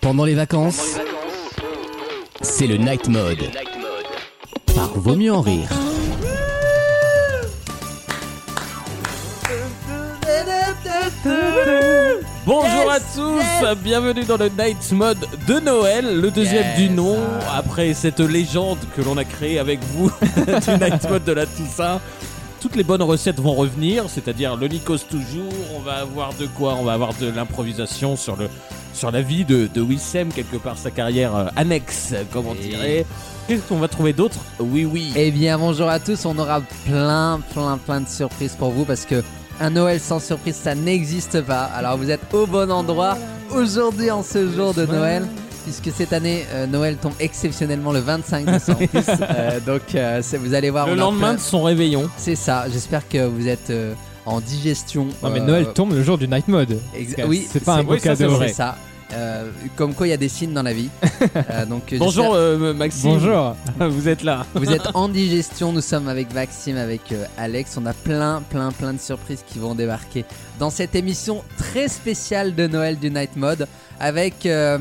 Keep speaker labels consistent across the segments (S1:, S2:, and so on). S1: Pendant les vacances, c'est le Night Mode. Par Vaut mieux en rire.
S2: Bonjour à tous, bienvenue dans le Night Mode de Noël, le deuxième du nom, après cette légende que l'on a créée avec vous du Night Mode de la Toussaint. Toutes les bonnes recettes vont revenir, c'est-à-dire le Nikos toujours, on va avoir de quoi, on va avoir de l'improvisation sur, le, sur la vie de, de Wissem, quelque part sa carrière euh, annexe, comme on
S3: Et-
S2: dirait. Qu'est-ce qu'on va trouver d'autre Oui, oui.
S3: Eh bien bonjour à tous, on aura plein plein plein de surprises pour vous parce que un Noël sans surprise ça n'existe pas. Alors vous êtes au bon endroit aujourd'hui en ce jour de Noël puisque cette année euh, Noël tombe exceptionnellement le 25 décembre. Euh, donc euh, c'est- vous allez voir
S2: le
S3: on a
S2: lendemain
S3: plein-
S2: de son réveillon.
S3: C'est ça, j'espère que vous êtes euh, en digestion.
S4: Non Ah, mais
S3: euh,
S4: Noël tombe le jour du night mode.
S3: ex-
S4: Parce que
S3: oui,
S4: c'est pas un
S2: c'est- oui,
S4: beau
S2: ça, c'est
S4: cadeau.
S2: vrai.
S3: c'est ça. Euh, comme quoi il y a des signes dans la vie. Euh, donc, euh, j'espère-
S2: Bonjour euh, Maxime.
S4: Bonjour.
S2: Vous êtes là.
S3: Vous êtes en digestion, nous sommes avec Maxime, avec euh, Alex. On a plein, plein, plein de surprises qui vont débarquer dans cette émission très spéciale de Noël du Night Mode. Avec euh,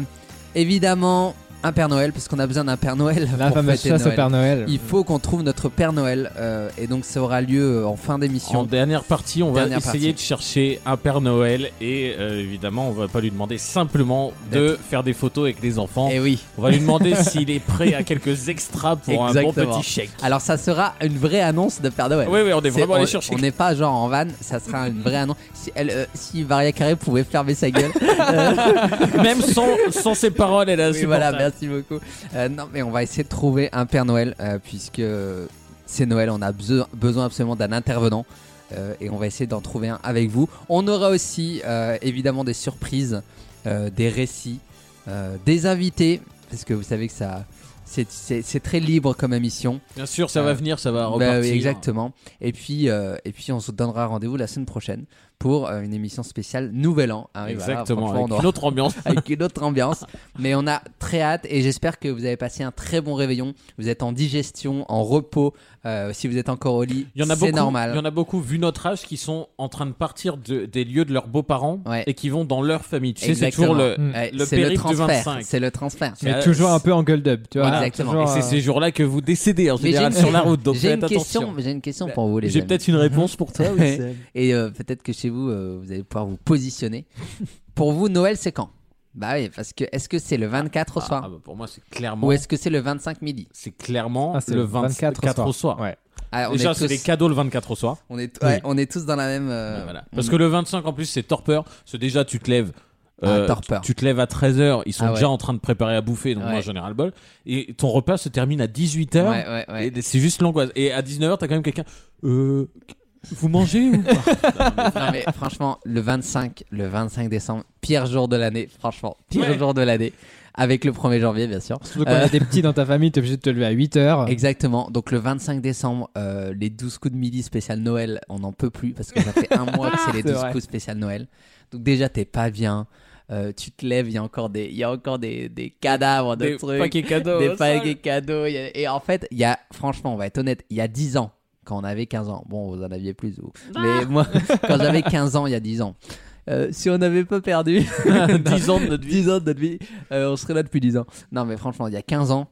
S3: évidemment un Père Noël, puisqu'on a besoin d'un Père Noël.
S4: La
S3: pour
S4: fameuse
S3: fêter
S4: chasse au
S3: Noël.
S4: Père Noël.
S3: Il faut qu'on trouve notre Père Noël. euh, et donc ça aura lieu euh, en fin
S2: En
S3: d'émission.
S2: dernière partie, on va
S3: Dernière
S2: essayer
S3: partie.
S2: de chercher un Père Noël et euh, évidemment, on va pas lui demander simplement de faire des photos avec les enfants.
S3: Et Eh oui.
S2: On va lui demander s'il est prêt à quelques extras pour un bon
S3: Exactement.
S2: petit chèque.
S3: Alors ça sera une vraie annonce de Père Noël.
S2: Oui, oui, on est
S3: C'est-
S2: vraiment
S3: on-
S2: allé chercher.
S3: On n'est pas genre en van, ça sera une vraie annonce. Si, elle, euh, si Maria Carré pouvait fermer sa gueule,
S2: Même sans, sans ses paroles, elle a
S3: Oui, voilà, merci beaucoup. Euh, non, mais on va essayer de trouver un Père Noël, euh, puisque c'est Noël, on a beso- besoin absolument d'un intervenant. euh, et on va essayer d'en trouver un avec vous. On aura aussi euh, évidemment des surprises, euh, des récits, euh, des invités, parce que vous savez que ça, c'est- c'est c'est très libre comme émission.
S2: Bien sûr, ça va
S3: Euh,
S2: venir, ça va
S3: Bah oui,
S2: repartir.
S3: exactement. Et puis, euh, et puis on se donnera rendez-vous la semaine prochaine pour euh, une émission spéciale Nouvel An. Ah oui, voilà,
S2: Exactement,
S3: franchement, on
S2: avec
S3: aura-
S2: une autre ambiance.
S3: avec une autre ambiance. Mais on a très hâte et j'espère que vous avez passé un très bon réveillon. Vous êtes en digestion, en repos. Euh, si vous êtes encore au lit,
S2: Il y en a
S3: c'est
S2: beaucoup, il y
S3: normal.
S2: en a beaucoup, vu notre âge, qui sont en train de partir de- des lieux de leurs beaux-parents
S3: Ouais.
S2: et qui vont dans leur famille. Tu sais, c'est toujours le.
S3: Exactement.
S4: Mm.
S3: Ouais,
S2: le
S3: c'est le,
S2: périple du
S3: transfert.
S2: 25.
S3: C'est le transfert.
S4: Mais
S2: Euh,
S4: toujours un peu en gueule up, tu vois.
S3: Voilà. Exactement.
S4: Toujours,
S2: Et c'est
S4: euh,
S2: ces jours-là que vous décédez en
S3: Mais
S2: général
S3: j'ai
S2: sur
S3: une-
S2: la route. Donc
S3: J'ai
S2: faites
S3: une question.
S2: attention. Bah,
S3: J'ai une question pour vous les
S2: J'ai
S3: amis.
S2: peut-être une réponse pour toi.
S3: Ouais.
S2: Wissem.
S3: Et euh, peut-être que chez vous, euh, vous allez pouvoir vous positionner. pour vous, Noël, c'est quand Bah oui, parce que est-ce que c'est le 24 au
S2: Ah,
S3: soir
S2: ah bah pour moi, c'est clairement.
S3: ou est-ce que c'est le 25 midi
S2: C'est clairement
S4: ah, c'est
S2: le 24, au soir.
S4: Ouais.
S3: Ah, on,
S2: Déjà,
S3: est
S2: c'est
S3: tous,
S2: des cadeaux le 24 au soir.
S3: on, est, ouais, on est tous dans la même. euh,
S2: Bah, Voilà. Parce que le 25, en plus, c'est torpeur. Parce que déjà, tu te lèves. euh,
S3: Ah, torpeur.
S2: Tu te lèves à 13h, ils sont
S3: Ah ouais.
S2: déjà en train de préparer à bouffer, donc
S3: Ouais.
S2: moi j'en ai ras le bol. Et ton repas se termine à 18h,
S3: Ouais, ouais, ouais.
S2: et c'est juste l'angoisse. Et à 19h, t'as quand même quelqu'un. Euh, vous mangez ou pas Non, mais
S3: Non mais franchement, le 25, le 25 décembre, pire jour de l'année, franchement, pire
S2: Ouais.
S3: jour de l'année, avec le 1er janvier bien sûr.
S4: Surtout quand il y a des petits dans ta famille, t'es obligé de te lever à 8 heures.
S3: Exactement, donc le 25 décembre, euh, les 12 coups de midi spécial Noël, on n'en peut plus parce que ça fait un mois que c'est les
S4: C'est
S3: 12
S4: vrai.
S3: coups spécial Noël. Donc déjà t'es pas bien, euh, tu te lèves, il y a encore des, il y a encore des, des cadavres de
S2: Des
S3: trucs,
S2: paquets cadeaux. hein.
S3: des
S2: au sol.
S3: paquets cadeaux. il y a- Et en fait, il y a, franchement, on va être honnête, il y a 10 ans, quand on avait 15 ans, bon, vous en aviez plus, vous.
S2: Ah.
S3: Mais moi, quand j'avais 15 ans, il y a 10 ans, euh, si on n'avait pas perdu
S2: 10 ans de notre vie.
S3: 10 ans de notre vie, euh, on serait là depuis 10 ans. Non, mais franchement, il y a 15 ans,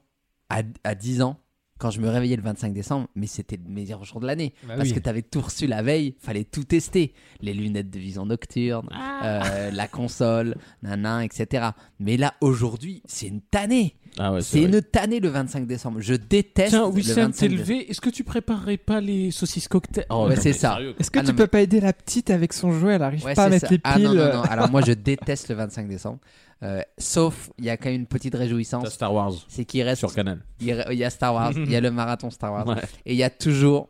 S3: à, à 10 ans, quand je me réveillais le 25 décembre, mais c'était le meilleur jour de l'année.
S2: Ah
S4: Bah
S3: parce
S4: oui.
S3: que t'avais tout reçu la veille, fallait tout tester. Les lunettes de vision nocturne,
S2: Ah.
S3: euh, la console, nanan, etc. Mais là, aujourd'hui, c'est une tannée.
S2: Ah ouais,
S3: C'est
S2: vrai.
S3: une tannée le 25 décembre. Je déteste
S2: Tiens,
S3: le
S2: Wissam,
S3: 25
S2: t'es
S3: décembre.
S2: levé. Est-ce que tu préparerais pas les saucisses cocktail Oh,
S3: Ouais,
S2: non,
S3: c'est
S2: mais
S3: ça.
S2: sérieux.
S4: Est-ce que
S3: Ah,
S4: tu
S3: non,
S4: peux
S3: mais-
S4: pas aider la petite avec son jouet Elle arrive
S3: Ouais,
S4: pas à
S3: c'est
S4: mettre
S3: ça.
S4: les piles.
S3: Ah non, non,
S4: euh,
S3: non. Alors moi, je déteste le 25 décembre. Euh, sauf, il y a quand même une petite
S2: T'as
S3: réjouissance.
S2: Star Wars
S3: C'est qu'il reste
S2: sur Canal.
S3: Il y a- il y a Star Wars, il y a le marathon Star Wars,
S2: Ouais.
S3: et il y a toujours.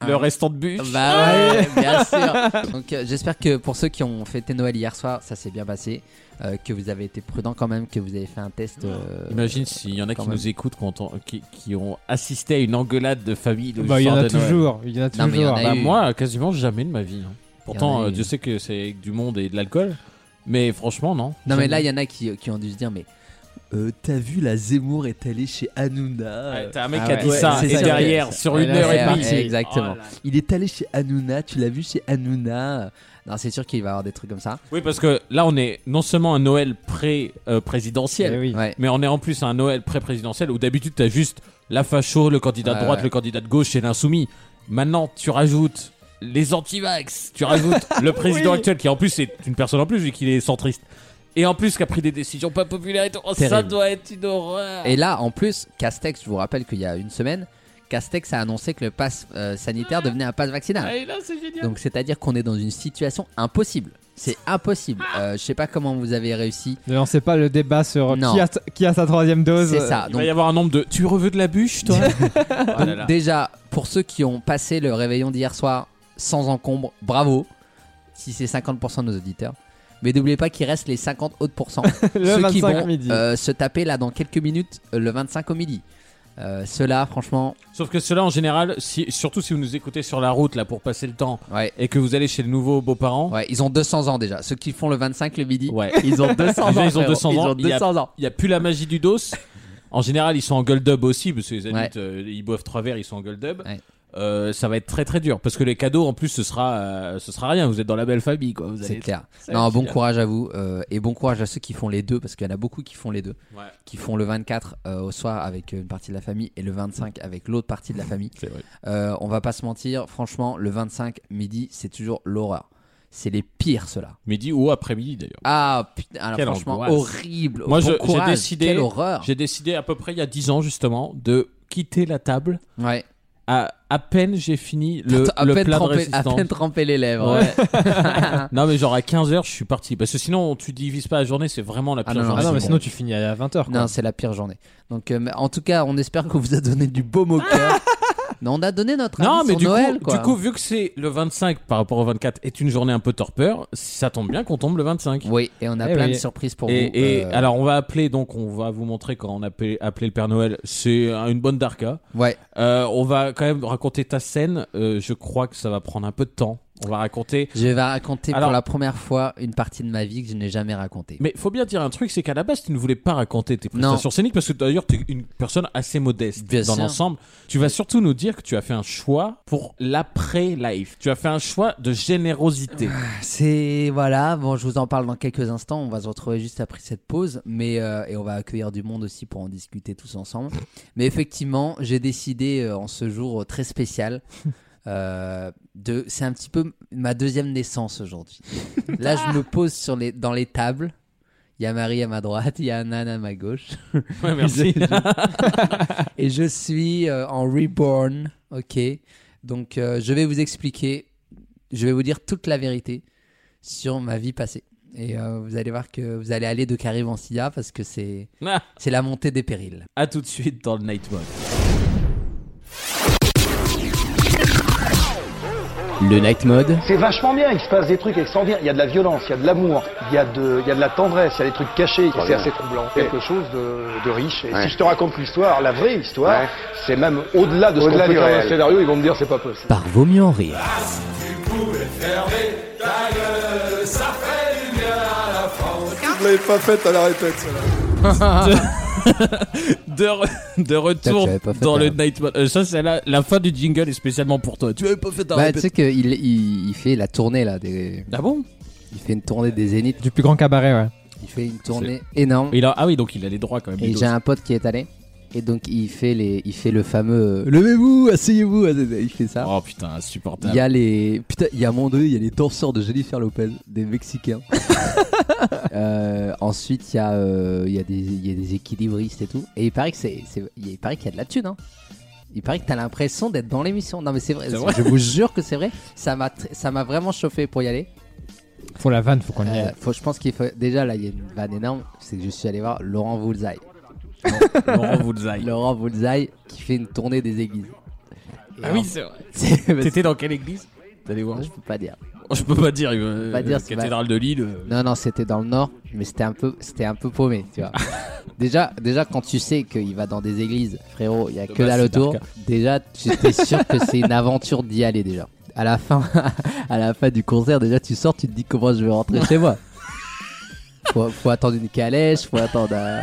S3: un-
S2: Le restant de bûche.
S3: Bah ouais, bien sûr. Donc euh, j'espère que pour ceux qui ont fêté Noël hier soir, ça s'est bien passé, euh, que vous avez été prudent quand même, que vous avez fait un test. euh,
S2: Imagine s'il y en a
S3: quand
S2: qui
S3: même.
S2: nous écoutent, quand on- qui, qui ont assisté à une engueulade de famille. Le
S4: Bah, il y en
S2: soir
S4: a
S2: de Noël.
S4: toujours. Il y en a
S3: Non, mais il y en
S4: toujours.
S3: a
S2: Bah,
S3: eu.
S2: moi, quasiment jamais de ma vie. hein.
S3: Ah Il y en
S2: Pourtant,
S3: a
S2: euh,
S3: eu.
S2: Dieu sait que c'est avec du monde et de l'alcool. Mais franchement, non.
S3: Non mais
S2: Jamais.
S3: là, il y en a qui, qui ont dû se dire, mais
S5: euh, t'as vu la Zemmour est allée chez Hanouna.
S2: Ouais,
S5: euh,
S2: T'as un mec
S4: ah
S2: qui a
S4: ouais,
S2: dit
S5: ouais,
S2: ça,
S5: c'est
S2: et
S5: ça,
S2: derrière, sur une
S4: Et là,
S2: heure
S4: c'est
S2: et demie.
S4: parti.
S3: Exactement.
S2: Oh là là.
S5: Il est allé chez Hanouna, tu l'as vu chez Hanouna.
S3: Non, c'est sûr qu'il va y avoir des trucs comme ça.
S2: Oui, parce que là, on est non seulement un Noël euh, pré-présidentiel,
S4: Eh oui.
S3: Ouais.
S2: mais on est en plus à un Noël pré-présidentiel où d'habitude, t'as juste la facho, le candidat de
S3: Ouais,
S2: droite,
S3: ouais.
S2: le candidat de gauche et l'insoumis. Maintenant, tu rajoutes les anti-vax, tu rajoutes le président actuel qui, en plus, est une personne en plus vu qu'il est centriste. Et en plus, qui a pris des décisions pas populaires et tout. Oh, ça
S3: Terrible.
S2: doit être une horreur.
S3: Et là, en plus, Castex, je vous rappelle qu'il y a une semaine, Castex a annoncé que le pass euh, sanitaire devenait un pass vaccinal.
S2: Ah, et là, c'est génial.
S3: Donc, c'est-à-dire qu'on est dans une situation impossible. C'est impossible.
S2: Ah.
S3: Euh, je sais pas comment vous avez réussi.
S4: Ne lancez pas le débat sur
S3: Non.
S4: qui a, qui a sa troisième dose.
S3: C'est ça.
S2: Il
S3: Donc,
S2: Oh, va y avoir un nombre de. Tu reveux de la bûche, toi Ah là là.
S3: déjà, pour ceux qui ont passé le réveillon d'hier soir sans encombre, bravo. Si c'est 50% de nos auditeurs. Mais n'oubliez pas qu'il reste les 50 autres pourcents.
S4: Le
S3: ceux
S4: 25
S3: qui vont
S4: midi.
S3: euh, se taper là dans quelques minutes, euh, le 25 au midi. Euh, Ceux-là, franchement,
S2: Sauf que cela, en général, si- surtout si vous nous écoutez sur la route là pour passer le temps
S3: ouais,
S2: et que vous allez chez de nouveaux beaux-parents,
S3: ouais, ils ont 200 ans déjà. Ceux qui font le 25 le midi,
S2: ouais.
S3: ils ont 200 ans.
S2: Déjà, ils ont
S3: frérot. Ils ont
S2: 200 ans. Il y a-
S3: 200 ans.
S2: Il n'y a plus la magie du dos. En général, ils sont en gold dub aussi, parce que les adultes, euh, ils boivent trois verres, ils sont en gold dub.
S3: Ouais.
S2: Euh, ça va être très très dur parce que les cadeaux en plus ce sera euh, ce sera rien vous êtes dans la belle famille quoi vous
S3: C'est
S2: allez
S3: clair.
S2: ça va
S3: Non,
S2: être
S3: bon
S2: génial.
S3: courage à vous euh, et bon courage à ceux qui font les deux parce qu'il y en a beaucoup qui font les deux,
S2: Ouais.
S3: qui font le 24 euh, au soir avec une partie de la famille et le 25 avec l'autre partie de la famille.
S2: C'est vrai.
S3: Euh, on va pas se mentir, franchement, le 25 midi, c'est toujours l'horreur. C'est les pires ceux-là.
S2: midi ou après-midi d'ailleurs
S3: Ah putain, alors
S2: Quelle
S3: franchement
S2: angoisse.
S3: horrible.
S2: Moi,
S3: Bon
S2: je- j'ai
S3: courage,
S2: décidé-
S3: Quelle horreur.
S2: j'ai décidé à peu près il y a 10 ans justement de quitter la table
S3: Ouais.
S2: à, à peine j'ai fini le,
S3: à,
S2: le
S3: peine
S2: plat de
S3: trempé, à
S2: résistance
S3: peine trempé les lèvres.
S2: Ouais. non mais genre à 15h je suis parti parce que sinon tu divises pas la journée c'est vraiment la
S3: Ah
S2: pire
S3: non,
S2: journée
S4: Ah non, mais
S3: c'est
S4: sinon tu finis à 20h.
S3: Non, c'est la pire journée. Donc, euh, mais en tout cas, on espère qu'on vous a donné du baume au cœur. Non, on a donné notre avis
S2: Non, mais
S3: sur
S2: du,
S3: Noël,
S2: coup,
S3: quoi.
S2: du coup, vu que c'est le 25 par rapport au 24 est une journée un peu torpeur, ça tombe bien qu'on tombe le 25.
S3: Oui, et on a
S4: Eh
S3: plein
S4: oui.
S3: de surprises pour vous.
S2: Et, et
S3: euh,
S2: alors, on va appeler, donc on va vous montrer quand on appelle appeler le Père Noël. C'est euh, une bonne darka.
S3: ouais,
S2: Euh, on va quand même raconter ta scène. Euh, je crois que ça va prendre un peu de temps. On va raconter.
S3: je vais raconter
S2: Alors-
S3: pour la première fois une partie de ma vie que je n'ai jamais racontée.
S2: Mais faut bien dire un truc, c'est qu'à la base, tu ne voulais pas raconter tes
S3: Non.
S2: prestations scéniques parce que d'ailleurs, tu es une personne assez modeste
S3: Bien
S2: dans
S3: sûr.
S2: l'ensemble. Tu vas surtout nous dire que tu as fait un choix pour l'après-life. Tu as fait un choix de générosité.
S3: C'est voilà, bon, je vous en parle dans quelques instants. On va se retrouver juste après cette pause, mais euh, et on va accueillir du monde aussi pour en discuter tous ensemble. Mais effectivement, j'ai décidé euh, en ce jour euh, très spécial. euh, de, c'est un petit peu ma deuxième naissance aujourd'hui. Là, je me pose sur les, dans les tables. Il y a Marie à ma droite, il y a Anan à ma gauche.
S2: Ouais, merci.
S3: Et je suis euh, en reborn, ok. Donc euh, je vais vous expliquer, je vais vous dire toute la vérité sur ma vie passée. Et euh, vous allez voir que vous allez aller de Carive en Silla parce que c'est
S2: Ah.
S3: c'est la montée des périls.
S2: A tout de suite dans le Night Mode.
S1: Le night mode,
S6: C'est vachement bien, il se passe des trucs extraordinaires. Il y a de la violence, il y a de l'amour, il y, a de- il y a de la tendresse, il y a des trucs cachés. C'est assez troublant. Quelque chose de, de riche. Et si je te raconte l'histoire, la vraie histoire, c'est même au-delà de ce qu'on peut faire dans le scénario, ils vont me dire c'est pas possible.
S1: par vaut mieux en rire.
S7: Vous l'avez pas faite à la répète, celle-là.
S2: De, re- de retour
S3: Putain, j'avais pas fait
S2: dans
S3: ta
S2: le
S3: rep.
S2: Night Mode. Euh, ça, c'est la, la fin du jingle est spécialement pour toi. Tu avais pas fait ta
S3: Bah,
S2: rep-
S3: tu sais qu'il il, il fait la tournée là, des-
S2: Ah bon
S3: il fait une tournée des Zéniths,
S4: Du plus grand cabaret, ouais.
S3: il fait une tournée énorme.
S2: il a, Ah oui, donc il a les droits quand même.
S3: Et
S2: Ludo.
S3: j'ai un pote qui est allé. Et donc il fait, les, il fait le fameux euh, Levez-vous, asseyez-vous, il fait ça.
S2: Oh putain,
S3: Il
S2: insupportable.
S3: y a les. Putain, il y a un moment donné, il y a les danseurs de Jennifer Lopez, des Mexicains. Euh, ensuite, il y, a, euh, il y, a des- il y a des équilibristes et tout. Et il paraît que c'est, c'est- il paraît qu'il y a de la thune, hein. Il paraît que t'as l'impression d'être dans l'émission. Non, mais c'est vrai,
S2: C'est vrai.
S3: je vous jure que c'est vrai. Ça m'a, tr- ça m'a vraiment chauffé pour y aller.
S4: Faut la vanne, faut qu'on y
S3: Euh,
S4: aille.
S3: faut, je pense qu'il faut. Déjà, là, il y a une vanne énorme. C'est que je suis allé voir Laurent Voulzaï.
S2: Laurent Voulzaï.
S3: Laurent Voulzaï qui fait une tournée des églises. Et
S2: Ah
S3: en-
S2: oui, c'est vrai.
S3: c'est-
S2: T'étais hein dans quelle église T'allais voir
S3: je peux pas dire.
S2: Je peux pas dire. euh,
S3: Pas dire, c'est
S2: cathédrale de Lille. euh,
S3: Non, non, c'était dans le nord, mais c'était un peu, c'était un peu paumé, tu vois. déjà, déjà, quand tu sais qu'il va dans des églises, frérot, il y a que
S2: Thomas
S3: dalle autour.
S2: Sidarka.
S3: Déjà, j'étais sûr que c'est une aventure d'y aller déjà. À la fin, à la fin du concert, déjà, tu sors, tu te dis comment je vais rentrer chez moi. Faut, faut attendre une calèche, faut attendre. un-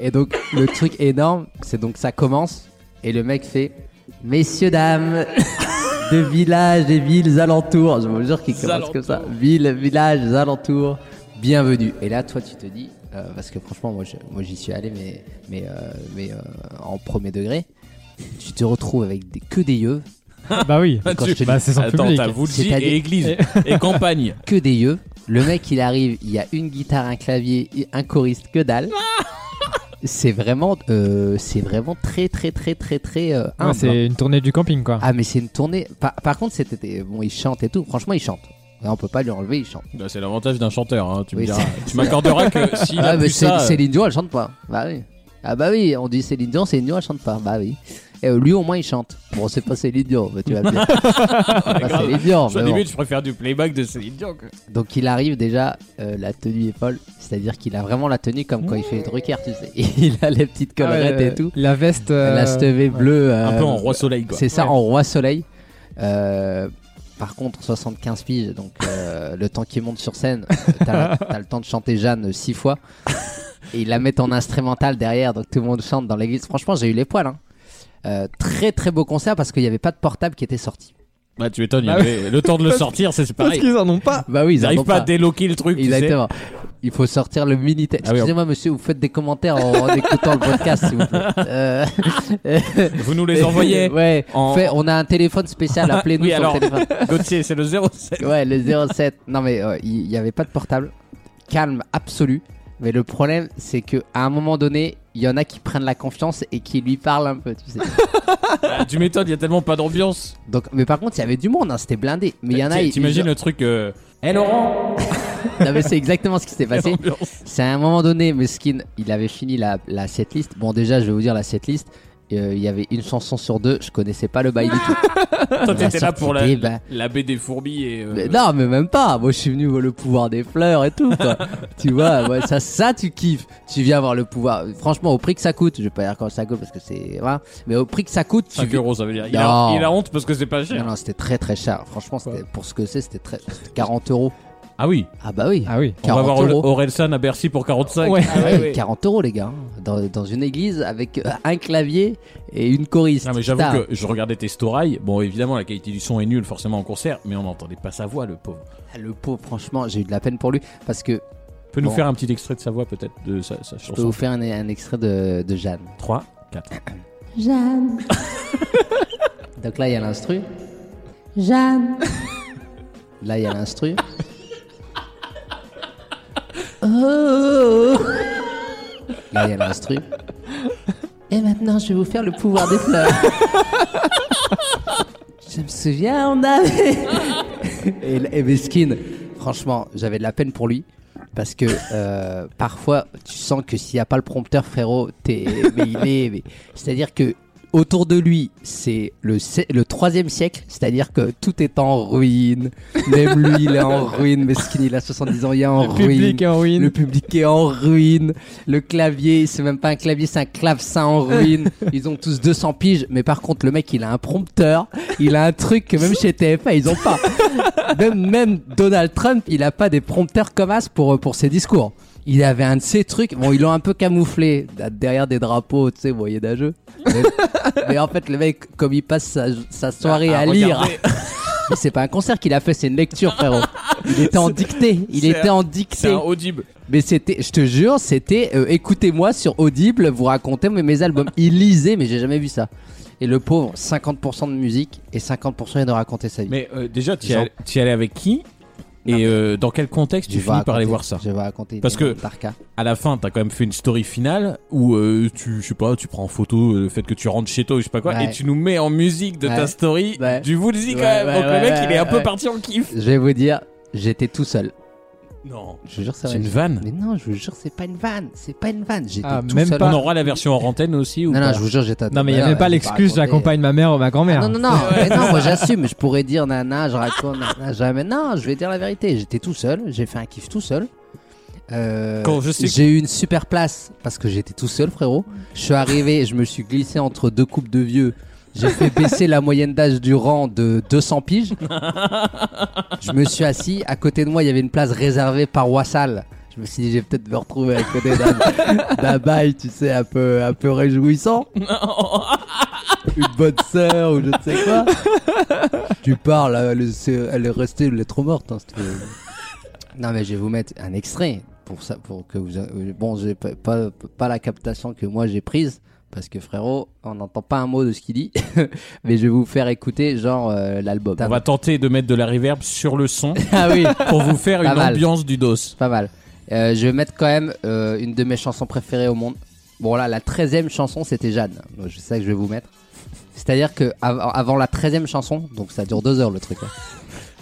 S3: Et donc, le truc énorme, c'est donc ça commence et le mec fait Messieurs, dames de villages et villes alentours. Je vous jure qu'il commence comme ça. Villes, villages, alentours. Bienvenue. Et là, toi, tu te dis, euh, parce que franchement, moi, je- moi, j'y suis allé, mais, mais, euh, mais euh, en premier degré, tu te retrouves avec des, que des yeux,
S4: bah oui.
S3: Quand je te
S4: Bah, c'est son
S2: Attends,
S4: public.
S2: t'as Woolsey
S3: C'est-à-dire-
S2: et église et campagne.
S3: que des yeux. Le mec, il arrive, il y a une guitare, un clavier, et un choriste, que dalle. C'est vraiment, euh, c'est vraiment très, très, très, très, très euh,
S4: Ouais,
S3: humble, hein.
S4: c'est une tournée du camping, quoi.
S3: Ah mais c'est une tournée. Par, par contre, c'était bon, il chante et tout. Franchement, il chante. Là, on peut pas lui enlever, il chante.
S2: Bah, c'est l'avantage d'un chanteur, hein, tu me
S3: Oui,
S2: diras.
S3: c'est-
S2: Tu m'accorderas que si
S3: ah mais Cé-
S2: ça, euh,
S3: Céline Dion, elle chante pas. Bah oui. Ah bah oui, on dit Céline Dion, Céline Dion, elle chante pas. Bah oui. Et euh, lui au moins il chante. Bon, c'est pas Céline Dion, mais tu vas bien. C'est pas
S2: grave.
S3: Céline Dion.
S2: sur
S3: mais
S2: le
S3: bon.
S2: début, je préfère du playback de Céline Dion. que-
S3: Donc il arrive déjà, euh, la tenue est folle. C'est-à-dire qu'il a vraiment la tenue comme quand il
S2: Mmh.
S3: fait Drucker, tu sais. Il a les petites
S4: Ah ouais,
S3: collerettes
S4: euh,
S3: et tout.
S4: La veste. euh,
S3: la stevée bleue.
S2: Un peu en
S3: euh,
S2: roi soleil, quoi.
S3: C'est ça,
S4: Ouais.
S3: en roi soleil. Euh, par contre, 75 piges, donc euh, le temps qu'il monte sur scène, euh, t'as t'as le temps de chanter Jeanne 6 fois. Et ils la mettent en instrumental derrière, donc tout le monde chante dans l'église. Franchement, j'ai eu les poils. hein. Euh, très très beau concert parce qu'il n'y avait pas de portable qui était sorti.
S2: Bah, tu m'étonnes, il y
S4: Ah
S2: avait- le temps de le sortir, c'est c'est
S4: Parce
S2: pareil.
S4: qu'ils en ont pas.
S3: Bah oui,
S2: Ils
S3: n'arrivent
S2: arrivent pas à déloquer le truc, tu sais.
S3: Exactement. Il faut sortir le Minitel.
S2: Ah oui, on-
S3: Excusez-moi, monsieur, vous faites des commentaires en, en écoutant le podcast, s'il vous plaît. Euh,
S2: Vous nous les envoyez.
S3: Ouais.
S2: en-
S3: Fait, on a un téléphone spécial, appelez-nous
S2: Oui,
S3: sur
S2: alors.
S3: le téléphone.
S2: Gauthier, c'est le 07.
S3: Ouais, le 07. Non, mais euh, il n'y avait pas de portable. Calme absolu. Mais le problème, c'est que à un moment donné, il y en a qui prennent la confiance et qui lui parlent un peu, tu sais.
S2: Ah, tu m'étonnes, il y a tellement pas d'ambiance.
S3: Donc, mais par contre, il y avait du monde, hein, c'était blindé. Mais il y en a. ils-
S2: T'imagines le truc. euh, Eh Laurent
S3: Non, mais c'est exactement ce qui s'est passé.
S2: L'ambiance.
S3: Bah, C'est à un moment donné, Meskin, il avait fini la, la setlist. Bon, déjà, je vais vous dire la setlist. Euh, Il y avait une chanson sur deux, je connaissais pas le bail
S2: Ah,
S3: du tout.
S2: Toi, t'étais là pour la,
S3: Ah, Des ba-
S2: la baie des fourmis et. euh,
S3: Mais non, mais même pas. Moi, je suis venu voir le pouvoir des fleurs et tout. quoi. tu vois, ouais, ça, ça, tu kiffes. Tu viens voir le pouvoir. Franchement, au prix que ça coûte, je vais pas dire quand ça coûte parce que c'est. Voilà. Mais au prix que ça coûte, tu.
S2: 5
S3: viens-
S2: euros, ça veut dire. Il a,
S3: Non.
S2: il a honte parce que c'est pas
S3: Non,
S2: cher.
S3: non, c'était très très cher. Franchement, c'était- pour ce que c'est, c'était très. c'était 40 euros.
S2: Ah oui,
S3: Ah bah oui.
S4: Ah oui.
S2: on va
S3: 40
S2: voir
S3: euros.
S2: Orelsan à Bercy pour 45.
S4: Ouais.
S2: Ah ouais, ouais.
S3: 40 euros, les gars. hein. Dans, dans une église avec euh, un clavier et une choriste.
S2: Non mais j'avoue
S3: Putain.
S2: que je regardais tes stories. Bon évidemment la qualité du son est nulle forcément en concert, mais on n'entendait pas sa voix le pauvre.
S3: Le pauvre, franchement, j'ai eu de la peine pour lui parce que
S2: Peux nous
S3: Bon.
S2: faire un petit extrait de sa voix peut-être de sa, sa
S3: je peux vous
S2: chanson
S3: faire un, un extrait de, de Jeanne.
S2: 3 4.
S8: Jeanne,
S3: Donc là, il y a l'instru.
S8: Jeanne,
S3: Là, il y a l'instru. Là, il y a l'instru. Et maintenant, je vais vous faire le pouvoir des fleurs. je me souviens, on avait. et, et Meskin, franchement, j'avais de la peine pour lui. Parce que euh, parfois, tu sens que s'il n'y a pas le prompteur, frérot, t'es. Mais il est. mais- C'est-à-dire que. Autour de lui, c'est le, sé- le troisième siècle, c'est-à-dire que tout est en ruine. Même lui, il est en ruine. Meskin, il a 70 ans, il est en
S4: Le
S3: ruine.
S4: public est en ruine.
S3: Le public est en ruine. Le clavier, c'est même pas un clavier, c'est un clavecin en ruine. Ils ont tous 200 piges, mais par contre, le mec, il a un prompteur. Il a un truc que même chez TFA, ils ont pas. Même, même Donald Trump, il a pas des prompteurs comme as pour, euh, pour ses discours. Il avait un de ces trucs. Bon, ils l'ont un peu camouflé derrière des drapeaux, tu sais, moyenâgeux. Mais, mais en fait, le mec, comme il passe sa, sa soirée
S2: Ah,
S3: à, lire, mais c'est pas un concert qu'il a fait, c'est une lecture, frérot. Il était en dictée. Il
S2: c'est
S3: était
S2: un-
S3: en
S2: C'est
S3: dictée.
S2: un audible.
S3: Mais c'était, je te jure, c'était euh, écoutez-moi sur Audible, vous racontez mes, mes albums. Il lisait, mais j'ai jamais vu ça. Et le pauvre, 50% de musique et 50% de raconter sa vie.
S2: Mais euh, déjà tu y
S3: Jean.
S2: allais- tu y allais avec qui
S3: Non, mais-
S2: et euh, dans quel contexte tu
S3: vais
S2: finis par aller
S3: raconter-
S2: voir ça
S3: Je vais raconter. une
S2: Parce que-
S3: énorme Tarka.
S2: à la fin, t'as quand même fait une story finale où euh, tu, je sais pas, tu prends en photo euh, le fait que tu rentres chez toi, ou je sais pas quoi,
S3: Ouais.
S2: et tu nous mets en musique de ta
S3: Ouais.
S2: story
S3: Ouais.
S2: du Woolsey quand
S3: Ouais,
S2: même.
S3: ouais,
S2: Donc le
S3: ouais,
S2: mec,
S3: ouais,
S2: il est un peu
S3: ouais.
S2: parti en kiff.
S3: Je vais vous dire, j'étais tout seul.
S2: Non,
S3: Je vous jure, ça
S2: c'est une vanne.
S3: Mais non, je vous jure, c'est pas une vanne. C'est pas une vanne. J'étais
S4: Ah,
S3: tout
S4: même
S3: seul.
S4: pas. Bah,
S2: On aura la version en antenne aussi ou
S3: Non, non,
S2: pas
S3: je vous jure, j'étais.
S4: Non, mais il n'y
S3: Non,
S4: avait
S3: j'ai
S4: pas l'excuse
S3: raconté.
S4: j'accompagne ma mère ou ma grand-mère.
S3: Ah, Non, non, non, mais non, moi j'assume. Je pourrais dire nana, je raconte nana, jamais. Non, je vais dire la vérité. J'étais tout seul, j'ai fait un kiff tout seul. Euh,
S2: Quand je sais que-
S3: J'ai eu une super place parce que j'étais tout seul, frérot. Je suis arrivé, je me suis glissé entre deux coupes de vieux. J'ai fait baisser la moyenne d'âge du rang de 200 piges. Je me suis assis. À côté de moi, il y avait une place réservée paroissale. Je me suis dit, j'ai peut-être me retrouver à côté d'un- d'un bail, tu sais, un peu, un peu réjouissant. Une bonne sœur ou je ne sais quoi. tu parles, elle, est- elle est restée, elle est trop morte. hein, cette- non, mais je vais vous mettre un extrait pour ça, pour que vous. euh, Bon, j'ai pas, pas, pas la captation que moi j'ai prise. Parce que frérot, on n'entend pas un mot de ce qu'il dit, mais je vais vous faire écouter genre euh, l'album.
S2: On va tenter de mettre de la reverb sur le son
S3: Ah oui,
S2: pour vous faire
S3: Pas
S2: une
S3: mal.
S2: ambiance du dos.
S3: pas mal. Euh, je vais mettre quand même euh, une de mes chansons préférées au monde. Bon là, la 13 e chanson, c'était Jeanne. Donc, Je sais que je vais vous mettre. C'est-à-dire que av- avant la 13 e chanson, donc ça dure deux heures le truc. hein.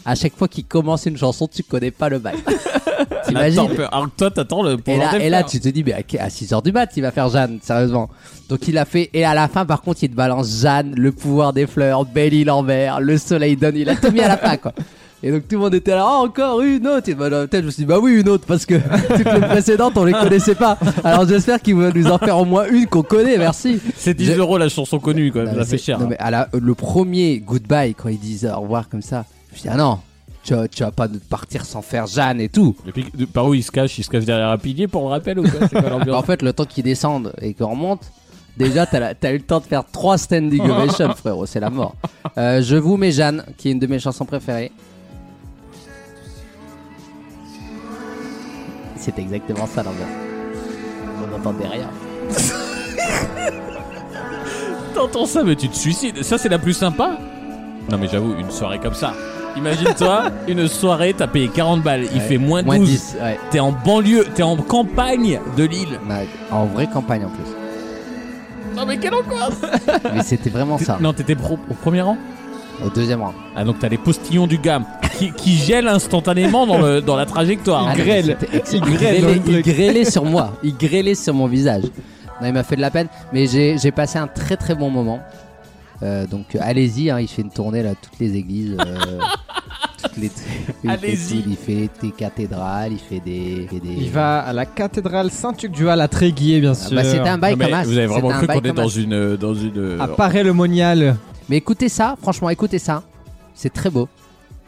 S3: À chaque fois qu'il commence une chanson, tu connais pas le bail.
S2: Attends,
S3: T'imagines
S2: alors toi, t'attends le pour
S3: et là,
S2: l'enlever.
S3: et là, tu te dis, mais à, 6h du mat, il va faire Jeanne, sérieusement. Donc il a fait, et à la fin, par contre, il te balance Jeanne, le pouvoir des fleurs, Belle île en verre, le soleil donne, il a tout mis à la fin, quoi. Et donc tout le monde était là, Oh, encore une autre. Et bah, dans la tête, je me suis dit, bah oui, une autre, parce que toutes les précédentes, on les connaissait pas. Alors j'espère qu'il va nous en faire au moins une qu'on connaît, merci.
S2: C'est 10
S3: je-
S2: euros la chanson connue quand même,
S3: Non,
S2: ça
S3: mais
S2: fait
S3: c'est-
S2: cher.
S3: non,
S2: hein.
S3: mais à la- le premier goodbye, quand ils disent au revoir comme ça, je me suis dit, ah non, tu, vas- tu vas pas nous partir sans faire Jeanne et tout.
S2: Et puis, de- par où il se cache Il se cache derrière un pilier pour le rappel ou quoi C'est quoi
S3: Bah, en
S2: l'ambiance
S3: fait, le temps qu'ils descendent et qu'on remonte, déjà, t'as la- t'as eu le temps de faire trois standing ovations, frérot. C'est la mort. Euh, je vous mets Jeanne, qui est une de mes chansons préférées. C'est exactement ça, l'ambiance. On entend derrière.
S2: T'entends ça, mais tu te suicides. Ça, c'est la plus sympa. Non, mais j'avoue, une soirée comme ça. Imagine-toi, une soirée, t'as payé 40 balles, il
S3: Ouais,
S2: fait moins 12.
S3: Moins 10, ouais.
S2: T'es en banlieue, t'es en campagne de Lille.
S3: Bah, en vraie campagne en plus.
S2: Non, mais quelle angoisse
S3: Mais c'était vraiment ça.
S2: Non, t'étais pro- au premier rang
S3: Au deuxième rang.
S2: Ah, donc t'as les postillons du gamme qui, qui gèlent instantanément dans, le, dans la trajectoire.
S3: Ah non, mais
S4: grêle.
S3: c'était excellent.
S4: Il
S3: Il
S4: grêle
S3: grêlait,
S4: dans le
S3: il
S4: truc.
S3: grêlait sur moi. Il grêlait sur mon visage. Non, il m'a fait de la peine. Mais j'ai j'ai passé un très très bon moment. Euh, donc euh, allez-y, hein, il fait une tournée là, toutes les églises. euh, toutes les il fait
S2: Allez-y.
S3: tout, Il fait des cathédrales, il fait des. fait des-
S4: Il va à la cathédrale Saint-Tuc-du-Hall à Tréguier, bien
S3: Ah,
S4: sûr.
S3: bah, c'était un bail
S2: Non, mais
S3: comme as.
S2: vous avez vraiment
S3: C'était un Ah,
S2: cru
S3: bail
S2: qu'on est
S3: comme
S2: dans
S3: as.
S2: une, euh, dans une euh,
S4: À le monial
S3: Mais écoutez ça, franchement, écoutez ça. C'est très beau.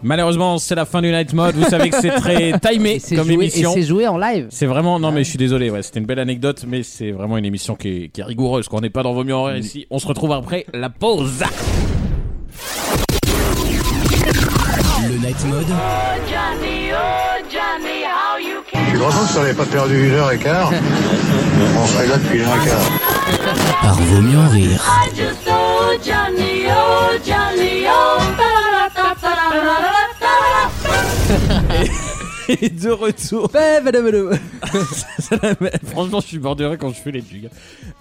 S2: Malheureusement, c'est la fin du Night Mode. Vous savez que c'est très timé
S3: et c'est
S2: comme
S3: joué, et
S2: émission.
S3: c'est joué en live.
S2: C'est vraiment. Non, mais je suis désolé. Ouais, c'était une belle anecdote, mais c'est vraiment une émission qui est, qui est rigoureuse. Quand on n'est pas dans Vos mieux en rire ici, on se retrouve après la pause.
S1: Le night mode.
S9: Je suis content que ça n'avait pas perdu une heure et quart. On serait là depuis une heure et quart.
S1: Par vaut mieux en rire.
S2: Et de retour.
S3: Bah,
S2: Franchement, je suis mort de rire quand je fais les jugs.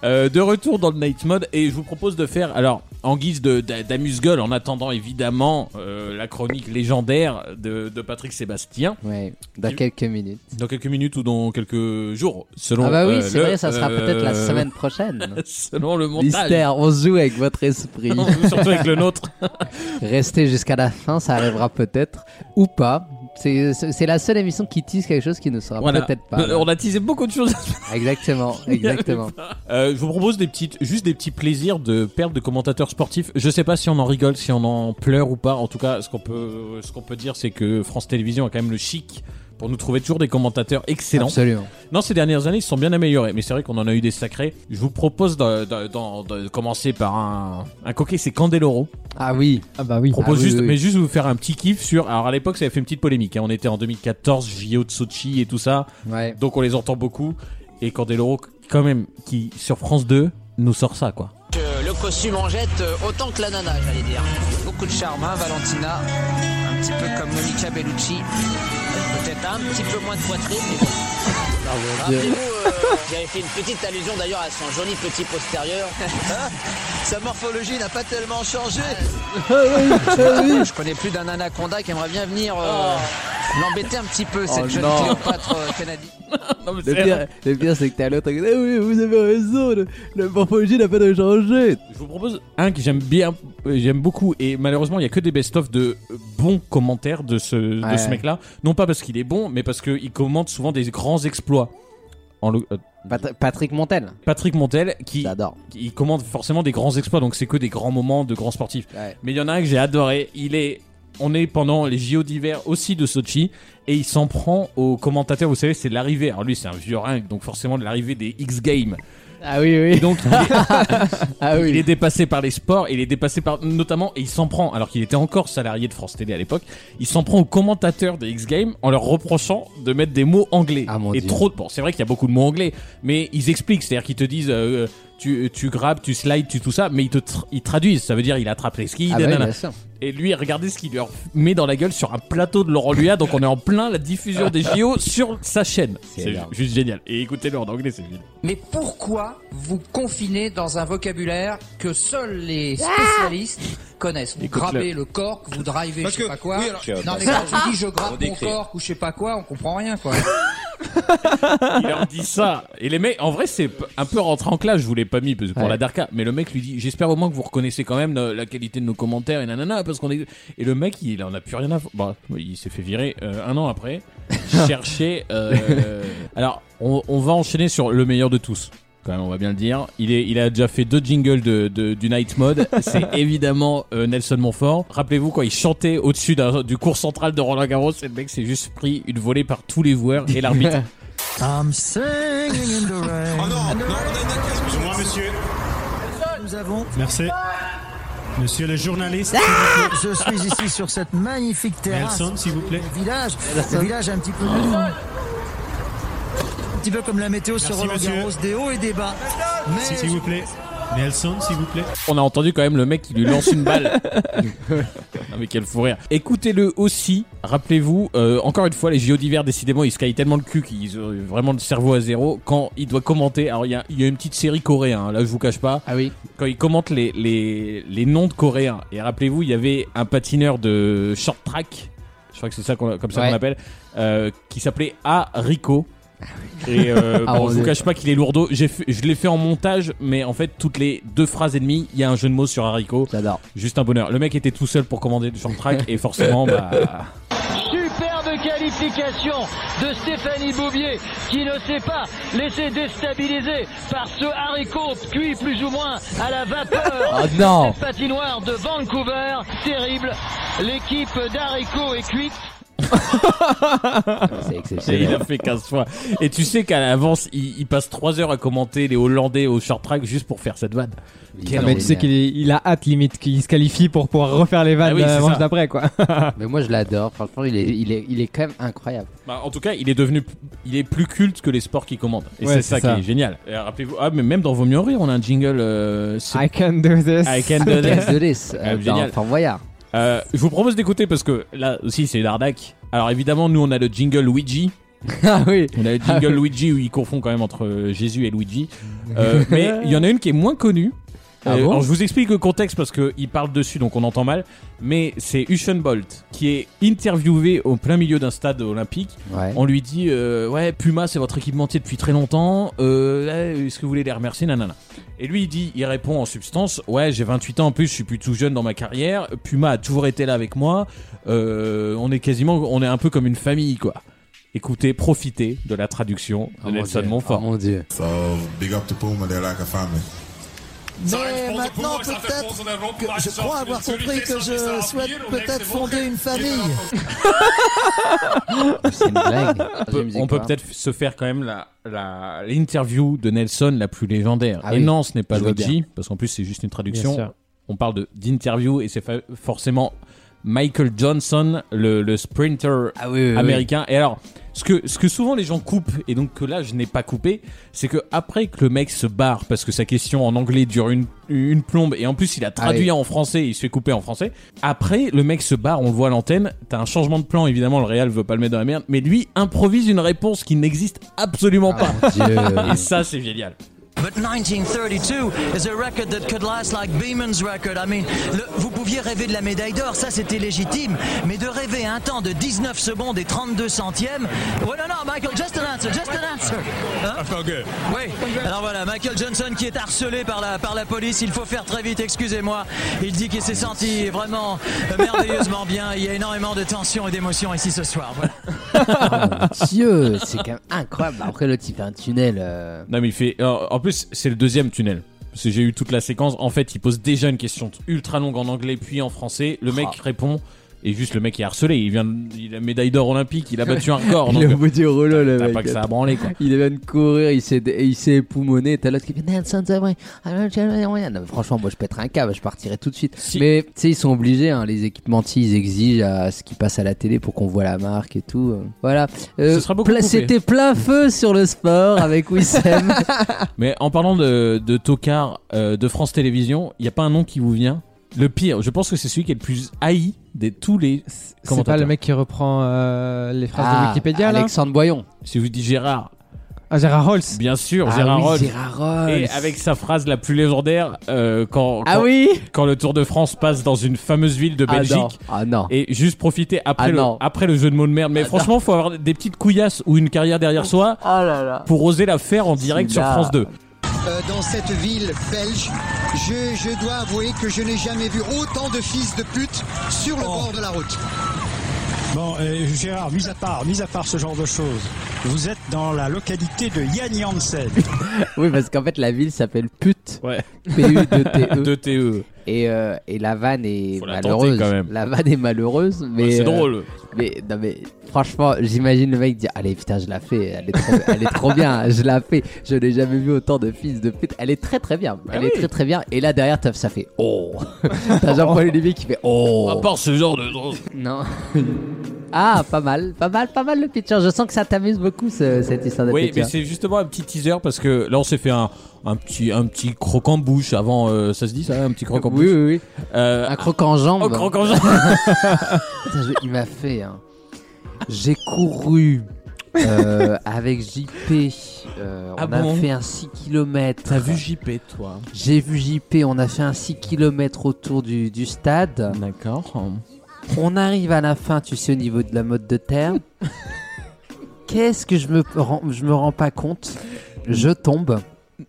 S2: Euh, de retour dans le Night Mode, et je vous propose de faire, alors, en guise de- d'a- d'amuse-gueule, en attendant évidemment euh, la chronique légendaire de, de Patrick Sébastien,
S3: Ouais, dans quelques minutes.
S2: dans quelques minutes ou dans quelques jours, selon.
S3: Ah bah oui,
S2: euh,
S3: c'est
S2: le-
S3: vrai, ça sera
S2: euh,
S3: peut-être la semaine prochaine.
S2: Selon le montage.
S3: Mystère, on se joue avec votre esprit.
S2: Surtout avec le nôtre.
S3: Restez jusqu'à la fin, ça arrivera peut-être ou pas. C'est c'est la seule émission qui tease quelque chose qui ne sera
S2: Voilà.
S3: peut-être pas.
S2: On a teasé beaucoup de choses.
S3: Exactement, exactement.
S2: Euh, je vous propose des petites, juste des petits plaisirs de perte de commentateurs sportifs. Je sais pas si on en rigole, si on en pleure ou pas. En tout cas, ce qu'on peut, ce qu'on peut dire, c'est que France Télévisions a quand même le chic pour nous trouver toujours des commentateurs excellents.
S3: Absolument.
S2: Non, ces dernières années, ils se sont bien améliorés, mais c'est vrai qu'on en a eu des sacrés. Je vous propose de, de- d'en- de commencer par un, un coquet, c'est Candeloro.
S3: Ah oui,
S4: Ah bah oui.
S2: Je
S3: Ah
S2: propose
S3: oui,
S2: juste,
S3: oui, oui.
S2: mais juste vous faire un petit kiff sur. Alors à l'époque, ça avait fait une petite polémique. hein. On était en 2014, JO de Sochi et tout ça.
S3: ouais.
S2: Donc on les entend beaucoup. Et Candeloro, quand même, qui sur France 2 nous sort ça, quoi.
S10: Le costume en jette autant que la nana, j'allais dire. Beaucoup de charme, hein, Valentina. Un petit peu comme Monica Bellucci. Peut-être un petit peu moins de poitrine, mais bon. Rappelez-vous, euh, j'avais fait une petite allusion d'ailleurs à son joli petit postérieur. Hein
S9: Sa morphologie n'a pas tellement changé.
S3: Ah
S10: Ah Je connais plus d'un anaconda qui aimerait bien venir euh, l'embêter un petit
S3: Oh,
S10: peu, cette jeune Cléopâtre euh, canadienne.
S3: Le pire, le pire, c'est que t'es à l'autre. côté, Ah oui, vous avez raison. Le, la morphologie n'a pas de changer.
S2: Je vous propose un que j'aime bien, euh, j'aime beaucoup, et malheureusement, il y a que des best-of de euh, bons commentaires de ce, de
S3: Ouais.
S2: ce mec-là. Non pas parce qu'il est bon, mais parce qu'il commente souvent des grands exploits. En le- euh,
S3: Pat- Patrick Montel,
S2: Patrick Montel, qui,
S3: j'adore.
S2: qui commente forcément des grands exploits, donc c'est que des grands moments de grands sportifs.
S3: Ouais.
S2: Mais il y en a un que j'ai adoré, il est on est pendant les JO d'hiver aussi de Sochi et il s'en prend aux commentateurs. Vous savez, c'est l'arrivée. Alors lui, c'est un vieux ringue, donc forcément de l'arrivée des X Games.
S3: Ah oui, oui.
S2: Et donc, il est,
S3: Ah oui.
S2: il est dépassé par les sports, il est dépassé par notamment, et il s'en prend, alors qu'il était encore salarié de France Télé à l'époque, il s'en prend aux commentateurs des X Games en leur reprochant de mettre des mots anglais.
S3: Ah, mon
S2: et
S3: Dieu.
S2: trop de. Bon, c'est vrai qu'il y a beaucoup de mots anglais, mais ils expliquent, c'est-à-dire qu'ils te disent. euh, tu, tu grappes, tu slides, tu tout ça, mais ils te tra- ils traduisent. Ça veut dire il attrape les skis,
S3: Ah bah oui,
S2: nanana.
S3: bien sûr.
S2: Et lui, regardez ce qu'il lui met dans la gueule sur un plateau de Laurent Luya. Donc on est en plein la diffusion des JO sur sa chaîne.
S3: C'est
S2: C'est
S3: énorme.
S2: juste génial. Et écoutez-le en anglais, c'est génial.
S10: Mais pourquoi vous confinez dans un vocabulaire que seuls les
S3: Ah
S10: spécialistes connaissent Vous
S2: Écoute-le.
S10: gravez le corps, que vous drivez je
S7: Parce
S10: sais
S7: que-
S10: pas quoi.
S7: oui, alors-
S10: Non mais quand tu dis je grappe mon corps ou je sais pas quoi, on comprend rien quoi.
S2: Il leur dit ça. Et les mecs, en vrai, c'est p- un peu rentré en classe. Je vous l'ai pas mis parce que pour
S3: Ouais.
S2: la Darka. Mais le mec lui dit J'espère au moins que vous reconnaissez quand même euh, la qualité de nos commentaires et nanana. Parce qu'on est. Et le mec, il en a plus rien à. f- Bah, il s'est fait virer euh, un an après. chercher. euh, Alors, on, on va enchaîner sur le meilleur de tous. Quand même, on va bien le dire. Il, est, il a déjà fait deux jingles de, de- du Night Mode. C'est évidemment euh, Nelson Montfort. Rappelez-vous, quand il chantait au-dessus d'un- du cours central de Roland Garros, et le mec s'est juste pris une volée par tous les joueurs et l'arbitre.
S11: I'm singing in the
S12: Ah,
S11: rain.
S7: Oh non, non, on a une actrice, monsieur.
S12: Moi, monsieur.
S11: Nous avons. Ah
S12: Merci. Monsieur le journaliste.
S11: Je suis ici sur cette magnifique terrasse.
S12: Nelson, s'il vous plaît.
S11: Le village, le village un petit peu. Un petit peu comme la météo sur
S12: Merci,
S11: Roland Garros,
S12: monsieur.
S11: des hauts et des bas. Mais
S12: S'il vous plaît. Nelson, s'il vous plaît.
S2: On a entendu quand même le mec qui lui lance une balle. non mais quel fou rire. Écoutez-le aussi. Rappelez-vous, euh, encore une fois, les JO d'hiver, décidément, ils se caillent tellement le cul qu'ils ont vraiment le cerveau à zéro. Quand il doit commenter, alors il y a, il y a une petite série coréenne, hein, là je vous cache pas.
S3: Ah oui.
S2: Quand il commente les, les, les noms de coréens, et rappelez-vous, il y avait un patineur de short track, je crois que c'est ça qu'on- comme ça
S3: Ouais.
S2: qu'on l'appelle, euh, qui s'appelait A. Rico. Et euh,
S3: Ah,
S2: bon,
S3: on
S2: je vous
S3: est-
S2: cache pas qu'il est lourdeau. J'ai fait- je l'ai fait en montage, mais en fait, toutes les deux phrases et demie, il y a un jeu de mots sur haricot.
S3: J'adore.
S2: Juste un bonheur. Le mec était tout seul pour commander le short track et forcément, bah.
S10: Superbe qualification de Stéphanie Bouvier qui ne s'est pas laissée déstabiliser par ce haricot cuit plus ou moins à la vapeur.
S3: Oh non.
S10: Ah, Cette patinoire de Vancouver, terrible. L'équipe d'haricots est cuite.
S3: C'est
S2: Et il
S3: exceptionnel.
S2: a fait 15 fois. Et tu sais qu'à l'avance, il, il passe 3 heures à commenter les Hollandais au short track juste pour faire cette vanne.
S4: Ah,
S3: Quel
S4: mais tu sais
S3: génial.
S4: qu'il est- il a hâte limite qu'il se qualifie pour pouvoir refaire les vannes
S2: Ah oui,
S4: euh,
S2: c'est
S4: manche
S2: ça.
S4: d'après quoi.
S3: Mais moi je l'adore. Franchement, il est, il est, il est quand même incroyable.
S2: Bah, en tout cas, il est devenu, p- il est plus culte que les sports qu'il commande. Et
S4: Ouais,
S2: c'est
S4: c'est
S2: ça,
S4: ça.
S2: qui est génial. Et rappelez-vous, ah, mais même dans Vaut mieux en rire, on a un jingle. euh, c'est-
S4: I can do this.
S2: I can do this.
S3: Casse de lisse.
S2: Ah,
S3: euh,
S2: génial.
S3: dans Fort Boyard.
S2: Euh, je vous propose d'écouter parce que là aussi c'est une arnaque. Alors évidemment nous on a le jingle Luigi,
S3: Ah oui.
S2: on a le jingle Luigi où ils confondent quand même entre euh, Jésus et Luigi. Euh, mais il y en a une qui est moins connue.
S3: Ah
S2: Euh,
S3: bon
S2: alors, je vous explique le contexte parce qu'il parle dessus donc on entend mal. Mais c'est Usain Bolt qui est interviewé au plein milieu d'un stade olympique.
S3: Ouais.
S2: On lui dit euh, ouais Puma c'est votre équipementier depuis très longtemps. Euh, là, Est-ce que vous voulez les remercier nanana. Et lui il dit il répond en substance ouais j'ai 28 ans en plus je suis plus tout jeune dans ma carrière. Puma a toujours été là avec moi. Euh, on est quasiment on est un peu comme une famille quoi. Écoutez profitez de la traduction de
S3: Oh, mon
S2: Nelson
S3: Dieu.
S2: Montfort.
S3: Oh, mon dieu.
S7: So, big up to Puma, they're like a family.
S11: Mais maintenant, peut-être que je crois avoir compris que je souhaite peut-être fonder une famille.
S3: C'est une blague.
S2: On peut- on peut peut-être se faire quand même la- la- l'interview de Nelson la plus légendaire.
S3: Ah
S2: et
S3: oui,
S2: non, ce n'est pas
S3: je veux
S2: Luigi, parce qu'en plus c'est juste une
S4: Bien
S2: traduction.
S4: sûr.
S2: On parle de- d'interview et c'est fa- forcément Michael Johnson, le, le sprinter
S3: Ah oui, oui, oui.
S2: américain. Et alors, ce que, ce que souvent les gens coupent, et donc que là je n'ai pas coupé, c'est que après que le mec se barre parce que sa question en anglais dure une, une plombe, et en plus il a traduit
S3: Ah oui.
S2: en français, il se fait couper en français, après le mec se barre, on le voit à l'antenne, t'as un changement de plan, évidemment le Real veut pas le mettre dans la merde, mais lui improvise une réponse qui n'existe
S3: Ah
S2: absolument pas. Et ça c'est génial.
S11: But 1932 is a record that could last like Beeman's record. I mean, le- vous pouviez rêver de la médaille d'or, ça c'était légitime, mais de rêver un temps de 19 secondes et 32 centièmes. Ouais, non, non, Michael, just an answer, just an answer. Hein? Oui, alors voilà, Michael Johnson qui est harcelé par la, par la police, il faut faire très vite, excusez-moi. Il dit qu'il s'est senti vraiment euh, merveilleusement bien, il y a énormément de tension et d'émotion ici ce soir. Voilà.
S3: Dieu, Ah, c'est quand même incroyable.
S2: Bah,
S3: Après, l'autre, il fait un tunnel. euh,
S2: Non mais il fait... En en plus c'est le deuxième tunnel. Parce que j'ai
S3: Ah.
S2: eu toute la séquence. En fait, il pose déjà une question ultra longue en anglais, puis en français. Le mec répond. Et juste le mec est harcelé, il vient, il a médaille d'or olympique, il a battu un record.
S3: il
S2: donc, euh,
S3: est au bout du rouleau, le
S2: t'as
S3: mec.
S2: pas que ça à branler, quoi.
S3: Il vient de courir, il s'est, il s'est époumonné. T'as l'autre qui dit Nelson, c'est vrai. Alors, je- Non, mais franchement, moi, je pèterais un câble, je partirais tout de suite. Mais tu sais, ils sont obligés, hein, les équipementiers, ils exigent à ce qui passe à la télé pour qu'on voit la marque et tout. euh. Voilà. Euh,
S2: Ce sera beaucoup
S3: pla-
S2: coupé.
S3: C'était plein feu sur le sport avec Wissem.
S2: Mais en parlant de, de tocard euh, de France Télévisions, il n'y a pas un nom qui vous vient Le pire, je pense que c'est celui qui est le plus haï de tous les
S4: C'est pas
S2: commentateurs.
S4: le mec qui reprend euh, les phrases de
S3: Ah,
S4: Wikipédia là
S3: Alexandre Boyon.
S2: Si je vous dis Gérard,
S4: Ah, Gérard Holtz.
S2: bien sûr,
S3: Ah
S2: Gérard
S3: oui,
S2: Rolls.
S3: Gérard Rolls.
S2: Et avec sa phrase la plus légendaire, euh, quand,
S3: Ah
S2: quand-
S3: oui
S2: quand le Tour de France passe dans une fameuse ville de
S3: Ah
S2: Belgique.
S3: non. Ah non.
S2: Et juste profiter après,
S3: Ah
S2: le,
S3: non. Ah,
S2: après le jeu de mots de merde. Mais franchement, faut avoir des petites couillasses ou une carrière derrière soi pour oser la faire en direct sur
S3: là.
S2: France 2.
S13: Euh, dans cette ville belge. Je, je dois avouer que je n'ai jamais vu autant de fils de pute sur
S14: Oh.
S13: le bord de la route.
S12: Bon, euh, Gérard, mis à part, mis à part ce genre de choses, vous êtes dans la localité de Yan Yansen.
S3: Oui, parce qu'en fait, la ville s'appelle Pute.
S2: Ouais.
S3: P-U-T-E.
S2: De E. TE.
S3: E. Et, euh, et la vanne est
S2: Faut la tenter,
S3: malheureuse.
S2: quand même.
S3: La vanne est malheureuse, mais.
S2: Ouais, c'est
S3: euh,
S2: drôle.
S3: mais, non, mais franchement, j'imagine le mec dire Allez, putain, je la fais, elle est trop, elle est trop bien, je la fais, je n'ai jamais vu autant de fils de pute. Elle est très très bien,
S2: Ah
S3: elle est très très bien. Et là, derrière, t'as- ça fait Oh T'as Jean-Paul Olivier qui fait Oh
S2: À part ce genre de.
S3: Non. Ah, pas mal, pas mal, pas mal le pitcher. Je sens que ça t'amuse beaucoup ce- cette histoire de hein.
S2: Oui,
S3: pitcher.
S2: mais c'est justement un petit teaser parce que là on s'est fait un, un petit un petit croc en bouche avant euh, ça se dit ça un petit croc en
S3: Oui,
S2: bouche.
S3: oui, oui.
S2: Euh,
S3: Un croc en jambe.
S2: oh, croc en jambe.
S3: Putain, je- il m'a fait. hein. J'ai couru euh, avec JP. euh,
S2: Ah
S3: on
S2: bon
S3: a fait un 6 km.
S2: T'as vu JP toi
S3: J'ai vu JP, on a fait un 6 km autour du, du stade.
S2: D'accord.
S3: On arrive à la fin, tu sais, au niveau de la mode de terre. Qu'est-ce que je me, rends- je me rends pas compte Je tombe.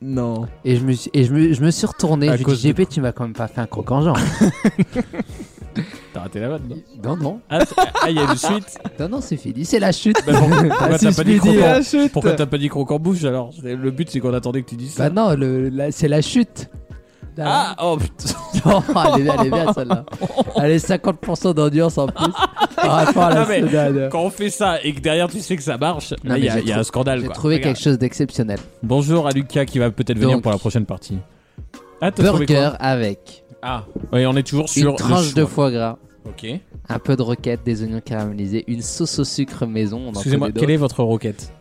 S5: Non.
S3: Et je me suis, et je me, je me suis retourné.
S2: À
S3: Je lui ai
S2: cause
S3: dit,
S2: de
S3: JP, tu m'as quand même pas fait un croc en jambe.
S2: T'as raté la vanne. non
S3: non, non.
S2: Ah ah, il y a une suite.
S3: Non, non, c'est fini. C'est la chute.
S2: Bah, pourquoi
S3: Ah,
S2: pourquoi
S3: si
S2: t'as
S3: je
S2: pas
S3: puis
S2: dit croc
S3: dire.
S2: en-
S4: la chute.
S2: Pourquoi t'as pas dit croc en bouche alors C'est- Le but c'est qu'on attendait que tu dises
S3: Bah
S2: ça.
S3: non, le, la- c'est la chute.
S2: Ah oh putain.
S3: Oh, elle est bien, elle est bien celle-là. Elle est 50% d'audience en plus. Par rapport à la
S2: Non, mais
S3: Sudan.
S2: Quand on fait ça et que derrière tu sais que ça marche,
S3: Non,
S2: là, il
S3: mais
S2: y a,
S3: j'ai
S2: il y a
S3: trou-
S2: un scandale.
S3: J'ai
S2: quoi.
S3: trouvé
S2: Regarde.
S3: quelque chose d'exceptionnel.
S2: Bonjour à Lucas qui va peut-être venir
S3: Donc,
S2: pour la prochaine partie. Ah t'as trouvé quoi
S3: Burger avec
S2: Ah ouais on est toujours sur
S3: une
S2: le
S3: tranche de
S2: choix.
S3: foie gras,
S2: Ok.
S3: un peu de roquette, des oignons caramélisés, une sauce au sucre maison. on en
S2: Excusez-moi
S3: connaît
S2: quelle
S3: d'autres,
S2: est votre roquette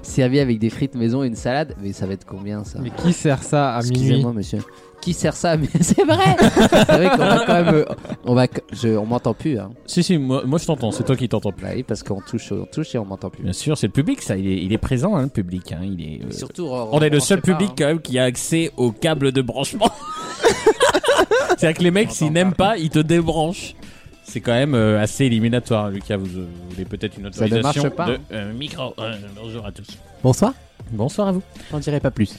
S3: Servi avec des frites maison et une salade. Mais ça va être combien ça
S4: Mais qui sert ça à minuit
S3: Excusez-moi, monsieur. Qui sert ça Mais c'est vrai C'est vrai qu'on va quand même. euh, On, va, je, on m'entend plus. Hein.
S2: Si, si, moi, moi je t'entends, c'est toi qui t'entends plus.
S3: Bah oui, parce qu'on touche, on touche et on m'entend plus.
S2: Bien sûr, c'est le public, ça, il est, il est présent, hein, le public. hein, il est, euh,
S3: Et Surtout,
S2: On est le
S3: branche
S2: seul
S3: pas,
S2: public
S3: hein.
S2: quand même qui a accès aux câbles de branchement. C'est-à-dire que les mecs, s'ils n'aiment pas, ils te débranchent. C'est quand même euh, assez éliminatoire, Lucas. Vous, euh, vous voulez peut-être une
S3: Ça ne marche
S2: autorisation
S3: pas,
S2: de
S3: hein.
S2: euh, micro. Euh, bonjour à tous.
S3: Bonsoir.
S2: Bonsoir à vous.
S3: J'en dirai pas plus.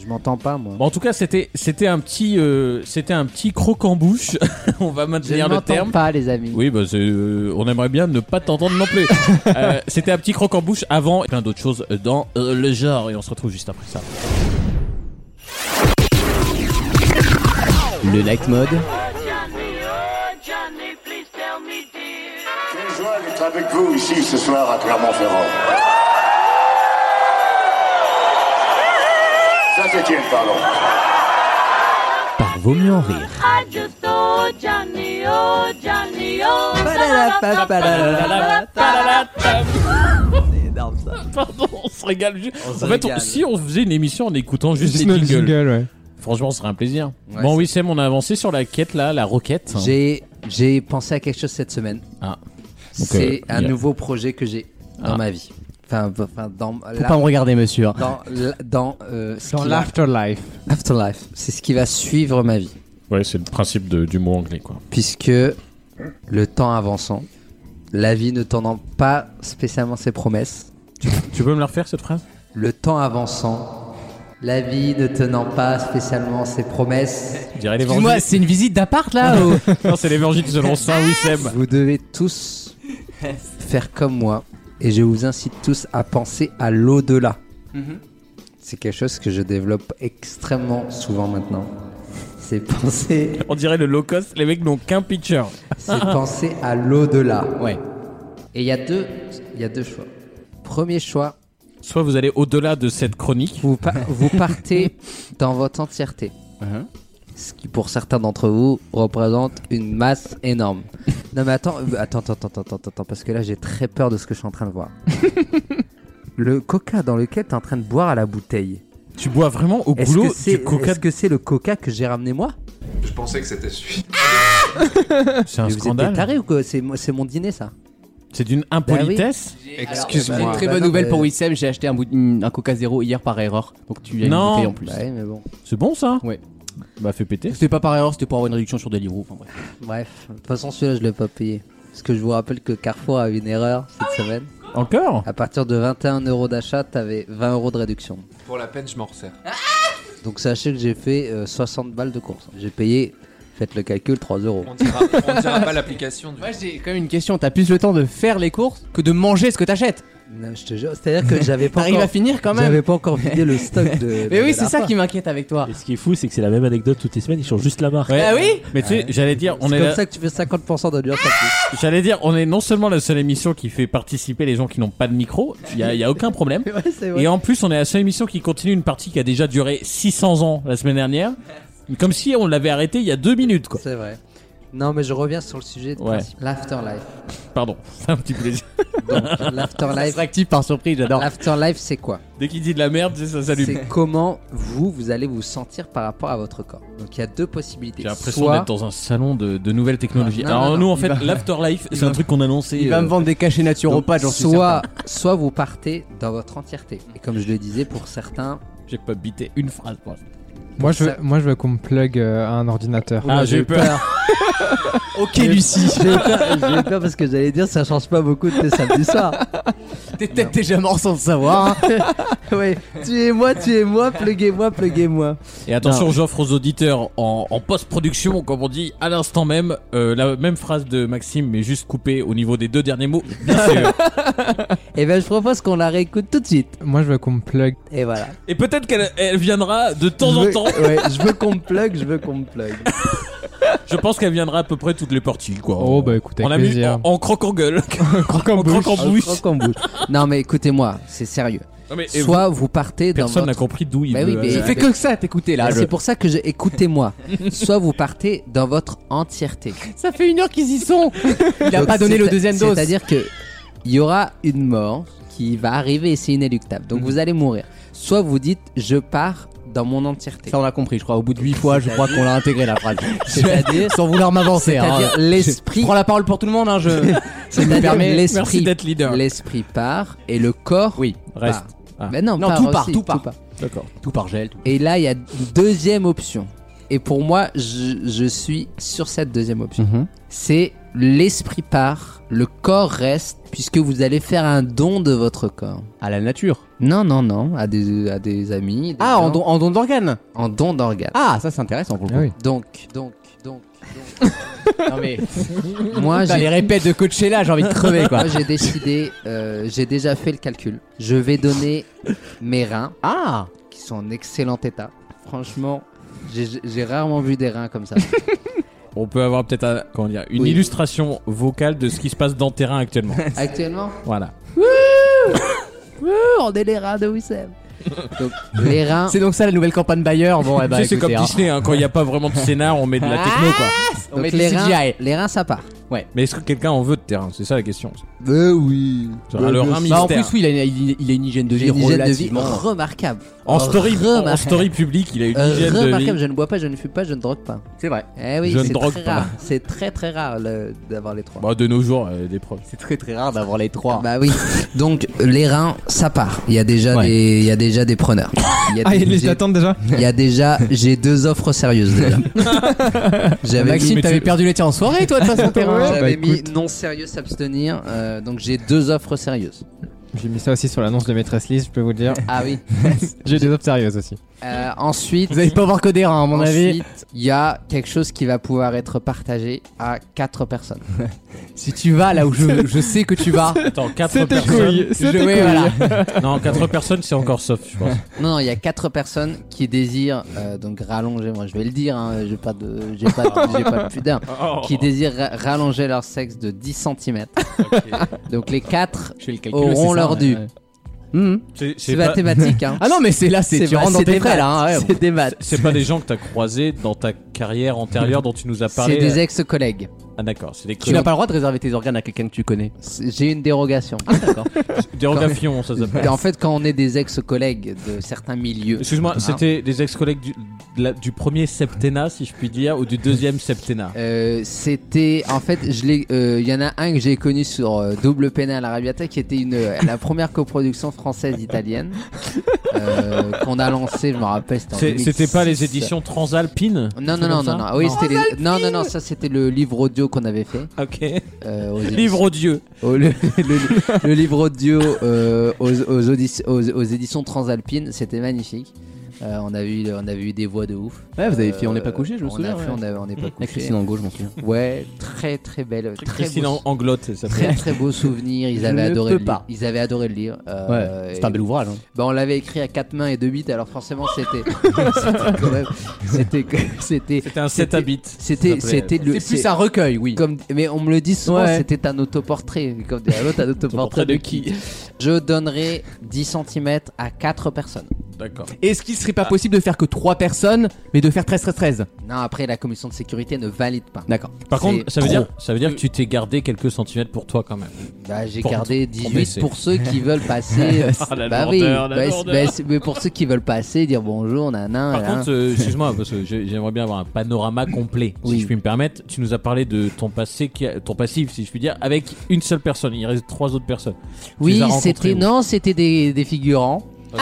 S3: Je m'entends pas, moi.
S2: Bon, en tout cas, c'était c'était un petit euh, c'était un petit croc en bouche. On va
S3: je
S2: maintenir le
S3: m'entends
S2: terme.
S3: pas, les amis.
S2: Oui, bah c'est, euh, on aimerait bien ne pas t'entendre non plus. Euh, C'était un petit croc en bouche avant et plein d'autres choses dans euh, le genre. Et on se retrouve juste après ça.
S1: Le night mode,
S9: Quelle joie d'être avec vous ici ce soir à Clermont-Ferrand. Saint-Étienne, pardon.
S1: par Vaut mieux en rire.
S3: C'est énorme ça.
S2: Pardon, on se régale. ju-
S3: se
S2: en fait, on-
S3: régale.
S2: si on faisait une émission en écoutant juste,
S4: Juste
S2: les
S4: notre
S2: jingles,
S4: jingle, ouais.
S2: franchement, ce serait un plaisir.
S3: Ouais,
S2: bon,
S3: c'est-
S2: oui, Sam, on a avancé sur la quête là, la roquette.
S3: J'ai, j'ai pensé à quelque chose cette semaine.
S2: Ah.
S3: C'est
S2: euh,
S3: un
S2: il y a-
S3: nouveau projet que j'ai dans
S2: Ah.
S3: ma vie. Enfin, enfin, dans
S5: Faut
S3: la-
S5: pas me regarder, monsieur. hein.
S3: dans, la- dans, euh, ce
S4: Dans
S3: qui va-
S4: l'afterlife.
S3: Afterlife. C'est ce qui va suivre ma vie.
S2: Ouais, c'est le principe du mot anglais, quoi.
S3: puisque le temps avançant, la vie ne tenant pas spécialement ses promesses,
S2: Tu peux me la refaire cette phrase
S3: le temps avançant, la vie ne tenant pas spécialement ses promesses,
S2: Je dirais
S5: Excuse-moi,
S2: l'évangile.
S5: c'est une visite d'appart là ou-
S2: Non, c'est l'évangile selon Saint Wissem.
S3: vous devez tous faire comme moi et je vous incite tous à penser à l'au-delà. Mhm. C'est quelque chose que je développe extrêmement souvent maintenant. C'est penser.
S2: On dirait le low cost, les mecs n'ont qu'un pitcher.
S3: C'est penser à l'au-delà.
S2: Ouais.
S3: Et il y, a deux- il y a deux choix. Premier choix,
S2: Soit vous allez au-delà de cette chronique.
S3: Vous, vous partez dans votre entièreté.
S2: Uh-huh.
S3: Ce qui, pour certains d'entre vous, représente une masse énorme. Non, mais attends, euh, attends, attends, attends, attends, attends, parce que là, j'ai très peur de ce que je suis en train de voir. le coca dans lequel tu es en train de boire à la bouteille.
S2: Tu bois vraiment au
S3: est-ce
S2: goulot
S3: que c'est,
S2: du coca
S3: Est-ce que c'est le coca que j'ai ramené moi
S15: Je pensais que c'était celui.
S2: C'est un
S3: Mais Vous êtes
S2: scandale.
S3: des tarés ou quoi c'est, mo- c'est mon dîner, ça
S2: C'est d'une impolitesse
S3: Excuse-moi.
S5: J'ai une très
S3: Bah
S5: bonne
S3: non,
S5: nouvelle
S3: mais-
S5: pour Wissem, j'ai acheté un, bout- un Coca Zéro hier par erreur. Donc tu as une
S2: Non.
S5: bouteille en plus.
S3: Bah oui, mais bon.
S2: C'est bon ça
S5: Ouais.
S2: Bah fait péter.
S5: C'était pas par erreur, c'était pour avoir une réduction sur Deliveroo. Enfin, bref.
S3: Bref, de toute façon, celui-là, je l'ai pas payé. Parce que je vous rappelle que Carrefour a eu une erreur cette semaine.
S2: Encore
S3: À partir de 21 euros d'achat, t'avais 20 euros de réduction.
S15: Pour la peine, je m'en resserre.
S3: Donc sachez que j'ai fait euh, 60 balles de course. J'ai payé, faites le calcul, 3 euros.
S15: On dira, on dira pas l'application du.
S5: Moi j'ai quand même une question, t'as plus le temps de faire les courses que de manger ce que t'achètes.
S3: Non, je te jure, c'est-à-dire que j'avais pas
S5: T'arrives
S3: encore...
S5: à finir quand même.
S3: J'avais pas encore vidé le stock de...
S5: Mais
S3: de
S5: Eh oui,
S3: la
S5: c'est ça
S3: part.
S5: qui m'inquiète avec toi.
S16: Et ce qui est fou, c'est que c'est la même anecdote toutes les semaines, ils changent juste la marque.
S5: Ah oui
S2: Mais tu sais, j'allais dire, on
S3: C'est
S2: est,
S3: comme
S2: la-
S3: ça que tu fais 50% d'audience en plus.
S2: j'allais dire, on est non seulement la seule émission qui fait participer les gens qui n'ont pas de micro, il y, a- y a aucun problème.
S3: c'est vrai.
S2: Et en plus, on est la seule émission qui continue une partie qui a déjà duré 600 ans la semaine dernière, comme si on l'avait arrêtée il y a deux minutes quoi.
S3: C'est vrai. Non, mais je reviens sur le sujet de
S2: Ouais.
S3: principe. l'afterlife.
S2: Pardon, c'est un petit plaisir.
S3: Donc, l'afterlife...
S5: Actif par surprise, j'adore.
S3: L'afterlife, c'est quoi
S2: Dès qu'il dit de la merde, tu sais, ça s'allume.
S3: C'est comment vous, vous allez vous sentir par rapport à votre corps. Donc il y a deux possibilités.
S2: J'ai l'impression
S3: Soit-
S2: d'être dans un salon de, de nouvelles technologies.
S3: Non,
S2: Alors
S3: non,
S2: nous,
S3: non,
S2: en
S3: il
S2: fait,
S3: va-
S2: l'afterlife,
S5: il
S2: c'est un
S5: va-
S2: truc qu'on annonçait.
S5: Il va
S2: euh,
S5: me vendre des cachets naturopathes, j'en suis
S3: soit, soit vous partez dans votre entièreté. Et comme je le disais, pour certains...
S2: J'ai pas bité une phrase. moi.
S4: Moi, je
S3: Ça-
S4: veux, moi, je veux qu'on me plug euh, un ordinateur.
S2: Ah, j'ai eu peur.
S5: Ok
S3: J'ai-
S5: Lucie,
S3: J'ai eu peur, j'ai eu peur parce que j'allais dire ça change pas beaucoup de tes samedis soirs.
S5: t'es peut-être déjà mort sans le savoir. hein.
S3: Oui, tuez-moi, tuez-moi, pluguez-moi, pluguez-moi.
S2: Et attention, j'offre aux auditeurs en, en post-production, comme on dit, à l'instant même, euh, la même phrase de Maxime, mais juste coupée au niveau des deux derniers mots. Bien sûr.
S3: Et ben je propose qu'on la réécoute tout de suite.
S4: Moi, je veux qu'on me plug.
S3: Et voilà.
S2: Et peut-être qu'elle elle viendra de temps
S3: Je
S2: en
S3: veux-
S2: temps.
S3: Ouais, je veux qu'on me plug, je veux qu'on me plug.
S2: Je pense qu'elle viendra à peu près toutes les parties, quoi.
S4: Oh, bah écoute,
S2: on
S4: avec
S2: a mis
S4: plaisir.
S2: en, en croque en gueule. en croque en
S3: Je
S2: bouche.
S3: crois qu'on bouge. Non mais écoutez-moi, c'est sérieux.
S2: Non, mais, et
S3: Soit vous partez dans
S2: Personne n'a
S3: votre...
S2: compris d'où il
S3: Bah oui,
S2: veut,
S3: mais-
S5: Il
S2: euh,
S5: fait que ça, t'écouter là.
S3: Bah,
S5: je-
S3: c'est pour ça que j'ai écoutez-moi. Soit vous partez dans votre entièreté.
S5: Ça fait une heure qu'ils y sont. Il a
S3: Donc,
S5: pas donné
S3: c'est-
S5: le deuxième dose.
S3: C'est-à-dire que il y aura une mort qui va arriver et c'est inéluctable.
S5: Mm.
S3: Donc vous allez mourir. Soit vous dites je pars dans mon entièreté.
S5: Ça on l'a compris, je crois. Au bout de 8 fois, je crois qu'on l'a intégré la phrase.
S3: C'est-à-dire-
S5: sans vouloir m'avancer. hein.
S3: C'est-à-dire l'esprit-
S5: Je prends la parole pour tout le monde. Hein, je. je me
S3: C'est-à-dire
S5: permets.
S2: Merci
S3: l'esprit
S2: d'être leader.
S3: l'esprit part et le corps
S5: Oui,
S2: Reste.
S3: part.
S2: Ah.
S3: Mais non,
S5: Non,
S3: part
S5: tout
S3: aussi,
S5: part, tout part.
S2: D'accord.
S5: Tout par gel. Tout...
S3: Et là il y a une deuxième option. Et pour moi je, je suis sur cette deuxième option.
S5: Mhm.
S3: C'est l'esprit part, le corps reste puisque vous allez faire un don de votre corps.
S5: À la nature.
S3: Non non non à des à des amis. des
S5: Ah, en
S3: gens.
S5: don, en don d'organes.
S3: en don d'organe.
S5: Ah, ça c'est intéressant pour le
S4: Ah
S5: coup.
S4: oui.
S3: Donc, donc, donc,
S5: Non mais.
S3: moi
S5: Putain, les
S3: j'ai
S5: répètes de Coachella, j'ai envie de crever quoi.
S3: moi, j'ai décidé, euh, j'ai déjà fait le calcul. Je vais donner mes reins,
S5: Ah.
S3: qui sont en excellent état. Franchement, j'ai j'ai rarement vu des reins comme ça.
S2: On peut avoir peut-être un- comment dire, une
S3: Oui.
S2: illustration vocale de ce qui se passe dans le terrain actuellement.
S3: Actuellement,
S2: voilà.
S3: on est les reins de Wissem. Donc, les reins,
S5: C'est donc ça la nouvelle campagne Bayer. Bon, eh ben,
S2: Tu sais, c'est comme
S5: écoutez, hein.
S2: Disney, hein, quand il n'y a pas vraiment de scénar, on met de la techno quoi.
S5: On
S3: donc
S5: met
S3: les,
S5: du
S3: reins
S5: CGI.
S3: les reins, ça part.
S2: Mais est-ce que quelqu'un en veut de terrain C'est ça la question.
S3: Mais oui.
S2: Genre, le rein
S5: Bah,
S2: mystère.
S5: en plus, oui, il a, il- il a une hygiène de vie
S3: J'ai une hygiène de vie
S5: relativement.
S3: remarquable.
S2: En story,
S3: Remarquable.
S2: en story publique, il a une
S3: Euh,
S2: hygiène de vie.
S3: remarquable, je ne bois pas, je ne fume pas, je ne drogue pas.
S5: C'est vrai.
S3: Eh oui,
S2: Je ne
S3: c'est
S2: drogue
S3: très
S2: pas.
S3: rare. C'est très très rare le- d'avoir les trois.
S2: Bah, de nos jours, euh, des preuves.
S5: C'est très très rare d'avoir les trois.
S3: Bah oui. Donc les reins, ça part. Il y a déjà
S5: Ouais.
S3: des, il y a déjà des preneurs. Il y a
S4: Ah,
S3: des-
S4: il les
S3: j'ai-
S4: attend déjà
S3: il y a déjà, j'ai deux offres sérieuses déjà. J'avais mis,
S5: Maxime, t'avais perdu les tiens en soirée, toi, de toute façon, t'es
S3: j'avais
S4: bah,
S3: mis
S4: écoute.
S3: non sérieux s'abstenir. euh, donc j'ai deux offres sérieuses.
S4: J'ai mis ça aussi sur l'annonce de Maîtresse Lise, je peux vous le dire.
S3: Ah oui.
S4: J'ai des autres sérieuses aussi.
S3: Euh, ensuite,
S5: Vous allez pas avoir que des reins, à mon avis.
S3: ensuite, il y a quelque chose qui va pouvoir être partagé à quatre personnes.
S5: Si tu vas Ah, là où je, je sais que tu vas.
S2: Attends, 4
S5: C'est tes
S2: personnes.
S5: couilles, c'est
S2: Je-
S5: tes
S2: oui,
S5: couilles.
S2: voilà. non, 4 personnes, c'est encore sauf, je pense.
S3: Non, non, il y a quatre personnes qui désirent euh, donc rallonger. Moi, je vais le dire, hein, j'ai pas de, j'ai pas, de- j'ai pas de pudeur.
S2: Oh.
S3: Qui désirent ra- rallonger leur sexe de 10 cm. Donc les quatre
S5: Je vais le calculer, c'est
S3: auront
S5: ça,
S3: leur
S5: ouais,
S3: dû.
S5: ouais.
S3: Hmm.
S2: C'est- c'est
S3: C'est
S2: pas-
S3: mathématique. Hein.
S5: Ah non, mais c'est là, c'est- tu
S3: ma-
S5: rentres dans
S3: c'est
S5: tes
S3: des
S5: frais, là,
S3: maths,
S5: hein, ouais.
S3: C'est des maths.
S2: C'est pas des gens que t'as croisés dans ta carrière antérieure dont tu nous as parlé.
S3: C'est des
S5: euh,
S3: ex-collègues.
S2: Ah d'accord, c'est des
S5: Tu n'as pas le droit de réserver tes organes à quelqu'un que tu connais.
S3: C'est- J'ai une dérogation.
S5: Ah,
S2: Dérogation, ça s'appelle.
S3: En fait, quand on est des ex-collègues de certains milieux.
S2: Excuse-moi,
S3: hein,
S2: c'était des ex-collègues du, de la- du premier septennat, si je puis dire, ou du deuxième septennat.
S3: Euh, c'était en fait je l'ai euh, il y en a un que j'ai connu sur euh, Double Pénal Arabiata qui était une euh, la première coproduction française italienne euh, qu'on a lancée je me rappelle c'était en
S2: C'est-
S3: 2006.
S2: C'était pas les éditions transalpines
S3: non non non non non oui c'était les- non non non ça c'était le livre audio qu'on avait fait
S2: Ok.
S3: euh, aux
S2: Livre odieux.
S3: au- le, le- le livre audio euh, aux, aux audis- aux- aux éditions transalpines, c'était magnifique. Euh, on, a eu, on avait eu des voix de ouf.
S5: Ouais, vous avez fait On n'est
S3: Euh,
S5: pas couché, je me
S3: on a
S5: souviens,
S3: fait
S5: ouais.
S3: on, a- on n'est pas
S5: Avec
S3: couché.
S5: Christine Angot, je m'en souviens.
S3: Ouais, très très belle. Très
S2: Christine
S3: beau,
S2: An- Anglotte, ça s'appelle.
S3: Très très beau souvenir. Ils
S5: Je
S3: avaient
S5: ne
S3: adoré
S5: peux
S3: le
S5: pas.
S3: livre. Ils avaient adoré le livre. Euh,
S5: Ouais, c'est
S3: et-
S5: un bel ouvrage. hein.
S3: bah, on l'avait écrit à quatre mains et deux bits, alors forcément c'était c'était quand même- c'était c'était
S2: C'était un 7 à bits.
S3: C'était
S2: Ça s'appelait.
S3: c'était le
S5: C'est plus un recueil, oui.
S3: comme mais on me le dit souvent,
S5: Ouais.
S3: c'était un autoportrait. Comme dit l'autre, un autoportrait de qui Je donnerai 10 cm à 4 personnes.
S2: D'accord.
S5: Est-ce qu'il serait pas possible de faire que 3 personnes, mais de faire 13, 13, 13
S3: Non, après la commission de sécurité ne valide pas.
S5: D'accord.
S2: Par
S3: C'est
S2: contre, ça veut,
S3: trop.
S2: dire, ça veut dire que tu t'es gardé quelques centimètres pour toi quand même.
S3: Bah, j'ai
S2: Pour-
S3: gardé
S2: pour
S3: 18
S2: baisser.
S3: pour, ceux qui veulent passer.
S2: Ah, la
S3: bah
S2: lourdeur, la
S3: oui, bah, c'est-
S2: lourdeur.
S3: bah, c'est- mais pour ceux qui veulent passer, dire bonjour, nanan.
S2: Par
S3: là.
S2: contre, euh, excuse-moi, parce que j'ai- j'aimerais bien avoir un panorama complet, si
S3: Oui.
S2: je puis me permettre. Tu nous as parlé de ton passé, qui a- ton passif, si je puis dire, avec une seule personne. Il reste trois autres personnes. Tu les
S3: oui, Ah
S2: as rencontrées
S3: c'était
S2: où
S3: non, c'était des, des figurants.
S2: Ok.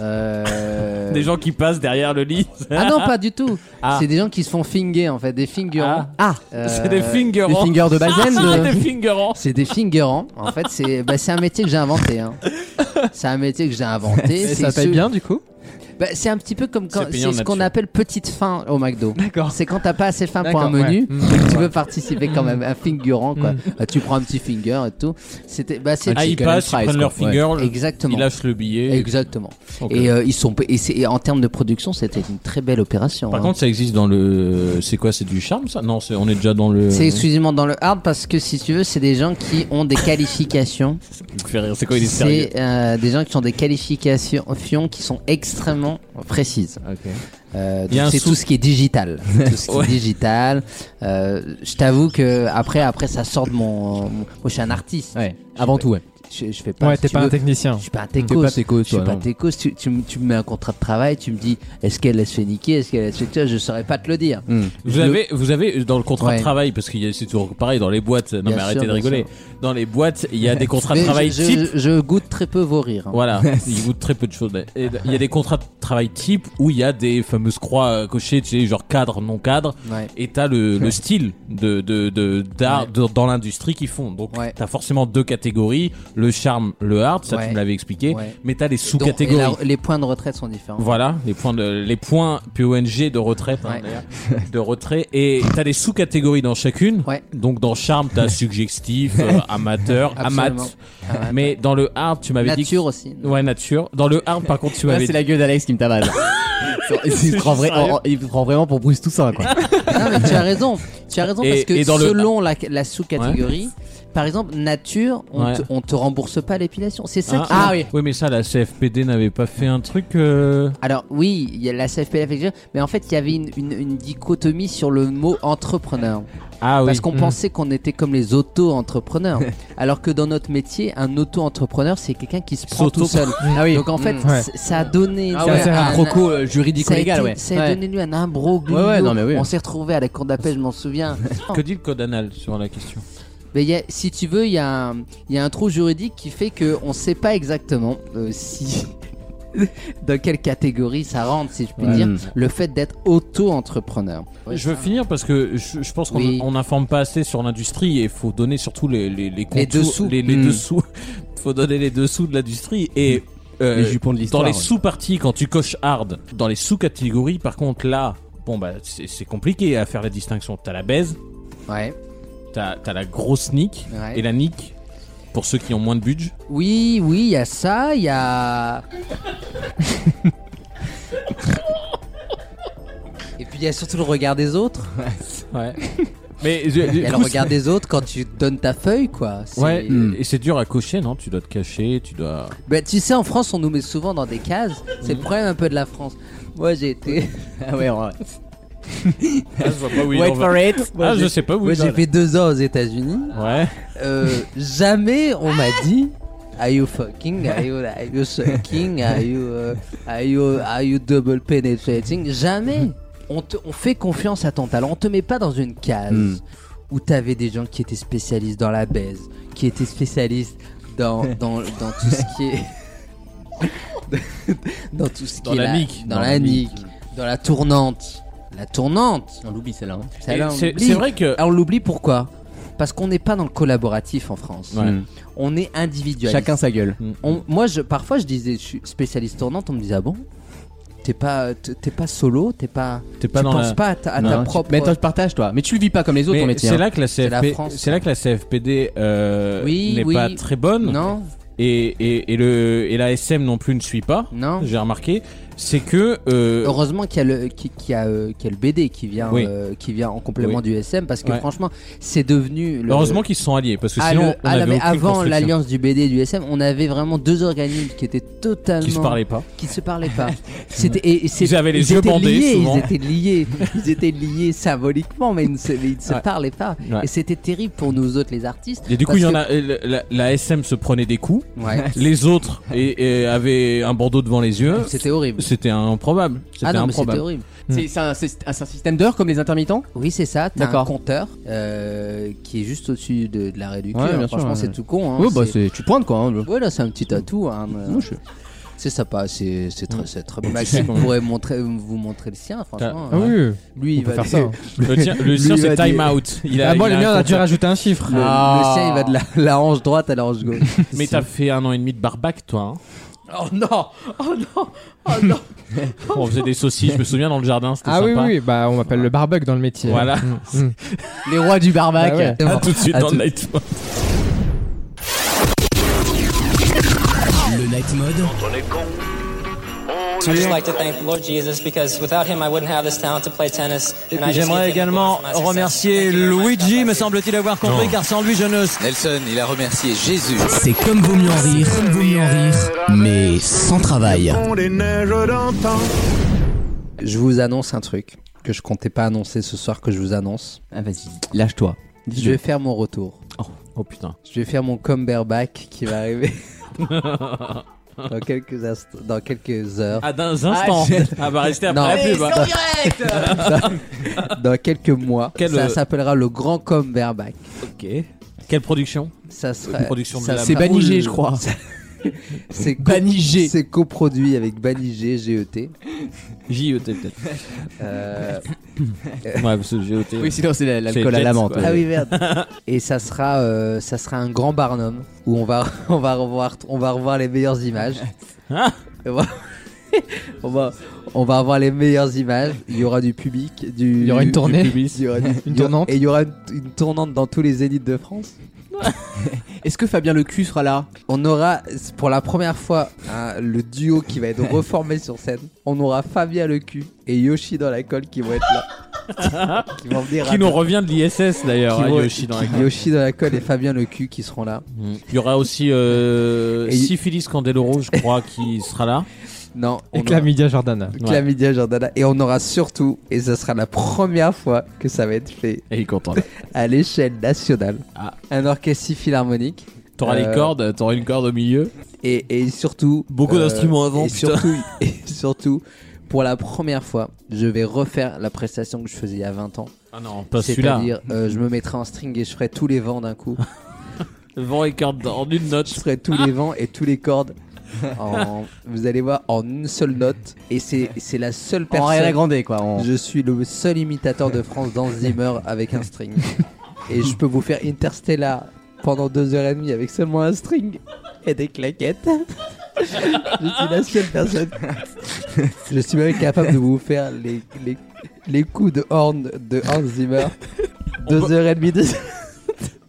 S3: Euh,
S2: Des gens qui passent derrière le lit.
S3: Ah non, pas du tout.
S2: Ah.
S3: C'est des gens qui se font finger en fait, des fingerants.
S5: Ah
S3: Euh,
S2: C'est des fingers.
S5: Les fingers de
S2: Ah,
S5: Bazen
S2: C'est
S5: de-
S2: des fingers.
S3: C'est des fingerants. En fait, c'est bah, c'est un métier que j'ai inventé. hein. C'est un métier que j'ai inventé.
S4: Et
S3: C'est
S4: ça paye
S3: ce-
S4: bien du coup
S3: Bah, c'est un petit peu comme quand
S2: C'est payant
S3: c'est ce qu'on
S2: là-dessus.
S3: appelle petite faim au McDo.
S5: D'accord.
S3: C'est quand t'as pas assez faim pour
S4: D'accord,
S3: un menu,
S4: ouais.
S3: tu peux participer quand même un fingerant quoi.
S4: Mm.
S3: Ah, Tu prends un petit finger et tout. C'était bah c'est
S2: Ah,
S3: c'est
S2: ils
S3: quand même
S2: passent, ils
S3: fries,
S2: prennent
S3: quoi.
S2: leur finger, le-
S3: Exactement.
S2: Ils lâchent le billet.
S3: Exactement.
S2: Ok.
S3: Et euh, ils sont et, c'est- et en termes de production, c'était une très belle opération.
S2: Par
S3: hein.
S2: contre, ça existe dans le. euh, C'est quoi C'est du charme ça Non, c'est- on est déjà dans le.
S3: c'est exclusivement dans le hard parce que si tu veux, c'est des gens qui ont des qualifications.
S2: Il me fait rire, C'est quoi Il est sérieux
S3: C'est euh, des gens qui ont des qualifications fions qui sont extrêmement précises. Euh, donc
S2: Il y a un
S3: c'est
S2: sou-
S3: tout ce qui est digital. Tout ce qui
S2: Ouais.
S3: est digital. Euh, je t'avoue que après, après ça sort de mon. mon- Moi, je suis un artiste.
S5: Ouais, avant tout, ouais.
S3: Je, je fais pas.
S4: Ouais,
S3: si
S4: t'es
S3: tu
S4: pas
S3: veux,
S4: un technicien.
S3: Je suis pas un
S5: T'es
S3: techos.
S5: pas techos,
S3: Je suis
S5: toi,
S3: pas
S5: non.
S3: techos. Tu, tu, me- tu me mets un contrat de travail. Tu me dis, est-ce qu'elle laisse se fait niquer Est-ce qu'elle laisse se fait tuer Je saurais pas te le dire.
S2: Vous avez, vous avez dans le contrat
S3: Ouais.
S2: de travail, parce que c'est toujours pareil dans les boîtes. Non
S3: Bien
S2: mais
S3: sûr,
S2: arrêtez de
S3: bien
S2: rigoler. Dans les boîtes, il y a des contrats de
S3: Mais
S2: travail
S3: je,
S2: type.
S3: je- je goûte très peu vos rires. hein.
S2: Voilà, il goûte très peu de choses. Et Il y a des contrats de travail type où il y a des fameuses croix euh, cochées, tu sais, genre cadre, non cadre.
S3: Ouais.
S2: Et t'as le, le style de de de- d'art
S3: Ouais.
S2: de- dans l'industrie qu'ils font. Donc
S3: Ouais.
S2: t'as forcément deux catégories le charme, le hard, ça
S3: Ouais.
S2: tu me l'avais expliqué.
S3: Ouais.
S2: Mais t'as les
S3: Donc, et
S2: sous-catégories.
S3: la- les points de retraite sont différents.
S2: Voilà, les points de, les points PONG de retraite, hein,
S3: Ouais.
S2: d'ailleurs, de retrait. Et t'as des sous-catégories dans chacune.
S3: Ouais.
S2: Donc dans charme, t'as suggestif, euh, amateur, amat.
S3: Absolument. Amat.
S2: Mais dans le hard, tu m'avais dit. que-
S3: Nature aussi.
S2: Ouais, nature. Dans le hard, par contre, tu
S5: Là,
S2: m'avais
S5: c'est
S2: dit.
S5: la gueule d'Alex qui me tabasse. il, se prend vra-
S2: sérieux
S5: en- en- il se prend vraiment pour Bruce Toussaint, quoi.
S3: Non, Ah, mais tu as raison. Tu as raison
S2: Et-
S3: parce que
S2: et dans le-
S3: selon la, la sous-catégorie, par exemple, nature, on,
S2: Ouais.
S3: te, on te rembourse pas l'épilation. C'est ça
S2: Hein
S3: qui.
S2: ah oui. Oui, mais ça, la CFPD n'avait pas fait un truc. euh,
S3: Alors, oui, il y a la CFP, la FGR, mais en fait, il y avait une, une- une dichotomie sur le mot entrepreneur.
S2: Ah oui.
S3: parce
S5: Mmh.
S3: qu'on pensait qu'on était comme les auto-entrepreneurs. alors que dans notre métier, un auto-entrepreneur, c'est quelqu'un qui se prend tout seul.
S5: Ah oui.
S3: Donc, en fait,
S4: Mm. Ouais.
S3: c- ça a donné.
S5: Ah ouais, c'est un croco euh,
S3: Ça a,
S5: juridico-légal,
S3: été-
S5: ouais.
S3: ça a
S5: Ouais.
S3: donné lui un imbroglio.
S5: Ouais, ouais, non, mais oui.
S3: On s'est retrouvé à la cour d'appel, je m'en souviens.
S2: Que dit le code anal sur la question
S3: Mais il y a- si tu veux, il y, a un- il y a un trou juridique qui fait qu'on ne sait pas exactement euh, si. dans quelle catégorie ça rentre, si je puis
S5: Ouais.
S3: dire,
S5: Mm.
S3: le fait d'être auto-entrepreneur.
S2: Je veux finir parce que je, je pense qu'on
S3: Oui.
S2: on n'informe pas assez sur l'industrie et il faut donner surtout les, les, les contours,
S3: dessous. Hmm.
S2: Les, les
S5: Mm.
S2: dessous. faut donner les dessous de l'industrie et euh,
S5: Les jupons de l'histoire,
S2: Dans les
S5: ouais.
S2: sous-parties, quand tu coches hard, dans les sous-catégories, par contre là, bon bah c'est c'est compliqué à faire la distinction. T'as la baise,
S3: ouais.
S2: T'as t'as la grosse nique
S3: Ouais.
S2: et la nique pour ceux qui ont moins de budget.
S3: Oui, oui, il y a ça, il y a. Et puis il y a surtout le regard des autres.
S2: Ouais. Mais
S3: Il y a le regard des autres quand tu donnes ta feuille, quoi. C'est- Hmm.
S2: Ouais, Mm. et c'est dur à cocher, non Tu dois te cacher, tu dois.
S3: Bah, tu sais, en France, on nous met souvent dans des cases. C'est
S2: Mm.
S3: le problème un peu de la France. Moi, j'ai été. ah ouais, ouais.
S2: Ah, je vois pas où il
S3: Wait
S2: en va.
S3: for it.
S2: Ah,
S3: Moi,
S2: je
S3: j'ai-
S2: sais pas où
S3: Moi,
S2: il en
S3: j'ai
S2: va.
S3: fait deux ans aux États-Unis.
S2: Ouais.
S3: Euh, jamais on m'a dit. Are you fucking? Are you, are you sucking? Are you, euh, are you, are you double penetrating? Jamais. On, te- on fait confiance à ton talent. On te met pas dans une case
S5: Mm.
S3: où t'avais des gens qui étaient spécialistes dans la baise, qui étaient spécialistes dans, dans, dans tout ce qui est dans tout ce qui
S5: Dans
S3: est
S5: la
S3: la-
S5: nique.
S3: dans,
S5: Dans
S3: la,
S5: la
S3: nique, dans la tournante, la tournante.
S5: On l'oublie celle-là. hein.
S3: Celle-là,
S2: Et
S3: on
S2: c'est-
S3: l'oublie.
S2: c'est vrai que-
S3: Ah, on l'oublie pourquoi Parce qu'on n'est pas dans le collaboratif en France.
S5: Ouais. Mm.
S3: On est individualiste.
S5: Chacun sa gueule.
S3: On- moi, je, parfois, je disais, je suis spécialiste tournante. On me disait, ah bon T'es pas, t'es t'es pas solo. T'es pas.
S2: T'es pas
S3: tu
S2: dans
S3: penses
S2: la-
S3: pas à ta, à
S2: Non,
S3: ta
S2: tu-
S3: propre.
S5: Mais toi, Hein je partage, toi. Mais tu le vis pas comme les autres,
S2: Mais
S5: ton métier.
S2: C'est
S5: hein.
S2: là que la
S3: C'est la
S2: CFP
S3: France.
S2: c'est là que la CFPD euh,
S3: Oui,
S2: n'est
S3: oui.
S2: pas très bonne.
S3: Non.
S2: Et, et, et le et la SM non plus ne suit pas.
S3: Non.
S2: J'ai remarqué, c'est que euh,
S3: Heureusement qu'il y a le qui- qu'il y a, euh, qu'il y a le BD qui vient
S2: Oui.
S3: euh, qui vient en complément
S2: Oui.
S3: du SM parce que
S2: Ouais.
S3: franchement c'est devenu le-
S2: heureusement qu'ils se sont alliés parce que
S3: Ah,
S2: sinon
S3: le-
S2: on
S3: ah,
S2: avait
S3: mais
S2: aucune
S3: avant
S2: construction.
S3: l'alliance du BD et du SM, on avait vraiment deux organismes qui étaient totalement
S2: Qui se parlaient pas.
S3: qui se parlaient pas. C'était et, et c'est-
S2: Ils avaient les yeux
S3: étaient
S2: bandés,
S3: liés,
S2: souvent.
S3: Ils étaient liés, ils étaient liés symboliquement, mais ils ne se, mais ils ne se
S2: Ouais.
S3: parlaient pas.
S2: Ouais.
S3: Et c'était terrible pour nous autres les artistes.
S2: Et du coup,
S3: parce
S2: il y en
S3: que-
S2: a euh, la, la SM se prenait des coups.
S3: Ouais.
S2: Les autres et, et avaient un bandeau devant les yeux.
S3: C'était horrible.
S2: C'était improbable. C'était
S3: Ah non, mais
S2: improbable.
S3: c'était horrible.
S5: C'est c'est un, c'est un- c'est un système d'heures comme les intermittents
S3: Oui, c'est ça. T'as un
S5: D'accord.
S3: compteur euh, qui est juste au-dessus de, de l'arrêt du cul.
S5: Ouais,
S3: Alors,
S5: bien sûr,
S3: franchement,
S5: ouais.
S3: c'est tout con. Hein.
S5: Ouais, bah, c'est- tu pointes quoi. hein.
S3: Ouais, là, c'est un petit atout. Hein, mais- C'est sympa, c'est c'est très, c'est très bien. Maxime pourrait montrer, vous montrer le sien, franchement.
S4: Ah oui.
S3: Lui,
S4: On
S3: il
S4: peut
S3: va
S4: faire ça, hein.
S2: Le tien- le
S4: Lui,
S2: sien,
S4: il
S2: c'est
S4: va
S2: time
S4: dire-
S2: out. Il a-
S4: ah bon,
S2: il
S4: le
S2: a
S4: mien,
S2: un
S4: on a dû
S2: compteur.
S4: rajouter un chiffre.
S3: Le,
S4: Ah.
S3: le sien, il va de la, la hanche droite à la hanche gauche.
S2: Mais t'as fait un an et demi de barbac, toi. hein.
S3: Oh non Oh non Oh non
S2: On faisait des saucisses, je me souviens, dans le jardin. C'était
S4: Ah oui,
S2: sympa.
S4: oui, bah on m'appelle le barbuck dans le métier.
S2: Voilà.
S4: Mm, mm.
S5: Les rois du barbac.
S4: Bah ouais.
S2: À tout de suite
S3: À
S2: dans
S3: tout-
S2: le Night Mode.
S1: Le Night Mode.
S14: I just like to thank Lord Jesus because without him I wouldn't have this talent to play tennis.
S11: Et puis j'aimerais également remercier Luigi, me semble-t-il avoir compris,
S17: Non.
S11: car sans lui je ne
S17: Nelson, il a remercié Jésus.
S1: C'est comme vaut mieux en rire, mais sans travail.
S3: Je vous annonce un truc que je comptais pas annoncer ce soir, que je vous annonce.
S5: Ah, vas-y,
S2: Eh,
S5: lâche-toi.
S3: Je vais faire mon retour.
S2: Oh putain.
S3: Je vais faire mon comeback qui va arriver dans quelques, inst- dans quelques heures.
S2: Ah, dans un instant.
S3: j'ai-
S2: Ah, bah, restez après
S3: Non.
S2: la pub. hein.
S3: dans quelques mois.
S2: Quel,
S3: ça
S2: euh,
S3: s'appellera le Grand Comeback.
S2: Ok. Quelle production
S3: Ça sera.
S2: Une production de
S3: ça
S2: la-
S3: sera-
S5: C'est banigé, je crois.
S3: C'est co-
S5: Banigé.
S3: C'est coproduit avec Banigé GET.
S2: JET E peut-être.
S3: Euh,
S2: Ouais, parce que JET.
S5: Oui, sinon c'est la- l'alcool
S2: C'est
S5: à la
S2: Jets,
S5: menthe.
S2: quoi.
S3: Ah oui merde. Et ça sera, euh, ça sera un grand barnum où on va, on va revoir, on va revoir les meilleures images.
S5: Hein
S3: Et voilà. on va, on va revoir les meilleures images. Il y aura du public, du.
S5: Il y aura une
S3: du-
S5: tournée.
S3: du public. Il y aura du-
S5: Une tournante.
S3: Et il y aura une, une tournante dans tous les zéniths de France.
S5: Est-ce que Fabien Lecu sera là
S3: On aura pour la première fois hein, le duo qui va être reformé sur scène. On aura Fabien le cul et Yoshi dans la colle qui vont être là. qui vont venir
S2: Qui nous
S3: rappeler-
S2: revient de l'ISS d'ailleurs,
S3: qui
S2: hein,
S3: vont-
S2: Yoshi dans la
S3: qui- Yoshi dans la colle et Fabien le cul qui seront là.
S2: Mm. Il y aura aussi euh,
S3: Et-
S2: Syphilis Candeloro, je crois, qui sera là.
S3: Non, on
S4: Et
S3: aura-
S4: Chlamydia Jordana.
S3: Chlamydia Jordana. Et on aura surtout, et ce sera la première fois que ça va être fait
S2: Et il est content.
S3: à l'échelle nationale,
S2: Ah.
S3: un orchestre philharmonique.
S2: T'auras
S3: Euh,
S2: les cordes, t'auras une corde au milieu.
S3: Et, et surtout. euh,
S2: Beaucoup d'instruments avant,
S3: et
S2: putain.
S3: surtout, et surtout, pour la première fois, je vais refaire la prestation que je faisais il y a 20 ans.
S2: Ah non, pas celui-là.
S3: C'est-à-dire, euh, je me mettrai en string et je ferai tous les vents d'un coup.
S2: Vent et cordes en une
S3: je
S2: note.
S3: ferai tous les vents et tous les cordes. en- vous allez voir, en une seule note. Et c'est c'est la seule
S5: En
S3: personne.
S5: Ariana Grande, quoi. en-
S3: Je suis le seul imitateur de France dans Zimmer avec un string. Et je peux vous faire Interstellar pendant deux heures et demie avec seulement un string.
S5: et des claquettes. je suis la seule personne.
S3: Je suis même capable de vous faire les, les, les coups de horn de Hans Zimmer. Deux
S2: peut-
S3: heures et demie de.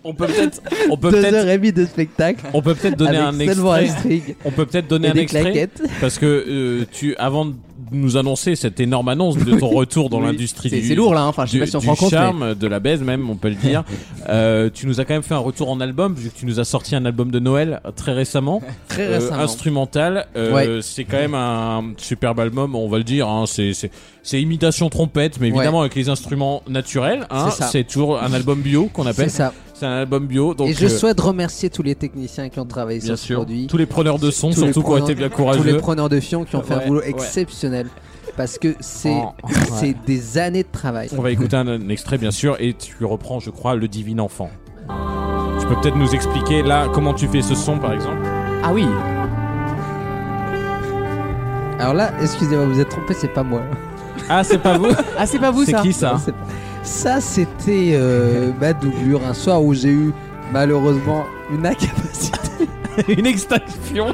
S2: On peut peut-être. On peut
S3: Deux
S2: peut-être-
S3: heures et demie de spectacle.
S2: On peut peut-être donner
S3: avec
S2: un
S3: seulement
S2: extrait.
S3: string.
S2: On peut peut-être donner
S3: Et
S2: un
S3: des
S2: extrait.
S3: claquettes.
S2: Parce que euh, tu, avant de nous annoncer cette énorme annonce de ton retour dans
S5: Oui.
S2: l'industrie
S5: C'est-
S2: du-
S5: c'est lourd, là, hein. Enfin, je sais
S2: du-
S5: pas si on
S2: du
S5: se rend compte,
S2: charme, de la baise même, on peut le dire. Euh, tu nous as quand même fait un retour en album, vu que tu nous as sorti un album de Noël euh, très récemment.
S3: Très
S2: Euh,
S3: récemment.
S2: instrumental. Euh, C'est quand même un superbe album, on va le dire. hein. C'est- C'est c'est imitation trompette, mais évidemment avec les instruments naturels. hein.
S3: C'est ça.
S2: C'est toujours un album bio qu'on appelle.
S3: C'est ça.
S2: C'est un album bio. Donc
S3: et je
S2: euh,
S3: souhaite remercier tous les techniciens qui ont travaillé
S2: Bien
S3: sur ce
S2: sûr.
S3: produit.
S2: Tous les preneurs de son,
S3: Tous les
S2: surtout, qui ont
S3: preneurs-
S2: été bien courageux.
S3: Tous les preneurs de fion qui ont fait
S2: Ouais,
S3: un boulot
S2: ouais.
S3: exceptionnel. Parce que c'est
S2: Oh, ouais.
S3: c'est des années de travail.
S2: on va écouter un, un extrait, bien sûr, et tu reprends, je crois, le divin enfant. Tu peux peut-être nous expliquer là comment tu fais ce son, par exemple.
S5: Ah oui.
S3: Alors là, excusez-moi, vous êtes trompé, c'est pas moi.
S2: Ah, c'est pas vous
S5: Ah, c'est pas vous, ça
S3: Non, c'est pas- Ça, c'était euh, ma doublure un soir où j'ai eu malheureusement une incapacité.
S2: une extinction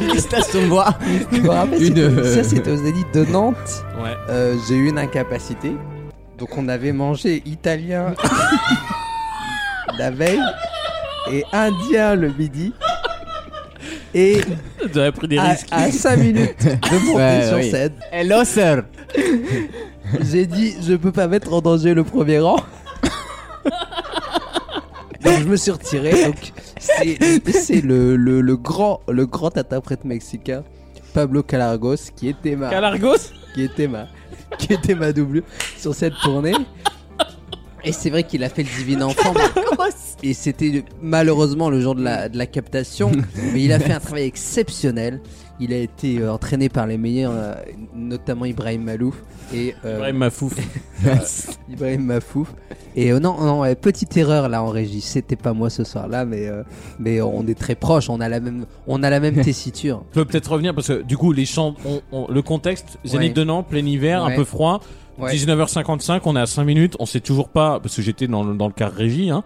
S5: Une station de bois.
S3: Je me rappelle,
S5: Une,
S3: c'était-
S5: euh,
S3: Ça, c'était aux Zénith de Nantes.
S2: Ouais.
S3: Euh, j'ai eu une incapacité. Donc, on avait mangé italien la veille et indien le midi. Et
S2: J'aurais pris des
S3: à,
S2: risques.
S3: 5 minutes de monter
S5: Ouais,
S3: sur
S5: oui.
S3: scène,
S5: Hello, sir.
S3: j'ai dit je peux pas mettre en danger le premier rang. Donc je me suis retiré. Donc c'est c'est le, le, le grand le grand interprète mexicain Pablo Calargos qui était ma
S2: Calargos
S3: qui était ma qui était ma doublure sur cette tournée. Et c'est vrai qu'il a fait le divin enfant. mais- Et c'était malheureusement le jour de la, de la captation. mais il a fait un travail exceptionnel. Il a été euh, entraîné par les meilleurs, euh, notamment Ibrahim Malouf. Et, euh,
S2: Ibrahim Mafouf.
S3: Ibrahim Mafouf. Et euh, non, non, ouais, petite erreur là en régie. C'était pas moi ce soir-là, mais, euh, mais on est très proches. On a la même, on a la même tessiture.
S2: Tu peux peut-être revenir parce que du coup, les chants, ont- ont- le contexte, Zénith
S3: Ouais.
S2: de Nantes, plein hiver,
S3: Ouais.
S2: un peu froid.
S3: Ouais.
S2: 19h55, on est à 5 minutes, on sait toujours pas, parce que j'étais dans, le- dans le car régie, hein,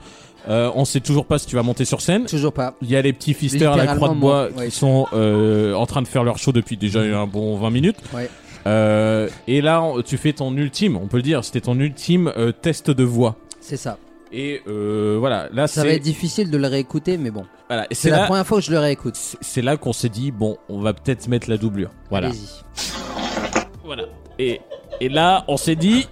S2: euh, on sait toujours pas si tu vas monter sur scène.
S3: Toujours pas.
S2: Il y a les petits fisters à la croix de
S3: Littéralement,
S2: bois
S3: moi, ouais.
S2: qui sont euh, en train de faire leur show depuis déjà un bon 20 minutes.
S3: Ouais.
S2: Euh, et là, on- tu fais ton ultime, on peut le dire, c'était ton ultime euh, test de voix.
S3: C'est ça.
S2: Et euh, voilà, là
S3: Ça va
S2: c'est
S3: être difficile de le réécouter, mais bon.
S2: voilà, et
S3: C'est
S2: c'est
S3: la
S2: là,
S3: première fois que je le réécoute.
S2: c'est- c'est là qu'on s'est dit bon, on va peut-être mettre la doublure. Voilà.
S3: Allez-y.
S2: Voilà. Et, et là, on s'est dit.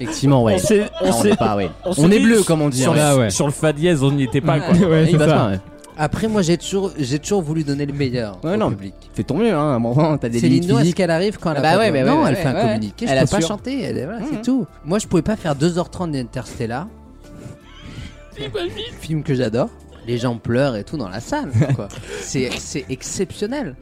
S5: Effectivement, ouais.
S2: On s'est- on
S5: Non,
S2: s'est-
S5: est pas, ouais.
S2: on
S5: On,
S2: s'est
S5: est
S2: dit
S5: bleu, comme on dit.
S2: Sur,
S5: hein.
S2: le, sur le fa dièse, on n'y était pas, quoi.
S5: Ouais,
S4: c'est
S5: il va hein.
S4: ça.
S5: pas, ouais.
S3: Après, moi, j'ai toujours, j'ai toujours voulu donner le meilleur
S5: Ouais,
S3: au
S5: non.
S3: public.
S5: Fais ton mieux, hein. À un moment, t'as des
S3: Céline
S5: limites
S3: Dion, est-ce
S5: physiques.
S3: qu'elle arrive quand elle a
S5: Ah bah
S3: pas
S5: ouais,
S3: de-
S5: bah ouais,
S3: Non, elle
S5: ouais,
S3: fait un
S5: ouais.
S3: communiqué, je
S5: Elle
S3: peux pas
S5: assure.
S3: chanter, elle, voilà,
S5: Mhm.
S3: c'est tout. Moi, je pouvais pas faire 2h30 d'Interstellar. film que j'adore. Les gens pleurent et tout dans la salle, quoi. C'est c'est exceptionnel.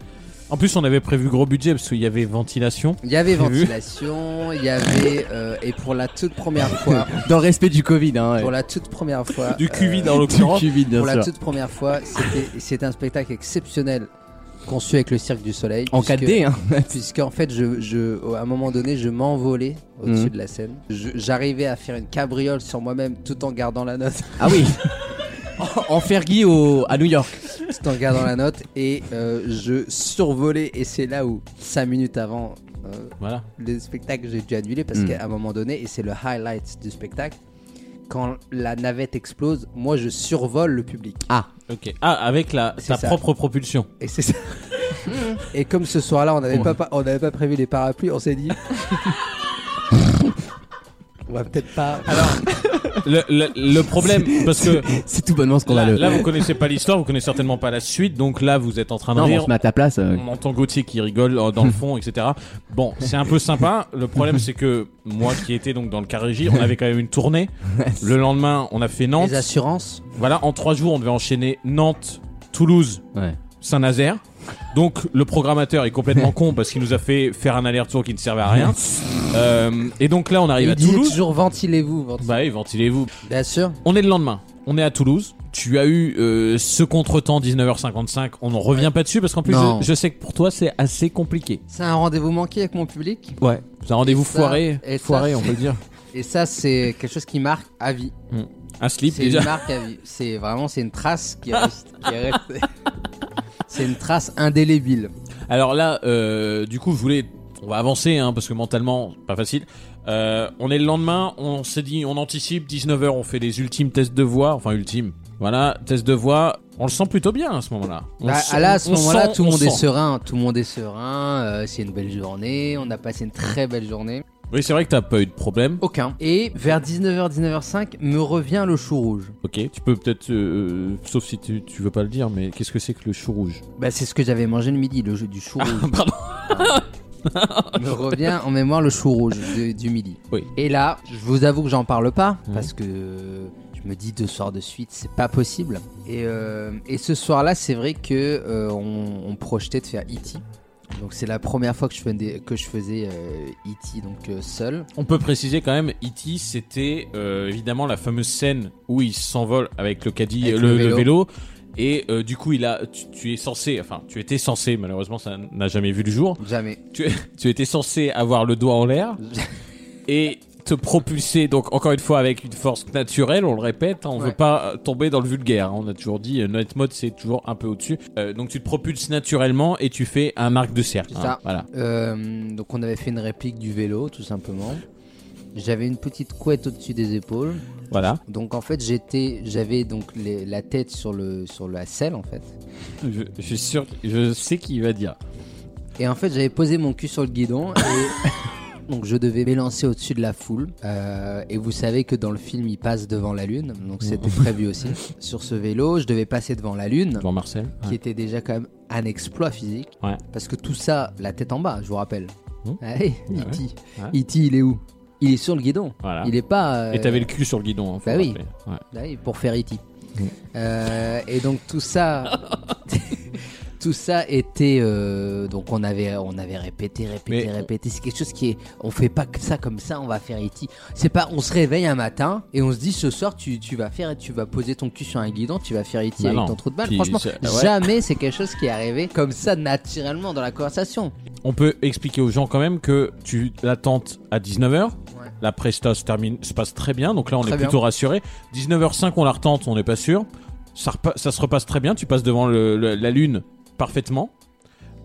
S2: En plus, on avait prévu gros budget parce qu'il y avait ventilation.
S3: Il y avait
S2: J'ai vu.
S3: ventilation, il y avait... euh, et pour la toute première fois,
S5: Dans le respect du Covid, hein. ouais. Euh,
S3: pour la toute première fois... euh,
S2: Du QV dans
S5: Du
S2: l'occurrence.
S5: Covid, bien
S3: Pour la
S5: sûr.
S3: toute première fois, c'était- c'était un spectacle exceptionnel conçu avec le Cirque du Soleil.
S5: En
S3: puisque-
S5: 4D, hein.
S3: Puisqu'en fait, je, je, à un moment donné, je m'envolais au-dessus
S5: Mhm.
S3: de la scène. Je- J'arrivais à faire une cabriole sur moi-même tout en gardant la note.
S5: Ah oui. en Fergie au, à New York.
S3: tout en gardant la note. Et euh, je survolais. Et c'est là où, 5 minutes avant euh,
S2: Voilà.
S3: le spectacle, j'ai dû annuler parce
S5: Mhm.
S3: qu'à un moment donné, et c'est le highlight du spectacle, quand la navette explose, moi, je survole le public.
S5: Ah.
S2: Ok. Ah, avec la,
S3: C'est
S2: sa
S3: ça.
S2: propre propulsion.
S3: Et c'est ça. Et comme ce soir-là, on n'avait pas, pas- on n'avait pas prévu les parapluies, on s'est dit. on va peut-être pas.
S2: Le, le- le problème, parce que
S5: C'est tout bonnement ce qu'on a
S2: là,
S5: le.
S2: là, vous connaissez pas l'histoire, vous connaissez certainement pas la suite, donc là, vous êtes en train de
S5: non, mais on
S2: rire.
S5: se met à ta place. euh.
S2: On entend Gauthier qui rigole euh, dans le fond, etc. Bon, c'est un peu sympa. Le problème, c'est que moi qui étais donc dans le Carégie, on avait quand même une tournée. Le lendemain, on a fait Nantes.
S3: Les assurances.
S2: Voilà, en trois jours, on devait enchaîner Nantes, Toulouse,
S5: Ouais.
S2: Saint-Nazaire. Donc le programmateur est complètement con parce qu'il nous a fait faire un aller-retour qui ne servait à rien. Euh, et donc là, on arrive à
S3: Il disait
S2: Toulouse.
S3: toujours ventilez-vous. ventilez-vous.
S2: Bah oui, ventilez-vous.
S3: Bien sûr.
S2: On est le lendemain. On est à Toulouse. Tu as eu euh, ce contretemps 19h55. On n'en revient pas dessus parce qu'en plus,
S3: Non.
S2: je, je sais que pour toi, c'est assez compliqué.
S3: C'est un rendez-vous manqué avec mon public.
S2: Ouais. C'est un rendez-vous
S3: Et ça-
S2: foiré.
S3: et ça,
S2: foiré, on
S3: c'est-
S2: peut le dire.
S3: Et ça, c'est quelque chose qui marque à vie.
S2: Ah Un slip
S3: C'est une
S2: déjà.
S3: marque à vie. C'est vraiment c'est une trace qui reste. qui est restée. c'est une trace indélébile.
S2: Alors là, euh, du coup, je voulais. On va avancer, hein, parce que mentalement, c'est pas facile. Euh, on est le lendemain, on s'est dit, on anticipe, 19h, on fait les ultimes tests de voix. Enfin, ultimes. Voilà, test de voix. On le sent plutôt bien à ce moment-là. On
S3: Bah,
S2: sent-
S3: là, à ce
S2: on
S3: moment-là,
S2: sent-
S3: tout
S2: on
S3: le monde est
S2: sent.
S3: serein. Tout le monde est serein. euh, c'est une belle journée. On a passé une très belle journée.
S2: Oui, c'est vrai que t'as pas eu de problème.
S3: Aucun. Et vers 19h, 19h05, me revient le chou rouge.
S2: Ok, tu peux peut-être, euh, euh, sauf si tu, tu veux pas le dire, mais qu'est-ce que c'est que le chou rouge
S3: Bah, c'est ce que j'avais mangé le midi, le jeu du
S2: Ah,
S3: chou rouge. Ah. me revient en mémoire le chou rouge de- du midi.
S2: Oui. Mhm.
S3: Et là, je vous avoue que j'en parle pas parce que je me dis deux soirs de suite, c'est pas possible. Et, euh, et ce soir-là, c'est vrai que euh, on, on projetait de faire E.T. Donc c'est la première fois que je faisais, que je faisais euh, E.T. donc euh, seul.
S2: On peut préciser quand même, E.T. c'était euh, évidemment la fameuse scène où il s'envole avec le caddie,
S3: Avec
S2: euh,
S3: le
S2: le, le
S3: vélo.
S2: vélo. Et euh, du coup, il a, tu, tu es censé, enfin, tu étais censé, malheureusement, ça n'a jamais vu le jour.
S3: Jamais.
S2: Tu, tu étais censé avoir le doigt en l'air et te propulser, donc encore une fois, avec une force naturelle, on le répète, hein, on
S3: Ouais.
S2: veut pas euh, tomber dans le vulgaire. hein. on a toujours dit, euh, Night Mode, c'est toujours un peu au-dessus. Euh, donc tu te propulses naturellement et tu fais un marque de cercle.
S3: C'est
S2: hein,
S3: ça.
S2: Voilà.
S3: Euh, donc on avait fait une réplique du vélo, tout simplement. J'avais une petite couette au-dessus des épaules.
S2: Voilà.
S3: Donc en fait j'étais, j'avais donc les- la tête sur le sur la selle en fait.
S2: Je, je suis sûr, je sais qui va dire.
S3: Et en fait, j'avais posé mon cul sur le guidon et donc je devais m'élancer au-dessus de la foule. Euh, et vous savez que dans le film, il passe devant la lune, donc c'était prévu aussi. Sur ce vélo, je devais passer devant la lune,
S2: Devant Marcel.
S3: qui
S2: ouais.
S3: était déjà quand même un exploit physique,
S2: Ouais.
S3: parce que tout ça, la tête en bas, je vous rappelle. Ah E
S2: Mmh.
S3: Allez,
S2: Ouais. Ah
S3: E.T.
S2: Ouais.
S3: E.T., il est où Il est sur le guidon.
S2: Voilà.
S3: Il est pas. euh,
S2: Et t'avais le cul sur le guidon. hein, faut
S3: Bah oui.
S2: rappeler. Ouais.
S3: Bah oui, pour faire E.T. Euh, et donc tout ça, tout ça était euh, donc on avait on avait répété, répété, répété. C'est quelque chose qui est, on fait pas que ça comme ça. On va faire E.T. C'est pas, on se réveille un matin et on se dit ce soir tu, tu vas faire, tu vas poser ton cul sur un guidon, tu vas faire E.T.
S2: Bah
S3: avec
S2: non.
S3: ton trou de balle.
S2: Puis
S3: Franchement,
S2: c'est- ouais.
S3: jamais c'est quelque chose qui est arrivé comme ça naturellement dans la conversation.
S2: On peut expliquer aux gens quand même que tu l'attentes à 19h. La presta se termine, se passe très bien. Donc là, on
S3: Très
S2: est
S3: bien.
S2: plutôt rassuré. 19h05, on la retente, on n'est pas sûr. Ça, repa- ça se repasse très bien. Tu passes devant le- le- la lune parfaitement.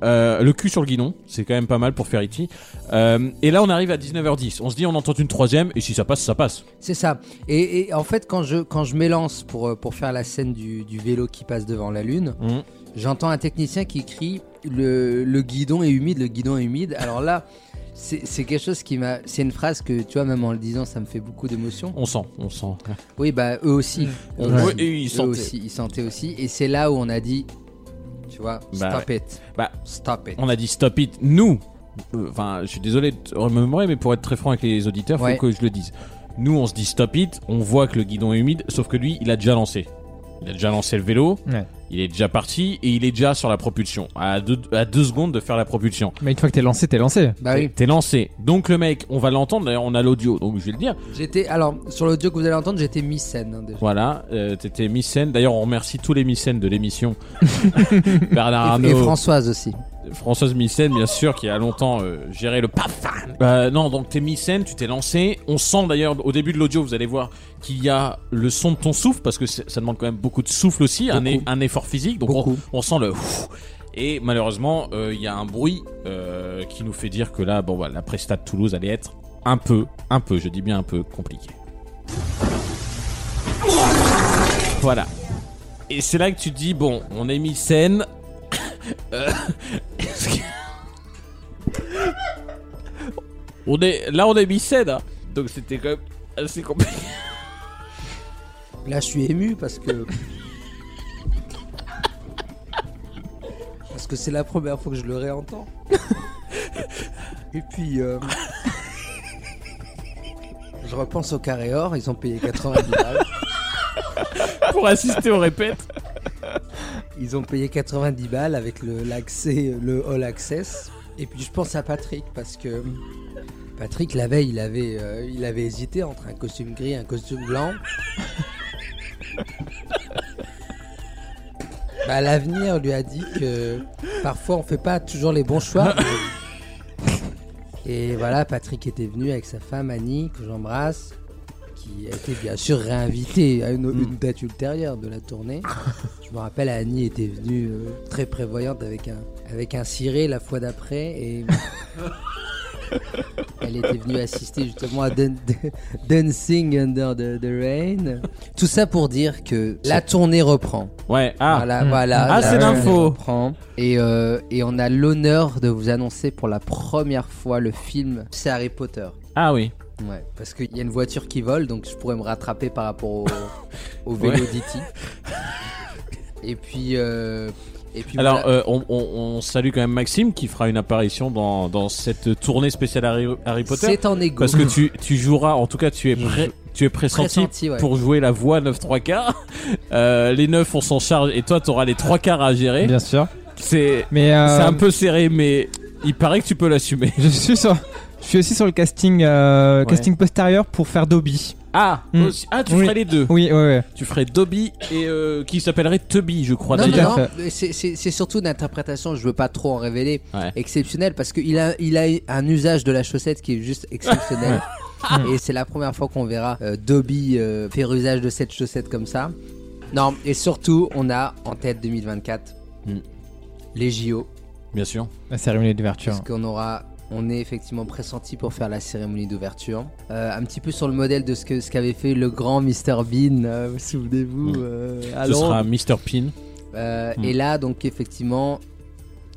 S2: Euh, le cul sur le guidon, c'est quand même pas mal pour faire E.T. Euh, et là, on arrive à 19h10. On se dit, on entend une troisième, et si ça passe, ça passe.
S3: C'est ça. Et, et en fait, quand je, quand je m'élance pour, euh, pour faire la scène du, du vélo qui passe devant la lune,
S2: Mhm.
S3: j'entends un technicien qui crie le, le guidon est humide, le guidon est humide. Alors là, c'est c'est quelque chose qui m'a. C'est une phrase que, tu vois, même en le disant, ça me fait beaucoup d'émotion.
S2: On sent, on sent.
S3: Oui, bah eux aussi.
S2: Ouais.
S3: Eux aussi.
S2: Ouais, et ils
S3: Eux
S2: sentaient.
S3: aussi, ils sentaient aussi. Et c'est là où on a dit, tu vois,
S2: Bah
S3: stop
S2: ouais.
S3: it.
S2: Bah,
S3: Stop it.
S2: On a dit stop it, nous. euh, Enfin, je suis désolé de te remémorer, mais pour être très franc avec les auditeurs, faut
S3: Ouais.
S2: que je le dise. Nous, on se dit stop it, on voit que le guidon est humide, sauf que lui, il a déjà lancé. Il a déjà lancé le vélo,
S4: Ouais.
S2: il est déjà parti et il est déjà sur la propulsion. À deux, à deux secondes de faire la propulsion.
S4: Mais une fois que t'es lancé, t'es lancé.
S3: Bah oui.
S2: T'es lancé. Donc le mec, on va l'entendre, d'ailleurs, on a l'audio, donc je vais le dire.
S3: J'étais. Alors, sur l'audio que vous allez entendre, j'étais mi-scène hein, déjà.
S2: Voilà, euh, t'étais mi-scène. D'ailleurs, on remercie tous les mi-scènes de l'émission. Bernard
S3: Et-
S2: Arnault.
S3: et Françoise aussi.
S2: Françoise Micène, bien sûr, qui a longtemps euh, géré le pafan. Euh, non, donc t'es Micène, tu t'es lancé. On sent d'ailleurs au début de l'audio, vous allez voir qu'il y a le son de ton souffle parce que c'est- ça demande quand même beaucoup de souffle aussi, un,
S3: Beaucoup.
S2: e- un effort physique. Donc on,
S3: Beaucoup.
S2: on sent le. ouf. Et malheureusement, euh, il y a un bruit euh, qui nous fait dire que là, bon, voilà, la presta de Toulouse allait être un peu, un peu, je dis bien un peu compliqué. Voilà. Et c'est là que tu te dis bon, on est Micène. Euh, est-ce que- on est là, on est mi-scène, hein. donc c'était quand même assez compliqué.
S3: Là, je suis ému parce que. parce que c'est la première fois que je le réentends. Et puis. euh, Je repense au carré or, ils ont payé 90 balles.
S2: Pour assister, on répète.
S3: Ils ont payé 90 balles avec le, l'accès, le all access. Et puis je pense à Patrick parce que Patrick la veille il avait, euh, il avait hésité entre un costume gris et un costume blanc. Bah, l'avenir lui a dit que parfois on fait pas toujours les bons choix. Et voilà, Patrick était venu avec sa femme Annie, que j'embrasse, qui a été bien sûr réinvitée à une, une date ultérieure de la tournée. Je me rappelle, Annie était venue euh, très prévoyante avec un, avec un ciré la fois d'après et. Elle était venue assister justement à Dan- Dancing Under the, the Rain. Tout ça pour dire que la tournée reprend.
S2: Ouais, ah.
S3: Voilà,
S2: Mm.
S3: voilà.
S2: Ah,
S3: la
S2: c'est
S3: tournée
S2: l'info.
S3: reprend. Et, euh, et on a l'honneur de vous annoncer pour la première fois le film C'est Harry Potter.
S2: Ah oui.
S3: Ouais, parce qu'il y a une voiture qui vole, donc je pourrais me rattraper par rapport au, au vélo
S2: Ouais.
S3: d'E.T. Et puis. euh, et puis
S2: Alors,
S3: voilà.
S2: euh, on, on- on salue quand même Maxime qui fera une apparition dans, dans cette tournée spéciale Harry, Harry Potter.
S3: C'est en égo.
S2: Parce que tu, tu joueras, en tout cas, tu es, pré- tu es pressenti,
S3: Pressenti, ouais.
S2: pour jouer la voix 9 3 quarts. Euh, les 9, on s'en charge et toi, t'auras les 3 quarts à gérer.
S4: Bien sûr.
S2: C'est
S4: Mais, euh,
S2: c'est un peu serré, mais il paraît que tu peux l'assumer.
S4: Je suis sur. Je suis aussi sur le casting, euh,
S2: Ouais.
S4: casting postérieur pour faire Dobby.
S2: Ah,
S4: Mm.
S2: aussi- ah, tu
S4: Oui.
S2: ferais les deux.
S4: Oui, ouais, ouais.
S2: Tu ferais Dobby et euh, qui s'appellerait Tubby, je crois.
S3: Non,
S2: d'ailleurs.
S3: non, non, mais c'est- c'est c'est surtout une interprétation, je veux pas trop en révéler, exceptionnelle, parce qu'il a, il a un usage de la chaussette qui est juste exceptionnel. et c'est la première fois qu'on verra euh, Dobby euh, faire usage de cette chaussette comme ça. Non, et surtout, on a en tête 2024
S2: Mm.
S3: les JO.
S2: Bien sûr.
S4: La cérémonie d'ouverture.
S3: Parce qu'on aura. On est effectivement pressenti pour faire la cérémonie d'ouverture. Euh, un petit peu sur le modèle de ce que ce qu'avait fait le grand Mr Bean, euh, vous souvenez-vous. euh, à
S2: Hmm. Ce sera
S3: Londres.
S2: Mr. Pin.
S3: Euh,
S2: Hmm.
S3: Et là, donc effectivement,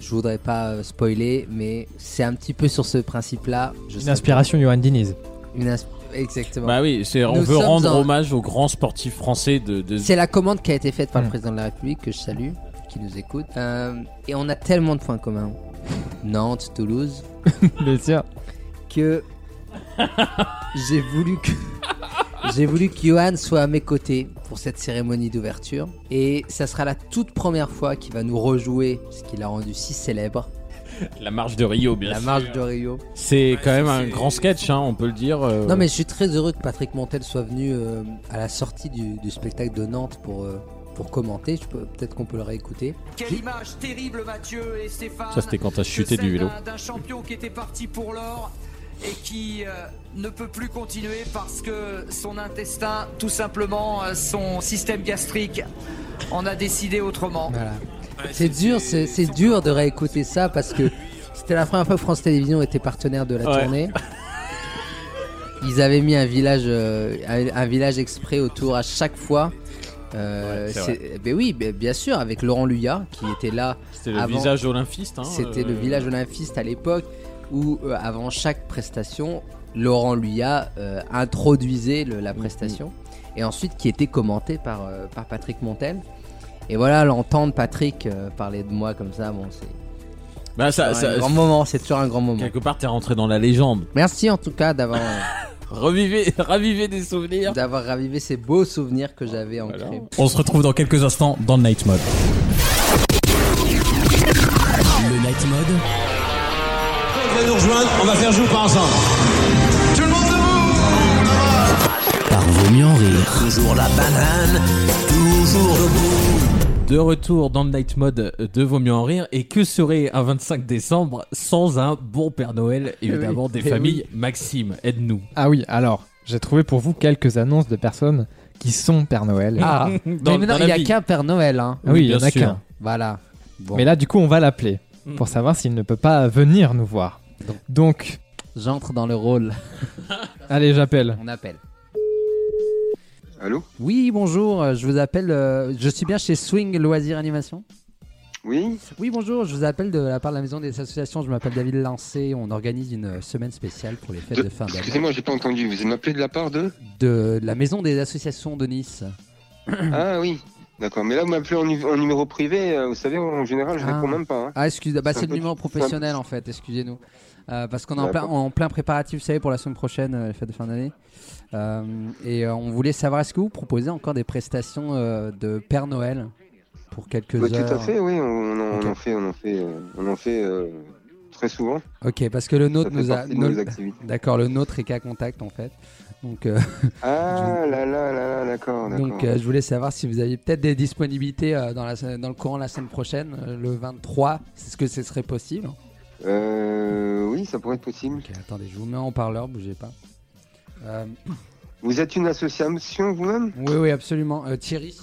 S3: je voudrais pas euh, spoiler, mais c'est un petit peu sur ce principe-là. Je
S4: Une
S3: sais
S4: inspiration Johan Diniz.
S3: pas. Une ins- Exactement.
S2: Bah oui, c'est- on
S3: Nous
S2: veut
S3: sommes
S2: rendre
S3: en-
S2: hommage aux grands sportifs français de. de-
S3: C'est la commande qui a été faite
S2: Hmm.
S3: par le président de la République que je salue, qui nous écoute. Euh, et on a tellement de points communs. Nantes, Toulouse.
S4: Bien sûr.
S3: Que j'ai voulu que j'ai voulu que Johan soit à mes côtés pour cette cérémonie d'ouverture. Et ça sera la toute première fois qu'il va nous rejouer ce qu'il a rendu si célèbre.
S2: La marche de Rio, bien
S3: La
S2: sûr.
S3: marche de Rio.
S2: C'est quand même un grand sketch, hein, on peut le dire. euh,
S3: Non mais je suis très heureux que Patrick Montel soit venu euh, à la sortie du, du spectacle de Nantes pour, euh, pour commenter. Je peux- Peut-être qu'on peut le réécouter.
S18: Quelle image terrible, Mathieu et Stéphane.
S2: Ça, c'était quand t'as chuté
S18: de celle
S2: du vélo.
S18: d'un- D'un champion qui était parti pour l'or et qui euh, ne peut plus continuer parce que son intestin, tout simplement, euh, son système gastrique, en a décidé autrement.
S3: Voilà. C'est dur, c'est c'est dur de réécouter ça parce que c'était la première fois que France Télévisions était partenaire de la
S18: Ouais.
S3: tournée. Ils avaient mis un village, euh, un un village exprès autour à chaque fois. Euh,
S2: Ouais, c'est
S3: c'est- ben oui, ben bien sûr, avec Laurent Luya qui était là.
S2: C'était le
S3: avant-
S2: visage olympiste, hein,
S3: C'était
S2: euh,
S3: le village olympiste à l'époque où, euh, avant chaque prestation, Laurent Luya euh, introduisait le-
S2: Mhm.
S3: la prestation et ensuite qui était commenté par, euh, par Patrick Montel. Et voilà, l'entendre Patrick euh, parler de moi comme ça, bon, c'est.
S2: Bah, ça,
S3: c'est
S2: ça-
S3: un grand moment, c'est toujours un grand moment.
S2: Quelque part, t'es rentré dans la légende.
S3: Merci en tout cas d'avoir. euh,
S2: Revivez, ravivez des souvenirs.
S3: D'avoir ravivé ces beaux souvenirs que j'avais ancrés.
S19: On se retrouve dans quelques instants dans le Night Mode.
S20: Le Night Mode.
S19: Vous allez nous rejoindre, on va faire jouer par ensemble. Tout le monde
S20: Par vaut mieux en rire.
S19: Toujours la banane, toujours debout.
S2: De retour dans le night mode de Vaut mieux en rire. Et que serait un 25 décembre sans un bon Père Noël, évidemment,
S4: oui,
S2: des
S4: eh oui.
S2: familles Maxime, aide-nous.
S4: Ah oui, alors, j'ai trouvé pour vous quelques annonces de personnes qui sont Père Noël.
S3: Ah,
S2: Dans-
S3: mais maintenant,
S2: dans la
S3: il n'y a
S2: vie.
S3: qu'un Père Noël. Hein.
S4: Ah oui, il y en a qu'un.
S3: Voilà. Bon.
S4: Mais là, du coup, on va l'appeler pour savoir s'il ne peut pas venir nous voir. Donc,
S3: j'entre dans le rôle.
S4: Allez, j'appelle.
S3: On appelle. Allô Oui, bonjour, euh, je vous appelle. euh, je suis bien chez Swing Loisirs Animation
S21: Oui,
S3: Oui, bonjour, je vous appelle de la part de la Maison des Associations. Je m'appelle David Lancé. On organise une euh, semaine spéciale pour les fêtes de, fin d'année.
S21: Euh, excusez-moi, j'ai pas entendu. Vous m'appelez de la part de
S3: De la Maison des Associations de Nice.
S21: Ah oui, d'accord. Mais là, vous m'appelez en, nu- en numéro privé. euh, Vous savez, en général, je
S3: Ah.
S21: réponds même pas. hein.
S3: Ah, excusez, bah,
S21: C'est
S3: c'est
S21: un
S3: le
S21: peu-
S3: numéro
S21: c'est un peu-
S3: professionnel en fait, excusez-nous. Euh, parce qu'on est en plein,
S21: D'accord.
S3: en plein préparatif, vous savez, pour la semaine prochaine, euh, les fêtes de fin d'année. Euh, et euh, on voulait savoir, est-ce que vous proposez encore des prestations euh, de Père Noël pour quelques
S21: Bah,
S3: heures
S21: tout à fait, oui. On, on en-
S3: Ok.
S21: on en fait, on en fait, euh, on en fait euh, très souvent.
S3: Ok, parce que le nôtre
S21: Ça fait
S3: nous a.
S21: partie de
S3: nos-
S21: nos activités.
S3: D'accord, le nôtre est qu'à contact en fait. Donc, euh,
S21: Ah là là là là, d'accord, Ah, d'accord.
S3: donc euh, je voulais savoir si vous aviez peut-être des disponibilités euh, dans, la, se- dans le courant de la semaine prochaine, euh, le 23. Est-ce que ce serait possible
S21: Euh, oui, ça pourrait être possible.
S3: Attendez, je vous mets en parleur, bougez pas. Euh,
S21: Vous êtes une association vous-même
S3: Oui, oui, absolument. Euh, Thierry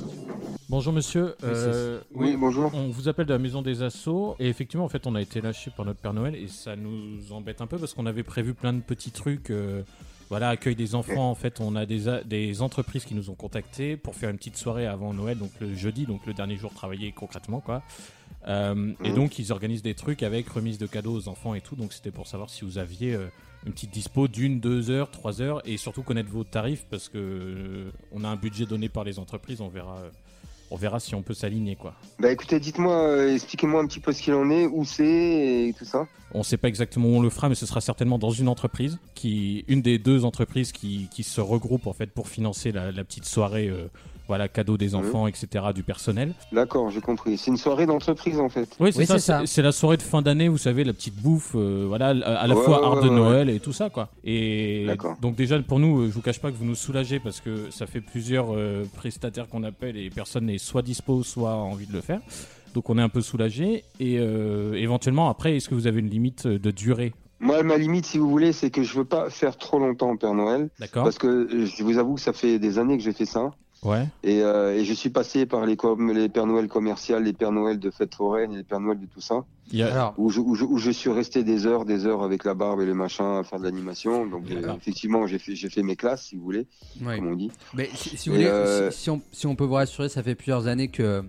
S2: Bonjour monsieur. Euh,
S21: oui, bonjour.
S2: On vous appelle de la maison des assos et effectivement en fait on a été lâché par notre Père Noël et ça nous embête un peu parce qu'on avait prévu plein de petits trucs. euh, voilà, accueil des enfants. En fait, on a des, a- des entreprises qui nous ont contactés pour faire une petite soirée avant Noël, donc le jeudi, donc le dernier jour travaillé concrètement, quoi. Euh, Et donc, ils organisent des trucs avec remise de cadeaux aux enfants et tout. Donc, c'était pour savoir si vous aviez euh, une petite dispo d'une, deux heures, trois heures, et surtout connaître vos tarifs parce que euh, on a un budget donné par les entreprises. On verra, euh, on verra si on peut s'aligner, quoi.
S21: Bah écoutez, dites-moi, euh, expliquez-moi un petit peu ce qu'il en est, où c'est et tout ça.
S2: On ne sait pas exactement où on le fera, mais ce sera certainement dans une entreprise, qui, une des deux entreprises qui, qui se regroupent en fait pour financer la, la petite soirée, euh, voilà, cadeau
S21: Mhm.
S2: des enfants, etc., du personnel.
S21: D'accord, j'ai compris. C'est une soirée d'entreprise en fait.
S2: Oui, c'est ça. c'est- C'est la soirée de fin d'année, vous savez, la petite bouffe, euh, voilà, à, à la
S21: Ouais,
S2: fois
S21: ouais,
S2: art
S21: ouais,
S2: de
S21: ouais.
S2: Noël et tout ça, quoi. Et donc déjà pour nous, euh, je vous cache pas que vous nous soulagez parce que ça fait plusieurs euh, prestataires qu'on appelle et personne n'est soit dispo, soit a envie de le faire. Donc on est un peu soulagé et euh, éventuellement après, est-ce que vous avez une limite euh, de durée
S21: Moi, ma limite, si vous voulez, c'est que je veux pas faire trop longtemps au Père Noël.
S2: D'accord.
S21: Parce que euh, je vous avoue que ça fait des années que j'ai fait ça.
S2: Ouais.
S21: Et, euh, et je suis passé par les, com- les Pères Noël commerciales, les Pères Noël de fête foraine, les Pères Noël de tout ça.
S2: Il y a-
S21: Où, je, où je- où je suis resté des heures, des heures avec la barbe et les machins à faire de l'animation. Donc, euh, effectivement, j'ai fait, j'ai fait mes classes, si vous voulez,
S3: Ouais.
S21: comme on dit.
S3: Mais si, si vous
S21: Et,
S3: voulez,
S21: euh,
S3: si, si on, si on peut vous rassurer, ça fait plusieurs années que euh,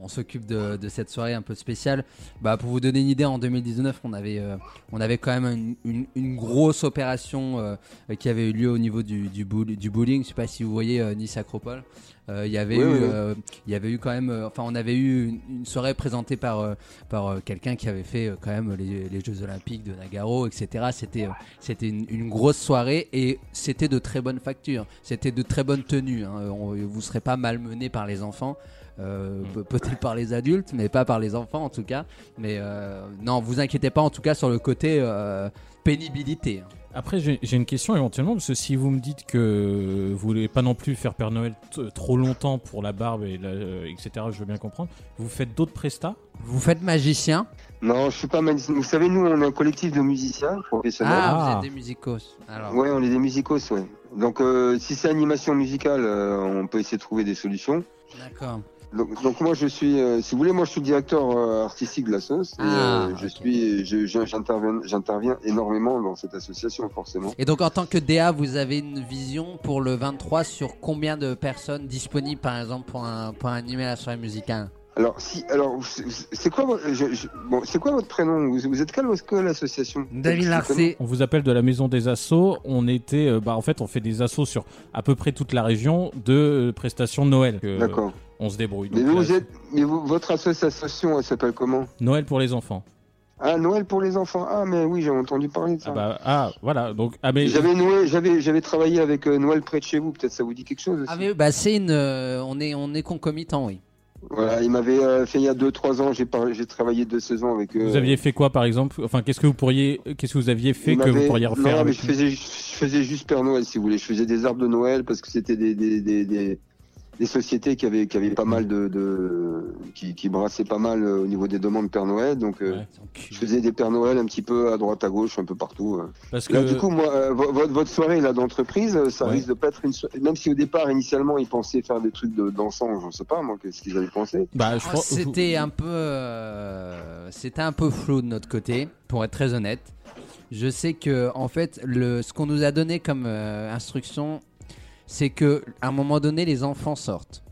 S3: on s'occupe de, de cette soirée un peu spéciale. Bah, pour vous donner une idée, en 2019, on avait, euh, on avait quand même une, une- une grosse opération euh, euh, qui avait eu lieu au niveau du, du, boul- du bowling. Je sais pas si vous voyez euh, Nice Acropole. Euh, Il y avait
S21: Oui,
S3: eu,
S21: oui, oui.
S3: euh, il y avait eu quand même, euh, enfin, on avait eu une, une soirée présentée par euh, par euh, quelqu'un qui avait fait euh, quand même les, les Jeux Olympiques de Nagaro, etc. C'était euh, c'était une, une grosse soirée et c'était de très bonnes factures, c'était de très bonnes tenues. Hein. On- vous serez pas malmené par les enfants. euh, pe- peut-être par les adultes mais pas par les enfants en tout cas mais euh, non vous inquiétez pas en tout cas sur le côté euh, pénibilité hein.
S2: Après, j'ai j'ai une question éventuellement, parce que si vous me dites que vous voulez pas non plus faire Père Noël t- trop longtemps pour la barbe, et la- euh, etc., je veux bien comprendre, vous faites d'autres prestats
S3: vous faites magicien
S21: Non, je suis pas magicien. Vous savez, nous, on est un collectif de musiciens professionnels.
S3: ah, vous êtes des musicos alors
S21: Ouais, on est des musicos, ouais. Donc, euh, si c'est animation musicale, euh, on peut essayer de trouver des solutions.
S3: d'accord
S21: Donc, donc moi je suis, euh, si vous voulez, moi je suis directeur euh, artistique de la sauce. Et,
S2: Ah,
S21: euh, je suis, je- je- j'interviens, j'interviens énormément dans cette association forcément.
S3: Et donc en tant que DA, vous avez une vision pour le 23 sur combien de personnes disponibles par exemple pour, un, pour animer la soirée musicale
S21: Alors si, alors c'est c'est quoi, vo- je- je- bon, c'est quoi votre prénom vous, vous êtes quelle, quelle association
S2: On vous appelle de la maison des assos. On était, euh, bah, en fait, on fait des assos sur à peu près toute la région de euh, prestations de Noël. que, euh,
S21: D'accord.
S2: On se débrouille.
S21: Mais
S2: Donc,
S21: vous
S2: là,
S21: êtes, mais vous- votre association, elle s'appelle comment
S2: c'est Noël pour les enfants.
S21: Ah Noël pour les enfants. Ah mais oui, j'ai entendu parler de ça.
S2: Ah, bah, ah, voilà. Donc, ah, mais
S21: J'avais Noël, j'avais, j'avais travaillé avec euh, Noël près de chez vous. Peut-être ça vous dit quelque chose. aussi.
S3: Ah mais bah c'est une euh, on est on est concomitant oui.
S21: Voilà, il m'avait euh, fait il y a 2-3 ans. J'ai, par- j'ai travaillé deux saisons avec euh, eux.
S2: vous aviez fait quoi, par exemple Enfin, qu'est-ce que vous pourriez, qu'est-ce que vous aviez fait
S21: Il
S2: que vous
S21: m'avait-
S2: pourriez refaire
S21: Non, mais
S2: avec
S21: je faisais, je faisais juste Père Noël, si vous voulez. Je faisais des arbres de Noël parce que c'était des, des, des, des, des sociétés qui avaient, qui avaient pas mal de. de qui, qui brassaient pas mal euh, au niveau des demandes Père Noël. Donc, euh, je faisais des Père Noël un petit peu à droite, à gauche, un peu partout. euh.
S2: Parce
S21: Là,
S2: que-
S21: du coup, moi, euh, vo- votre, votre soirée là d'entreprise, euh, ça
S2: Ouais.
S21: risque de pas être une. so- Même si au départ, initialement, ils pensaient faire des trucs de- dansants, je sais pas, moi, ce qu'ils avaient pensé.
S2: Bah, je
S3: Oh, c'était un peu euh, c'était un peu flou de notre côté pour être très honnête. Je sais que en fait le ce qu'on nous a donné comme euh, instruction c'est que à un moment donné les enfants sortent.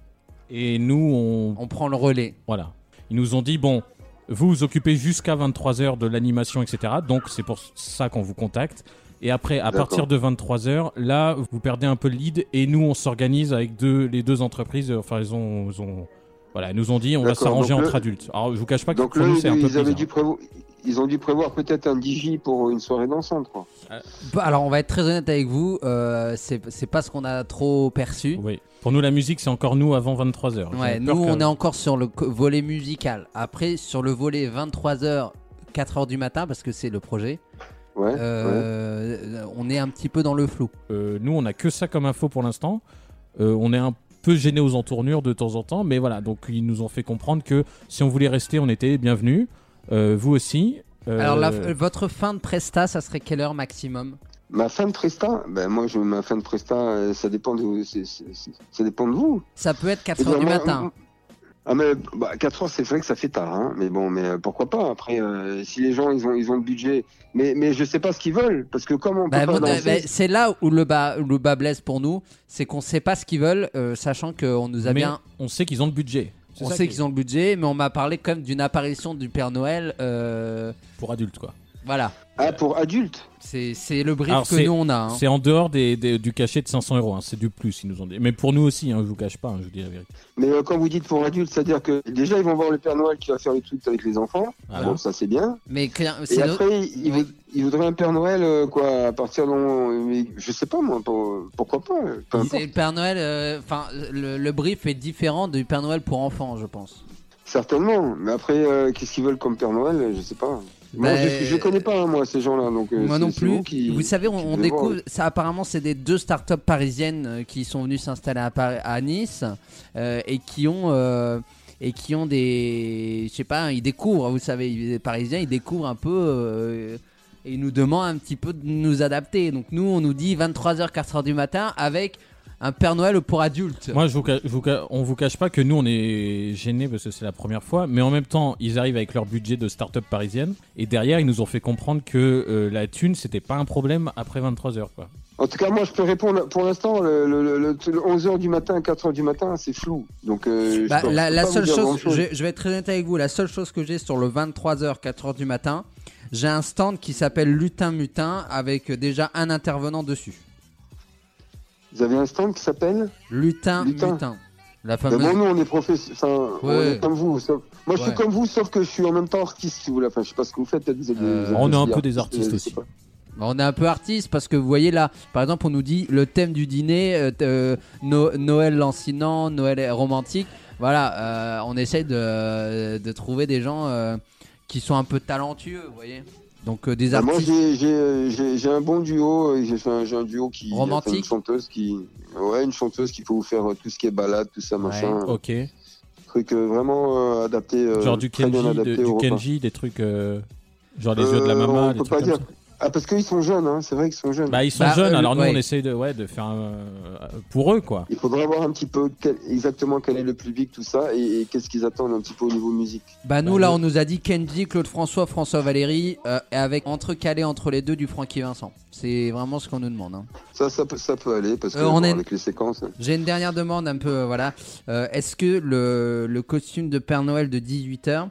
S2: Et nous, on...
S3: prend le relais.
S2: Voilà. Ils nous ont dit, bon, vous vous occupez jusqu'à 23h de l'animation, etc. Donc c'est pour ça qu'on vous contacte. Et après, à
S22: D'accord.
S2: partir de 23h, là, vous perdez un peu le lead. Et nous, on s'organise avec deux, les deux entreprises. Enfin, ils ont... ils ont- voilà, ils nous ont dit, on va
S21: D'accord,
S2: s'arranger
S21: donc
S2: entre
S21: le-
S2: adultes. Alors, je vous cache pas que
S21: Donc
S2: pour
S21: là,
S2: nous,
S21: ils,
S2: c'est un peu
S21: ils avaient
S2: bizarre.
S21: dû prévo- ils ont dû prévoir peut-être un DJ pour une soirée dansante, quoi.
S3: Bah, alors on va être très honnête avec vous, euh, c'est c'est pas ce qu'on a trop perçu.
S2: Oui. Pour nous, la musique, c'est encore nous avant 23h.
S3: Ouais, nous on est encore sur le co- volet musical. Après, sur le volet 23h, 4h du matin, parce que c'est le projet,
S21: Ouais,
S3: euh, on est un petit peu dans le flou.
S2: Euh, nous, on a que ça comme info pour l'instant. Euh, on est un peu gêné aux entournures de temps en temps, mais voilà. Donc, ils nous ont fait comprendre que si on voulait rester, on était bienvenus. Euh, vous aussi. Euh,
S3: Alors, la- votre fin de presta, ça serait quelle heure maximum
S21: Ma fin de presta, ben moi je ma fin de presta, ça dépend de c'est- c'est- c'est- ça dépend de vous.
S3: Ça peut être 4
S21: Eh
S3: heures
S21: bien,
S3: du
S21: moi,
S3: matin.
S21: Ah mais bah, 4 heures c'est vrai que ça fait tard, hein. mais bon mais euh, pourquoi pas après euh, si les gens ils ont ils ont le budget, mais mais je sais pas ce qu'ils veulent parce que comme on peut
S3: Bah,
S21: pas
S3: bon,
S21: danser-
S3: euh, bah, c'est là où le bas, où le bas blesse pour nous, c'est qu'on sait pas ce qu'ils veulent, euh, sachant qu'on nous a
S2: Mais
S3: bien.
S2: on sait qu'ils ont le budget. C'est
S3: On
S2: ça
S3: sait
S2: qui-
S3: qu'ils ont le budget, mais on m'a parlé quand même d'une apparition du Père Noël. euh,
S2: Pour adultes, quoi.
S3: Voilà.
S21: Ah, pour adultes
S3: C'est c'est le brief
S2: Alors,
S3: que
S2: c'est-
S3: nous on a. hein.
S2: C'est en dehors des, des- du cachet de 500 euros, hein, c'est du plus, ils nous ont dit. Mais pour nous aussi, hein, je vous cache pas, hein, je vous dis la vérité.
S21: Mais euh, quand vous dites pour adultes, c'est-à-dire que déjà ils vont voir le Père Noël qui va faire les trucs avec les enfants.
S3: Voilà.
S21: Ah, Bon ça c'est bien.
S3: Mais que-
S21: Et
S3: Ah c'est no-
S21: après, il, il
S3: Oui.
S21: voud- il voudrait un Père Noël, euh, quoi, à partir de. mais Je sais pas, moi, pour- pourquoi pas euh, peu importe.
S3: c'est le Père Noël. euh, Enfin, le, le brief est différent du Père Noël pour enfants, je pense.
S21: Certainement, mais après, euh, qu'est-ce qu'ils veulent comme Père Noël euh, Je sais pas. Moi,
S3: Ben,
S21: je, je connais pas, hein, moi, ces gens-là. Donc, euh,
S3: Moi
S21: c'est-
S3: non
S21: c'est
S3: plus.
S21: Vous, qui-
S3: vous savez,
S21: qui
S3: on, on
S21: devez voir.
S3: découvre. Ça, apparemment, c'est des deux startups parisiennes euh, qui sont venues s'installer à, Paris- à Nice euh, et qui ont. euh, et qui ont des. Je sais pas, ils découvrent, vous savez, les Parisiens, ils découvrent un peu. euh, et ils nous demandent un petit peu de nous adapter. Donc nous, on nous dit 23h, 4h du matin avec un Père Noël pour adultes.
S2: Moi, je vous, ca- je vous ca- on vous cache pas que nous, on est gênés parce que c'est la première fois, mais en même temps, ils arrivent avec leur budget de start-up parisienne, et derrière, ils nous ont fait comprendre que euh, la thune, c'était pas un problème après 23h, quoi.
S21: En tout cas, moi, je peux répondre. Pour l'instant, le, 11h du matin, 4h du matin, c'est flou. Donc, euh, je
S3: Bah,
S21: peux-
S3: la
S21: je peux
S3: la
S21: pas vous
S3: seule
S21: dire
S3: chose,
S21: grand-chose.
S3: je, je vais être très honnête avec vous, la seule chose que j'ai sur le 23h, 4h du matin, j'ai un stand qui s'appelle Lutin Mutin avec déjà un intervenant dessus.
S21: Vous avez un stand qui s'appelle
S3: Lutin,
S21: Lutin.
S3: Mutin. La fameuse.
S21: Mais bon, nous, on est professeurs. on
S3: Ouais.
S21: est comme vous. sauf- Moi, je suis
S3: Ouais.
S21: comme vous, sauf que je suis en même temps artiste, si vous voulez. Enfin, je sais pas ce que vous faites. peut-être vous êtes des- vous êtes
S2: Euh, on est un
S21: aussi
S2: peu des artistes
S21: je sais
S2: aussi.
S21: pas.
S3: Bah, on est un peu artiste parce que vous voyez là, par exemple, on nous dit le thème du dîner, euh, euh, No- Noël lancinant, Noël romantique. Voilà, euh, on essaie de, de trouver des gens euh, qui sont un peu talentueux, vous voyez. Donc euh, des
S21: Ah, moi,
S3: artistes.
S21: j'ai- j'ai euh, j'ai- j'ai un bon duo. euh, J'ai fait un, j'ai un duo qui.
S3: Romantique.
S21: enfin, Une chanteuse qui. Ouais, une chanteuse qui peut vous faire euh, tout ce qui est balade, tout ça, machin.
S2: Ok.
S21: Truc euh, vraiment euh, adapté. euh,
S2: Genre du
S21: très bien
S2: Kenji, de-
S21: adapté
S2: du
S21: au repas.
S2: Kenji des trucs. euh, genre les yeux de la
S21: Euh,
S2: maman, des
S21: on peut
S2: trucs
S21: pas
S2: comme
S21: dire.
S2: ça.
S21: Ah, parce qu'ils sont jeunes, hein, c'est vrai qu'ils sont jeunes.
S2: Bah, ils sont jeunes, alors nous, on
S21: essaie
S2: essaye de, ouais, de faire euh, pour eux, quoi.
S21: Il faudrait voir un petit peu quel- exactement quel est le public, tout ça, et, et qu'est-ce qu'ils attendent un petit peu au niveau musique.
S3: Bah nous là on nous a dit Kenji, Claude François, François Valéry euh, et avec entrecalé entre les deux du Francky Vincent. C'est vraiment ce qu'on nous demande. hein.
S21: Ça, ça, peut- ça peut aller, parce que
S3: Euh, on
S21: bon,
S3: est-
S21: avec les séquences. hein.
S3: J'ai une dernière demande un peu euh, voilà. Euh, Est-ce que le, le costume de Père Noël de 18h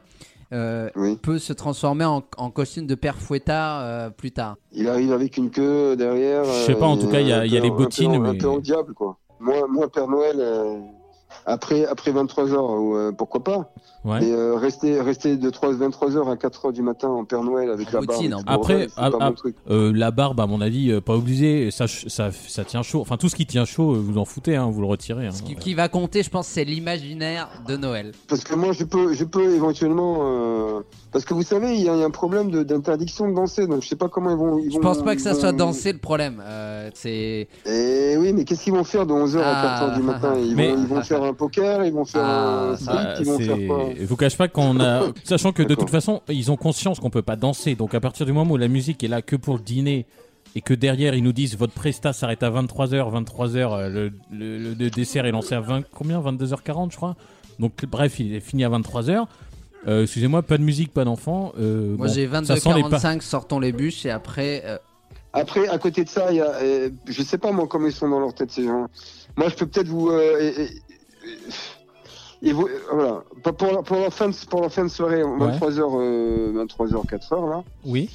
S3: peut se transformer en, en costume de Père Fouettard euh, plus tard
S21: Il arrive avec une queue derrière.
S2: Je sais pas, en
S21: euh,
S2: tout cas, il y a-
S21: un
S2: il y a
S21: peu-
S2: les
S21: un peu-
S2: bottines,
S21: Un peu,
S2: mais-
S21: en diable, quoi. Moi, moi Père Noël, euh, après, après 23 heures, ou, euh, pourquoi pas
S2: Ouais.
S21: Mais euh, rester, rester de 3, 23 heures à 4 heures du matin en Père Noël avec la
S3: bottine,
S21: barbe.
S3: en
S2: Après,
S21: etc., c'est
S2: à-
S21: pas
S2: à-
S21: mon truc.
S2: euh, la barbe, à mon avis, euh, pas obligé. Ça, ch- ça, ça tient chaud. Enfin, tout ce qui tient chaud, euh, vous en foutez, hein, vous le retirez. hein.
S3: Ce qui va compter je pense c'est l'imaginaire de Noël.
S21: Parce que moi, je peux, je peux éventuellement. euh, Parce que vous savez, il y, a il y a un problème de- d'interdiction de, danser, donc je sais pas comment ils vont. Ils
S3: Je pense
S21: vont-
S3: pas que ça
S21: ils
S3: soit
S21: vont-
S3: dansé le problème. Euh, c'est
S21: Eh oui, mais qu'est-ce qu'ils vont faire de 11h
S3: Ah.
S21: à 4h du matin ils,
S3: Mais-
S21: vont, ils vont faire un poker, ils vont faire un slip,
S2: Ah,
S21: ils vont faire quoi
S2: c'est- vous cache pas qu'on a, sachant que de toute façon, ils ont conscience qu'on peut pas danser. Donc à partir du moment où la musique est là que pour le dîner et que derrière ils nous disent votre presta s'arrête à 23h, 23h, euh, le, le- le dessert est lancé à 20, combien 22h40 je crois. Donc bref, il est fini à 23h. Euh, Excusez-moi, pas de musique, pas d'enfant. Euh,
S3: moi
S2: bon,
S3: j'ai
S2: ça sent les pas-
S3: 22h45 sortons les bûches et après euh,
S21: Après, à côté de ça, il y a, euh, je sais pas moi comment ils sont dans leur tête ces gens. Moi, je peux peut-être vous. euh, et- et- et vous- euh, voilà. Pas Pour, la- pour, la fin de, pour la fin de soirée, euh, 23h, 23h, 4h là.
S2: Oui.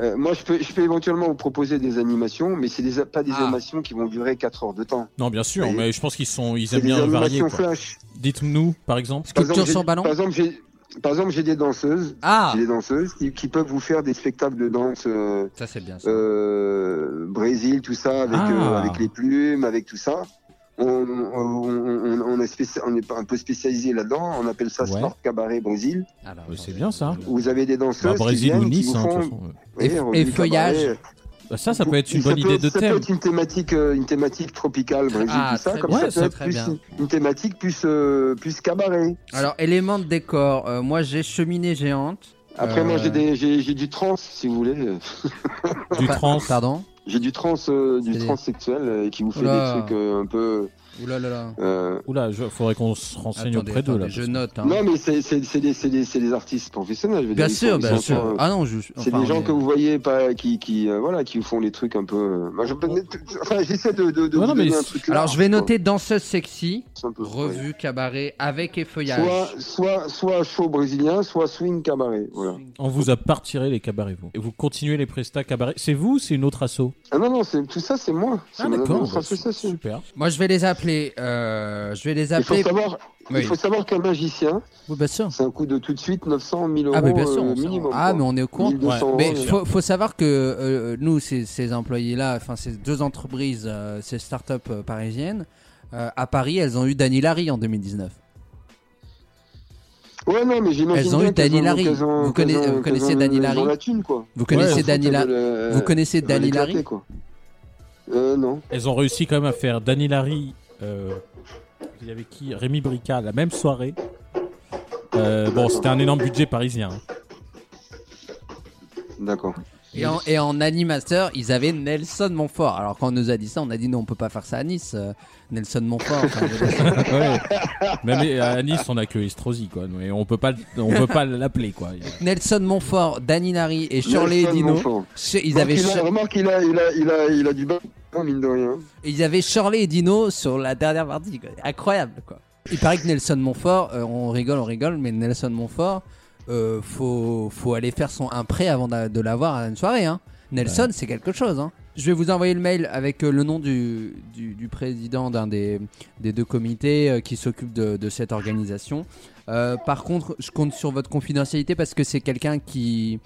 S21: Euh, moi, je peux, je peux éventuellement vous proposer des animations, mais c'est des, pas des
S2: Ah.
S21: animations qui vont durer 4 heures de temps.
S2: Non, bien sûr, mais je pense qu'ils sont, ils
S21: C'est
S2: aiment
S21: des
S2: bien varier.
S21: animations
S2: quoi.
S21: flash.
S2: Dites-nous, par exemple.
S21: Par exemple, j'ai- Par exemple, j'ai. Par exemple, j'ai des danseuses,
S3: Ah!
S2: Ah.
S21: j'ai des danseuses qui, qui peuvent vous faire des spectacles de danse. euh,
S3: Ça c'est bien.
S21: euh, Brésil, tout ça, avec,
S3: Ah.
S21: euh, avec les plumes, avec tout ça. On, on, on, on est, spéci- on est un peu spécialisé là-dedans. On appelle ça sport cabaret Brésil.
S2: Euh, C'est bien ça.
S21: où Vous avez des danseuses
S2: Bah, Brésil
S21: qui viennent,
S2: ou Nice,
S21: qui vous
S2: hein, de
S21: font-
S2: toute façon, ouais.
S21: Oui,
S2: Et-
S21: on
S2: et
S21: dit cabaret.
S2: feuillage. Bah, ça, ça peut être une
S21: Ça
S2: bonne
S21: peut-
S2: idée de
S21: ça
S2: thème.
S21: peut être une thématique, euh, une thématique tropicale, Brésil,
S3: Ah,
S21: tout ça.
S3: très
S21: Comme
S3: bien.
S21: ça
S3: Ouais,
S21: peut
S3: c'est
S21: être
S3: très
S21: plus
S3: bien.
S21: une thématique plus, euh, plus cabaret.
S3: Alors, élément de décor, euh, moi j'ai cheminée géante.
S2: Euh.
S21: Après, moi, j'ai des- j'ai j'ai du trance, si vous voulez.
S2: Du trance.
S3: Pardon
S21: J'ai du trans, euh, du transsexuel euh, qui vous fait
S3: Oula.
S21: des trucs euh, un peu.
S3: Oula là là.
S21: euh,
S2: Oula, je- faudrait qu'on se renseigne
S3: Attendez,
S2: auprès d'eux là.
S3: attendez, je note. hein.
S21: Non, mais c'est c'est- c'est des, c'est des- c'est des artistes professionnels. Je veux
S3: Bien
S21: dire, ils
S3: sûr,
S21: sont- ils
S3: bien
S21: sont
S3: sûr.
S21: pas-
S3: Ah non, je-
S21: euh, C'est
S3: enfin,
S21: des gens
S3: mais-
S21: que vous voyez pas, qui, qui, euh, voilà, qui font les trucs un peu. euh, moi, je- enfin, j'essaie de, de, de vous donner un truc.
S3: Alors
S21: large,
S3: je vais
S21: quoi.
S3: noter danseuse sexy,
S21: revue
S3: cabaret avec effeuillage.
S21: Soit, soit, soit show brésilien, soit swing cabaret. Voilà.
S2: On vous a partiré les cabarets, vous. Et vous continuez les prestats cabarets. C'est vous ou c'est une autre asso
S21: Ah non, non, c'est- tout ça, c'est moi. C'est
S2: Ah,
S21: mon-
S2: d'accord,
S21: mon
S2: bah,
S21: association.
S3: Moi je vais les appeler. euh, je vais les
S21: Il faut
S3: appeler.
S21: savoir,
S3: Oui.
S21: il faut savoir qu'un magicien, c'est un coût de tout de suite 900 000 euros
S3: Ah mais bien sûr.
S21: euh,
S3: on sait.
S21: minimum.
S3: ah
S21: quoi.
S3: mais on est au courant.
S21: 1200 euros,
S3: Mais
S21: euh,
S3: faut, faut savoir que euh, nous ces, ces employés là, enfin ces deux entreprises, euh, ces startups euh, parisiennes, euh, à Paris, elles ont eu Dany Larry en 2019.
S21: Ouais, non, mais j'imagine
S3: Elles ont
S21: bien
S3: eu
S21: qu'elles
S3: Dany
S21: ont-
S3: Larry.
S21: qu'elles ont-
S3: Vous connaissez-
S21: qu'elles ont-
S3: vous connaissez
S21: qu'elles ont-
S3: Dany
S21: elles ont
S3: Larry
S21: la thune, quoi.
S3: Vous connaissez
S21: Ouais,
S3: Dany
S21: elles
S3: La-
S21: veulent,
S3: vous connaissez
S21: elles veulent
S3: Dany
S21: éclater,
S3: Larry
S21: quoi. Euh, non.
S2: Elles ont réussi quand même à faire Dany Larry. euh, Il y avait qui Rémi Brica, la même soirée. Euh, bon, c'était un énorme budget parisien. hein.
S21: D'accord.
S3: Et en, et en Animaster, ils avaient Nelson Montfort. Alors quand on nous a dit ça, on a dit non, on peut pas faire ça à Nice. euh, Nelson Montfort. enfin, je veux dire.
S2: Ouais. Même à Nice, on a que Estrosi, quoi. Mais on peut pas, on peut pas l'appeler, quoi. Il y a-
S3: Nelson Montfort, Danny Nari et Shirley
S21: Nelson
S3: Dino.
S21: Montfort.
S3: Sh- Ils
S21: Remarque,
S3: avaient,
S21: il a-
S3: Sh-
S21: Remarque, il a, il a, il a, il a du bain, mine de rien.
S3: ils avaient Shirley et Dino sur la dernière partie. quoi. Incroyable, quoi. Il paraît que Nelson Montfort, euh, on rigole, on rigole, mais Nelson Montfort, euh, faut, faut aller faire son un prêt avant d'a- de l'avoir à une soirée. hein. Nelson, c'est quelque chose. hein. Je vais vous envoyer le mail avec euh, le nom du, du, du président d'un des, des deux comités euh, qui s'occupe de, de cette organisation. Euh, par contre, je compte sur votre confidentialité parce que c'est quelqu'un qui,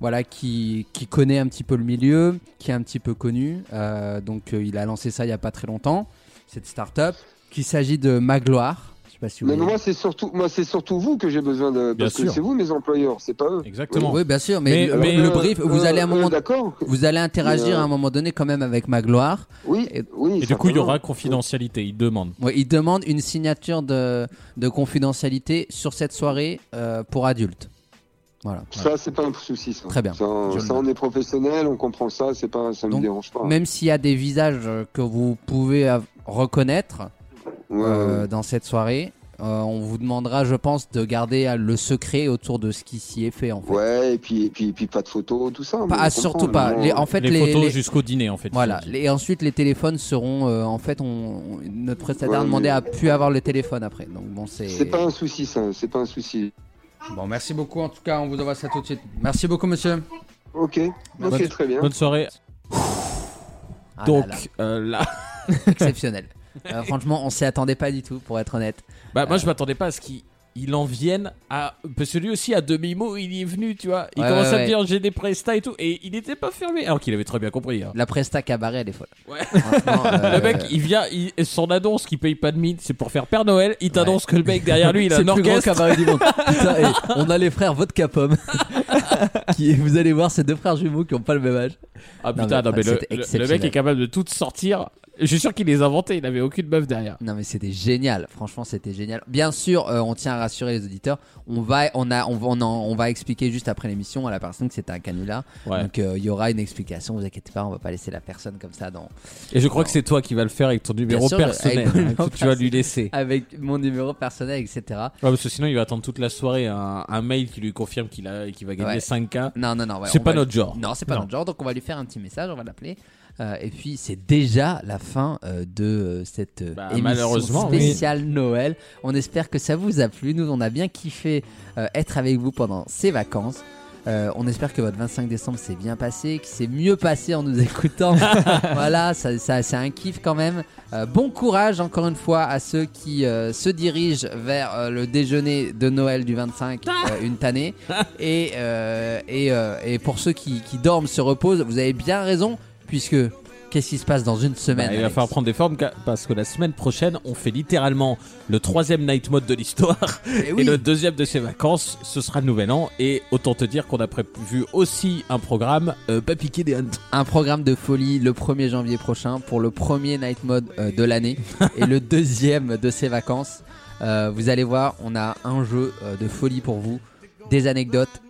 S3: voilà, qui, qui connaît un petit peu le milieu, qui est un petit peu connu. Euh, donc, euh, il a lancé ça il n'y a pas très longtemps, cette start-up, qu'il s'agit de Magloire. Je sais pas si vous
S21: Mais
S3: voyez.
S21: moi, c'est surtout, moi, c'est surtout vous que j'ai besoin de. Parce que
S3: sûr.
S21: c'est vous mes employeurs, c'est pas eux.
S2: Exactement.
S3: Oui, bien sûr, mais, le,
S21: mais-
S3: le
S21: euh,
S3: brief, vous
S21: euh,
S3: allez à un
S21: euh,
S3: moment,
S21: d'accord.
S3: vous allez interagir
S21: Mais, euh,
S3: à un moment donné quand même avec Magloire.
S21: Oui, oui.
S2: Et du coup, il y aura confidentialité. Il demande.
S3: Ouais, il demande une signature de, de confidentialité sur cette soirée euh, pour adultes. Voilà.
S21: Ça, c'est pas un souci. Ça.
S3: Très bien.
S21: Ça, on-
S3: Je le
S21: ça, on est professionnel, on comprend ça, c'est pas, ça me dérange pas.
S3: Même s'il y a des visages euh, que vous pouvez av- reconnaître euh, dans cette soirée, euh, on vous demandera, je pense, de garder euh, le secret autour de ce qui s'y est fait. En fait.
S21: Ouais, et puis, et puis, et puis pas de photos, tout ça. mais
S3: Pas-
S21: on
S3: ah,
S21: comprend,
S3: surtout pas.
S21: mais
S3: Les,
S21: on-
S3: en fait,
S2: les,
S3: les,
S2: photos
S3: les-
S2: jusqu'au dîner, en fait.
S3: Voilà. Et ensuite, les téléphones seront. euh, en fait, on, on- notre prestataire
S21: Ouais,
S3: demandait
S21: mais-
S3: à pu avoir le téléphone après. Donc bon, c'est.
S21: C'est pas un souci, ça. C'est pas un souci.
S3: Bon, merci beaucoup. En tout cas, on vous envoie ça tout de suite. Merci beaucoup, monsieur.
S21: Ok. Ok,
S2: Bonne-
S21: très bien.
S2: Bonne soirée.
S3: Ah là
S2: Donc
S3: là.
S2: euh, là.
S3: Exceptionnel. Euh, franchement, on s'y attendait pas du tout, pour être honnête.
S2: Bah, moi, je m'attendais pas à ce qu'il il en vienne à. Parce que lui aussi, à demi-mot, il y est venu, tu vois. Il
S3: Ouais,
S2: commence
S3: ouais,
S2: à me
S3: ouais.
S2: dire j'ai des prestats et tout. Et il était pas fermé. Alors qu'il avait très bien compris. hein.
S3: La presta cabaret, elle est folle.
S2: Ouais.
S3: Franchement, euh,
S2: Le mec, il vient, il, son annonce qu'il paye pas de mine, c'est pour faire Père Noël. Il t'annonce que le mec derrière lui, il a
S3: C'est le
S2: un
S3: plus grand
S2: orchestre.
S3: cabaret du monde. Putain, et on a les frères Vodka Pomme. qui, vous allez voir, ces deux frères jumeaux qui ont pas le même âge.
S2: Ah putain, non, mais le,
S3: c'était
S2: le- le mec
S3: exceptionnel.
S2: est capable de tout sortir. Je suis sûr qu'il les a inventés, il avait aucune meuf derrière.
S3: Non mais c'était génial, franchement c'était génial. Bien sûr, euh, on tient à rassurer les auditeurs. On va, on a, on va, on en- on va expliquer juste après l'émission à la personne que c'était un canular.
S2: Ouais.
S3: Donc euh, il y aura une explication. Vous inquiétez pas, on va pas laisser la personne comme ça dans.
S2: Et je crois que c'est toi qui vas le faire avec ton numéro
S3: Bien sûr,
S2: personnel
S3: avec mon
S2: hein, que tu vas lui laisser.
S3: Avec mon numéro personnel, etc.
S2: Ouais, parce que sinon, il va attendre toute la soirée un, un mail qui lui confirme qu'il a, qu'il va gagner
S3: Ouais.
S2: 5K.
S3: Non, non, non. ouais,
S2: c'est
S3: on
S2: pas
S3: va-
S2: notre genre.
S3: Non, c'est pas notre genre. Donc on va lui faire un petit message, on va l'appeler. Euh, et puis c'est déjà la fin euh, de euh, cette euh,
S2: Bah,
S3: émission
S2: malheureusement, oui.
S3: spéciale Noël. On espère que ça vous a plu. Nous, on a bien kiffé euh, être avec vous pendant ces vacances. Euh, on espère que votre 25 décembre s'est bien passé, qu'il s'est mieux passé en nous écoutant. voilà, ça, ça- c'est un kiff quand même. Euh, bon courage encore une fois à ceux qui euh, se dirigent vers euh, le déjeuner de Noël du 25, euh, une tannée. Et, euh, et, euh, et pour ceux qui, qui dorment, se reposent, vous avez bien raison, puisque qu'est-ce qui se passe dans une
S2: Bah,
S3: semaine
S2: il va
S3: Alex
S2: falloir prendre des formes ca- parce que la semaine prochaine, on fait littéralement le troisième night mode de l'histoire et,
S3: Eh oui.
S2: le deuxième de ses vacances. Ce sera le nouvel an et autant te dire qu'on a prévu aussi un programme euh, pas piqué des hannetons.
S3: Un programme de folie le 1er janvier prochain pour le premier night mode euh, de l'année et le deuxième de ses vacances. Euh, vous allez voir, on a un jeu euh, de folie pour vous, des anecdotes,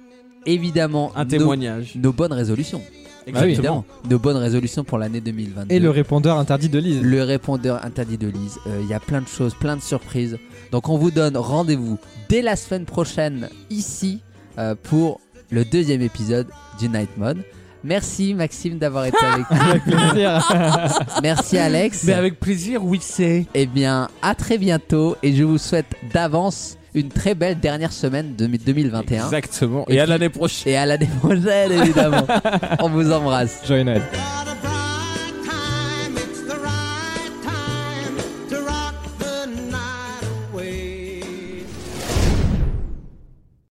S3: évidemment
S2: Un
S3: nos-
S2: témoignage.
S3: Bah nos bonnes résolutions. Exactement. De bonnes résolutions pour l'année 2022.
S4: Et le répondeur interdit de Lise.
S3: Le répondeur interdit de Lise. Il euh, y a plein de choses, plein de surprises. Donc on vous donne rendez-vous dès la semaine prochaine ici euh, pour le deuxième épisode du Night Mode. Merci Maxime d'avoir été avec nous.
S4: Avec plaisir.
S3: Merci Alex.
S2: Mais avec plaisir, oui c'est.
S3: Eh bien, à très bientôt et je vous souhaite d'avance une très belle dernière semaine de 2021.
S2: Exactement. Et, et à l'année prochaine.
S3: Et à l'année prochaine, évidemment. On vous embrasse.
S4: Joyeux Noël.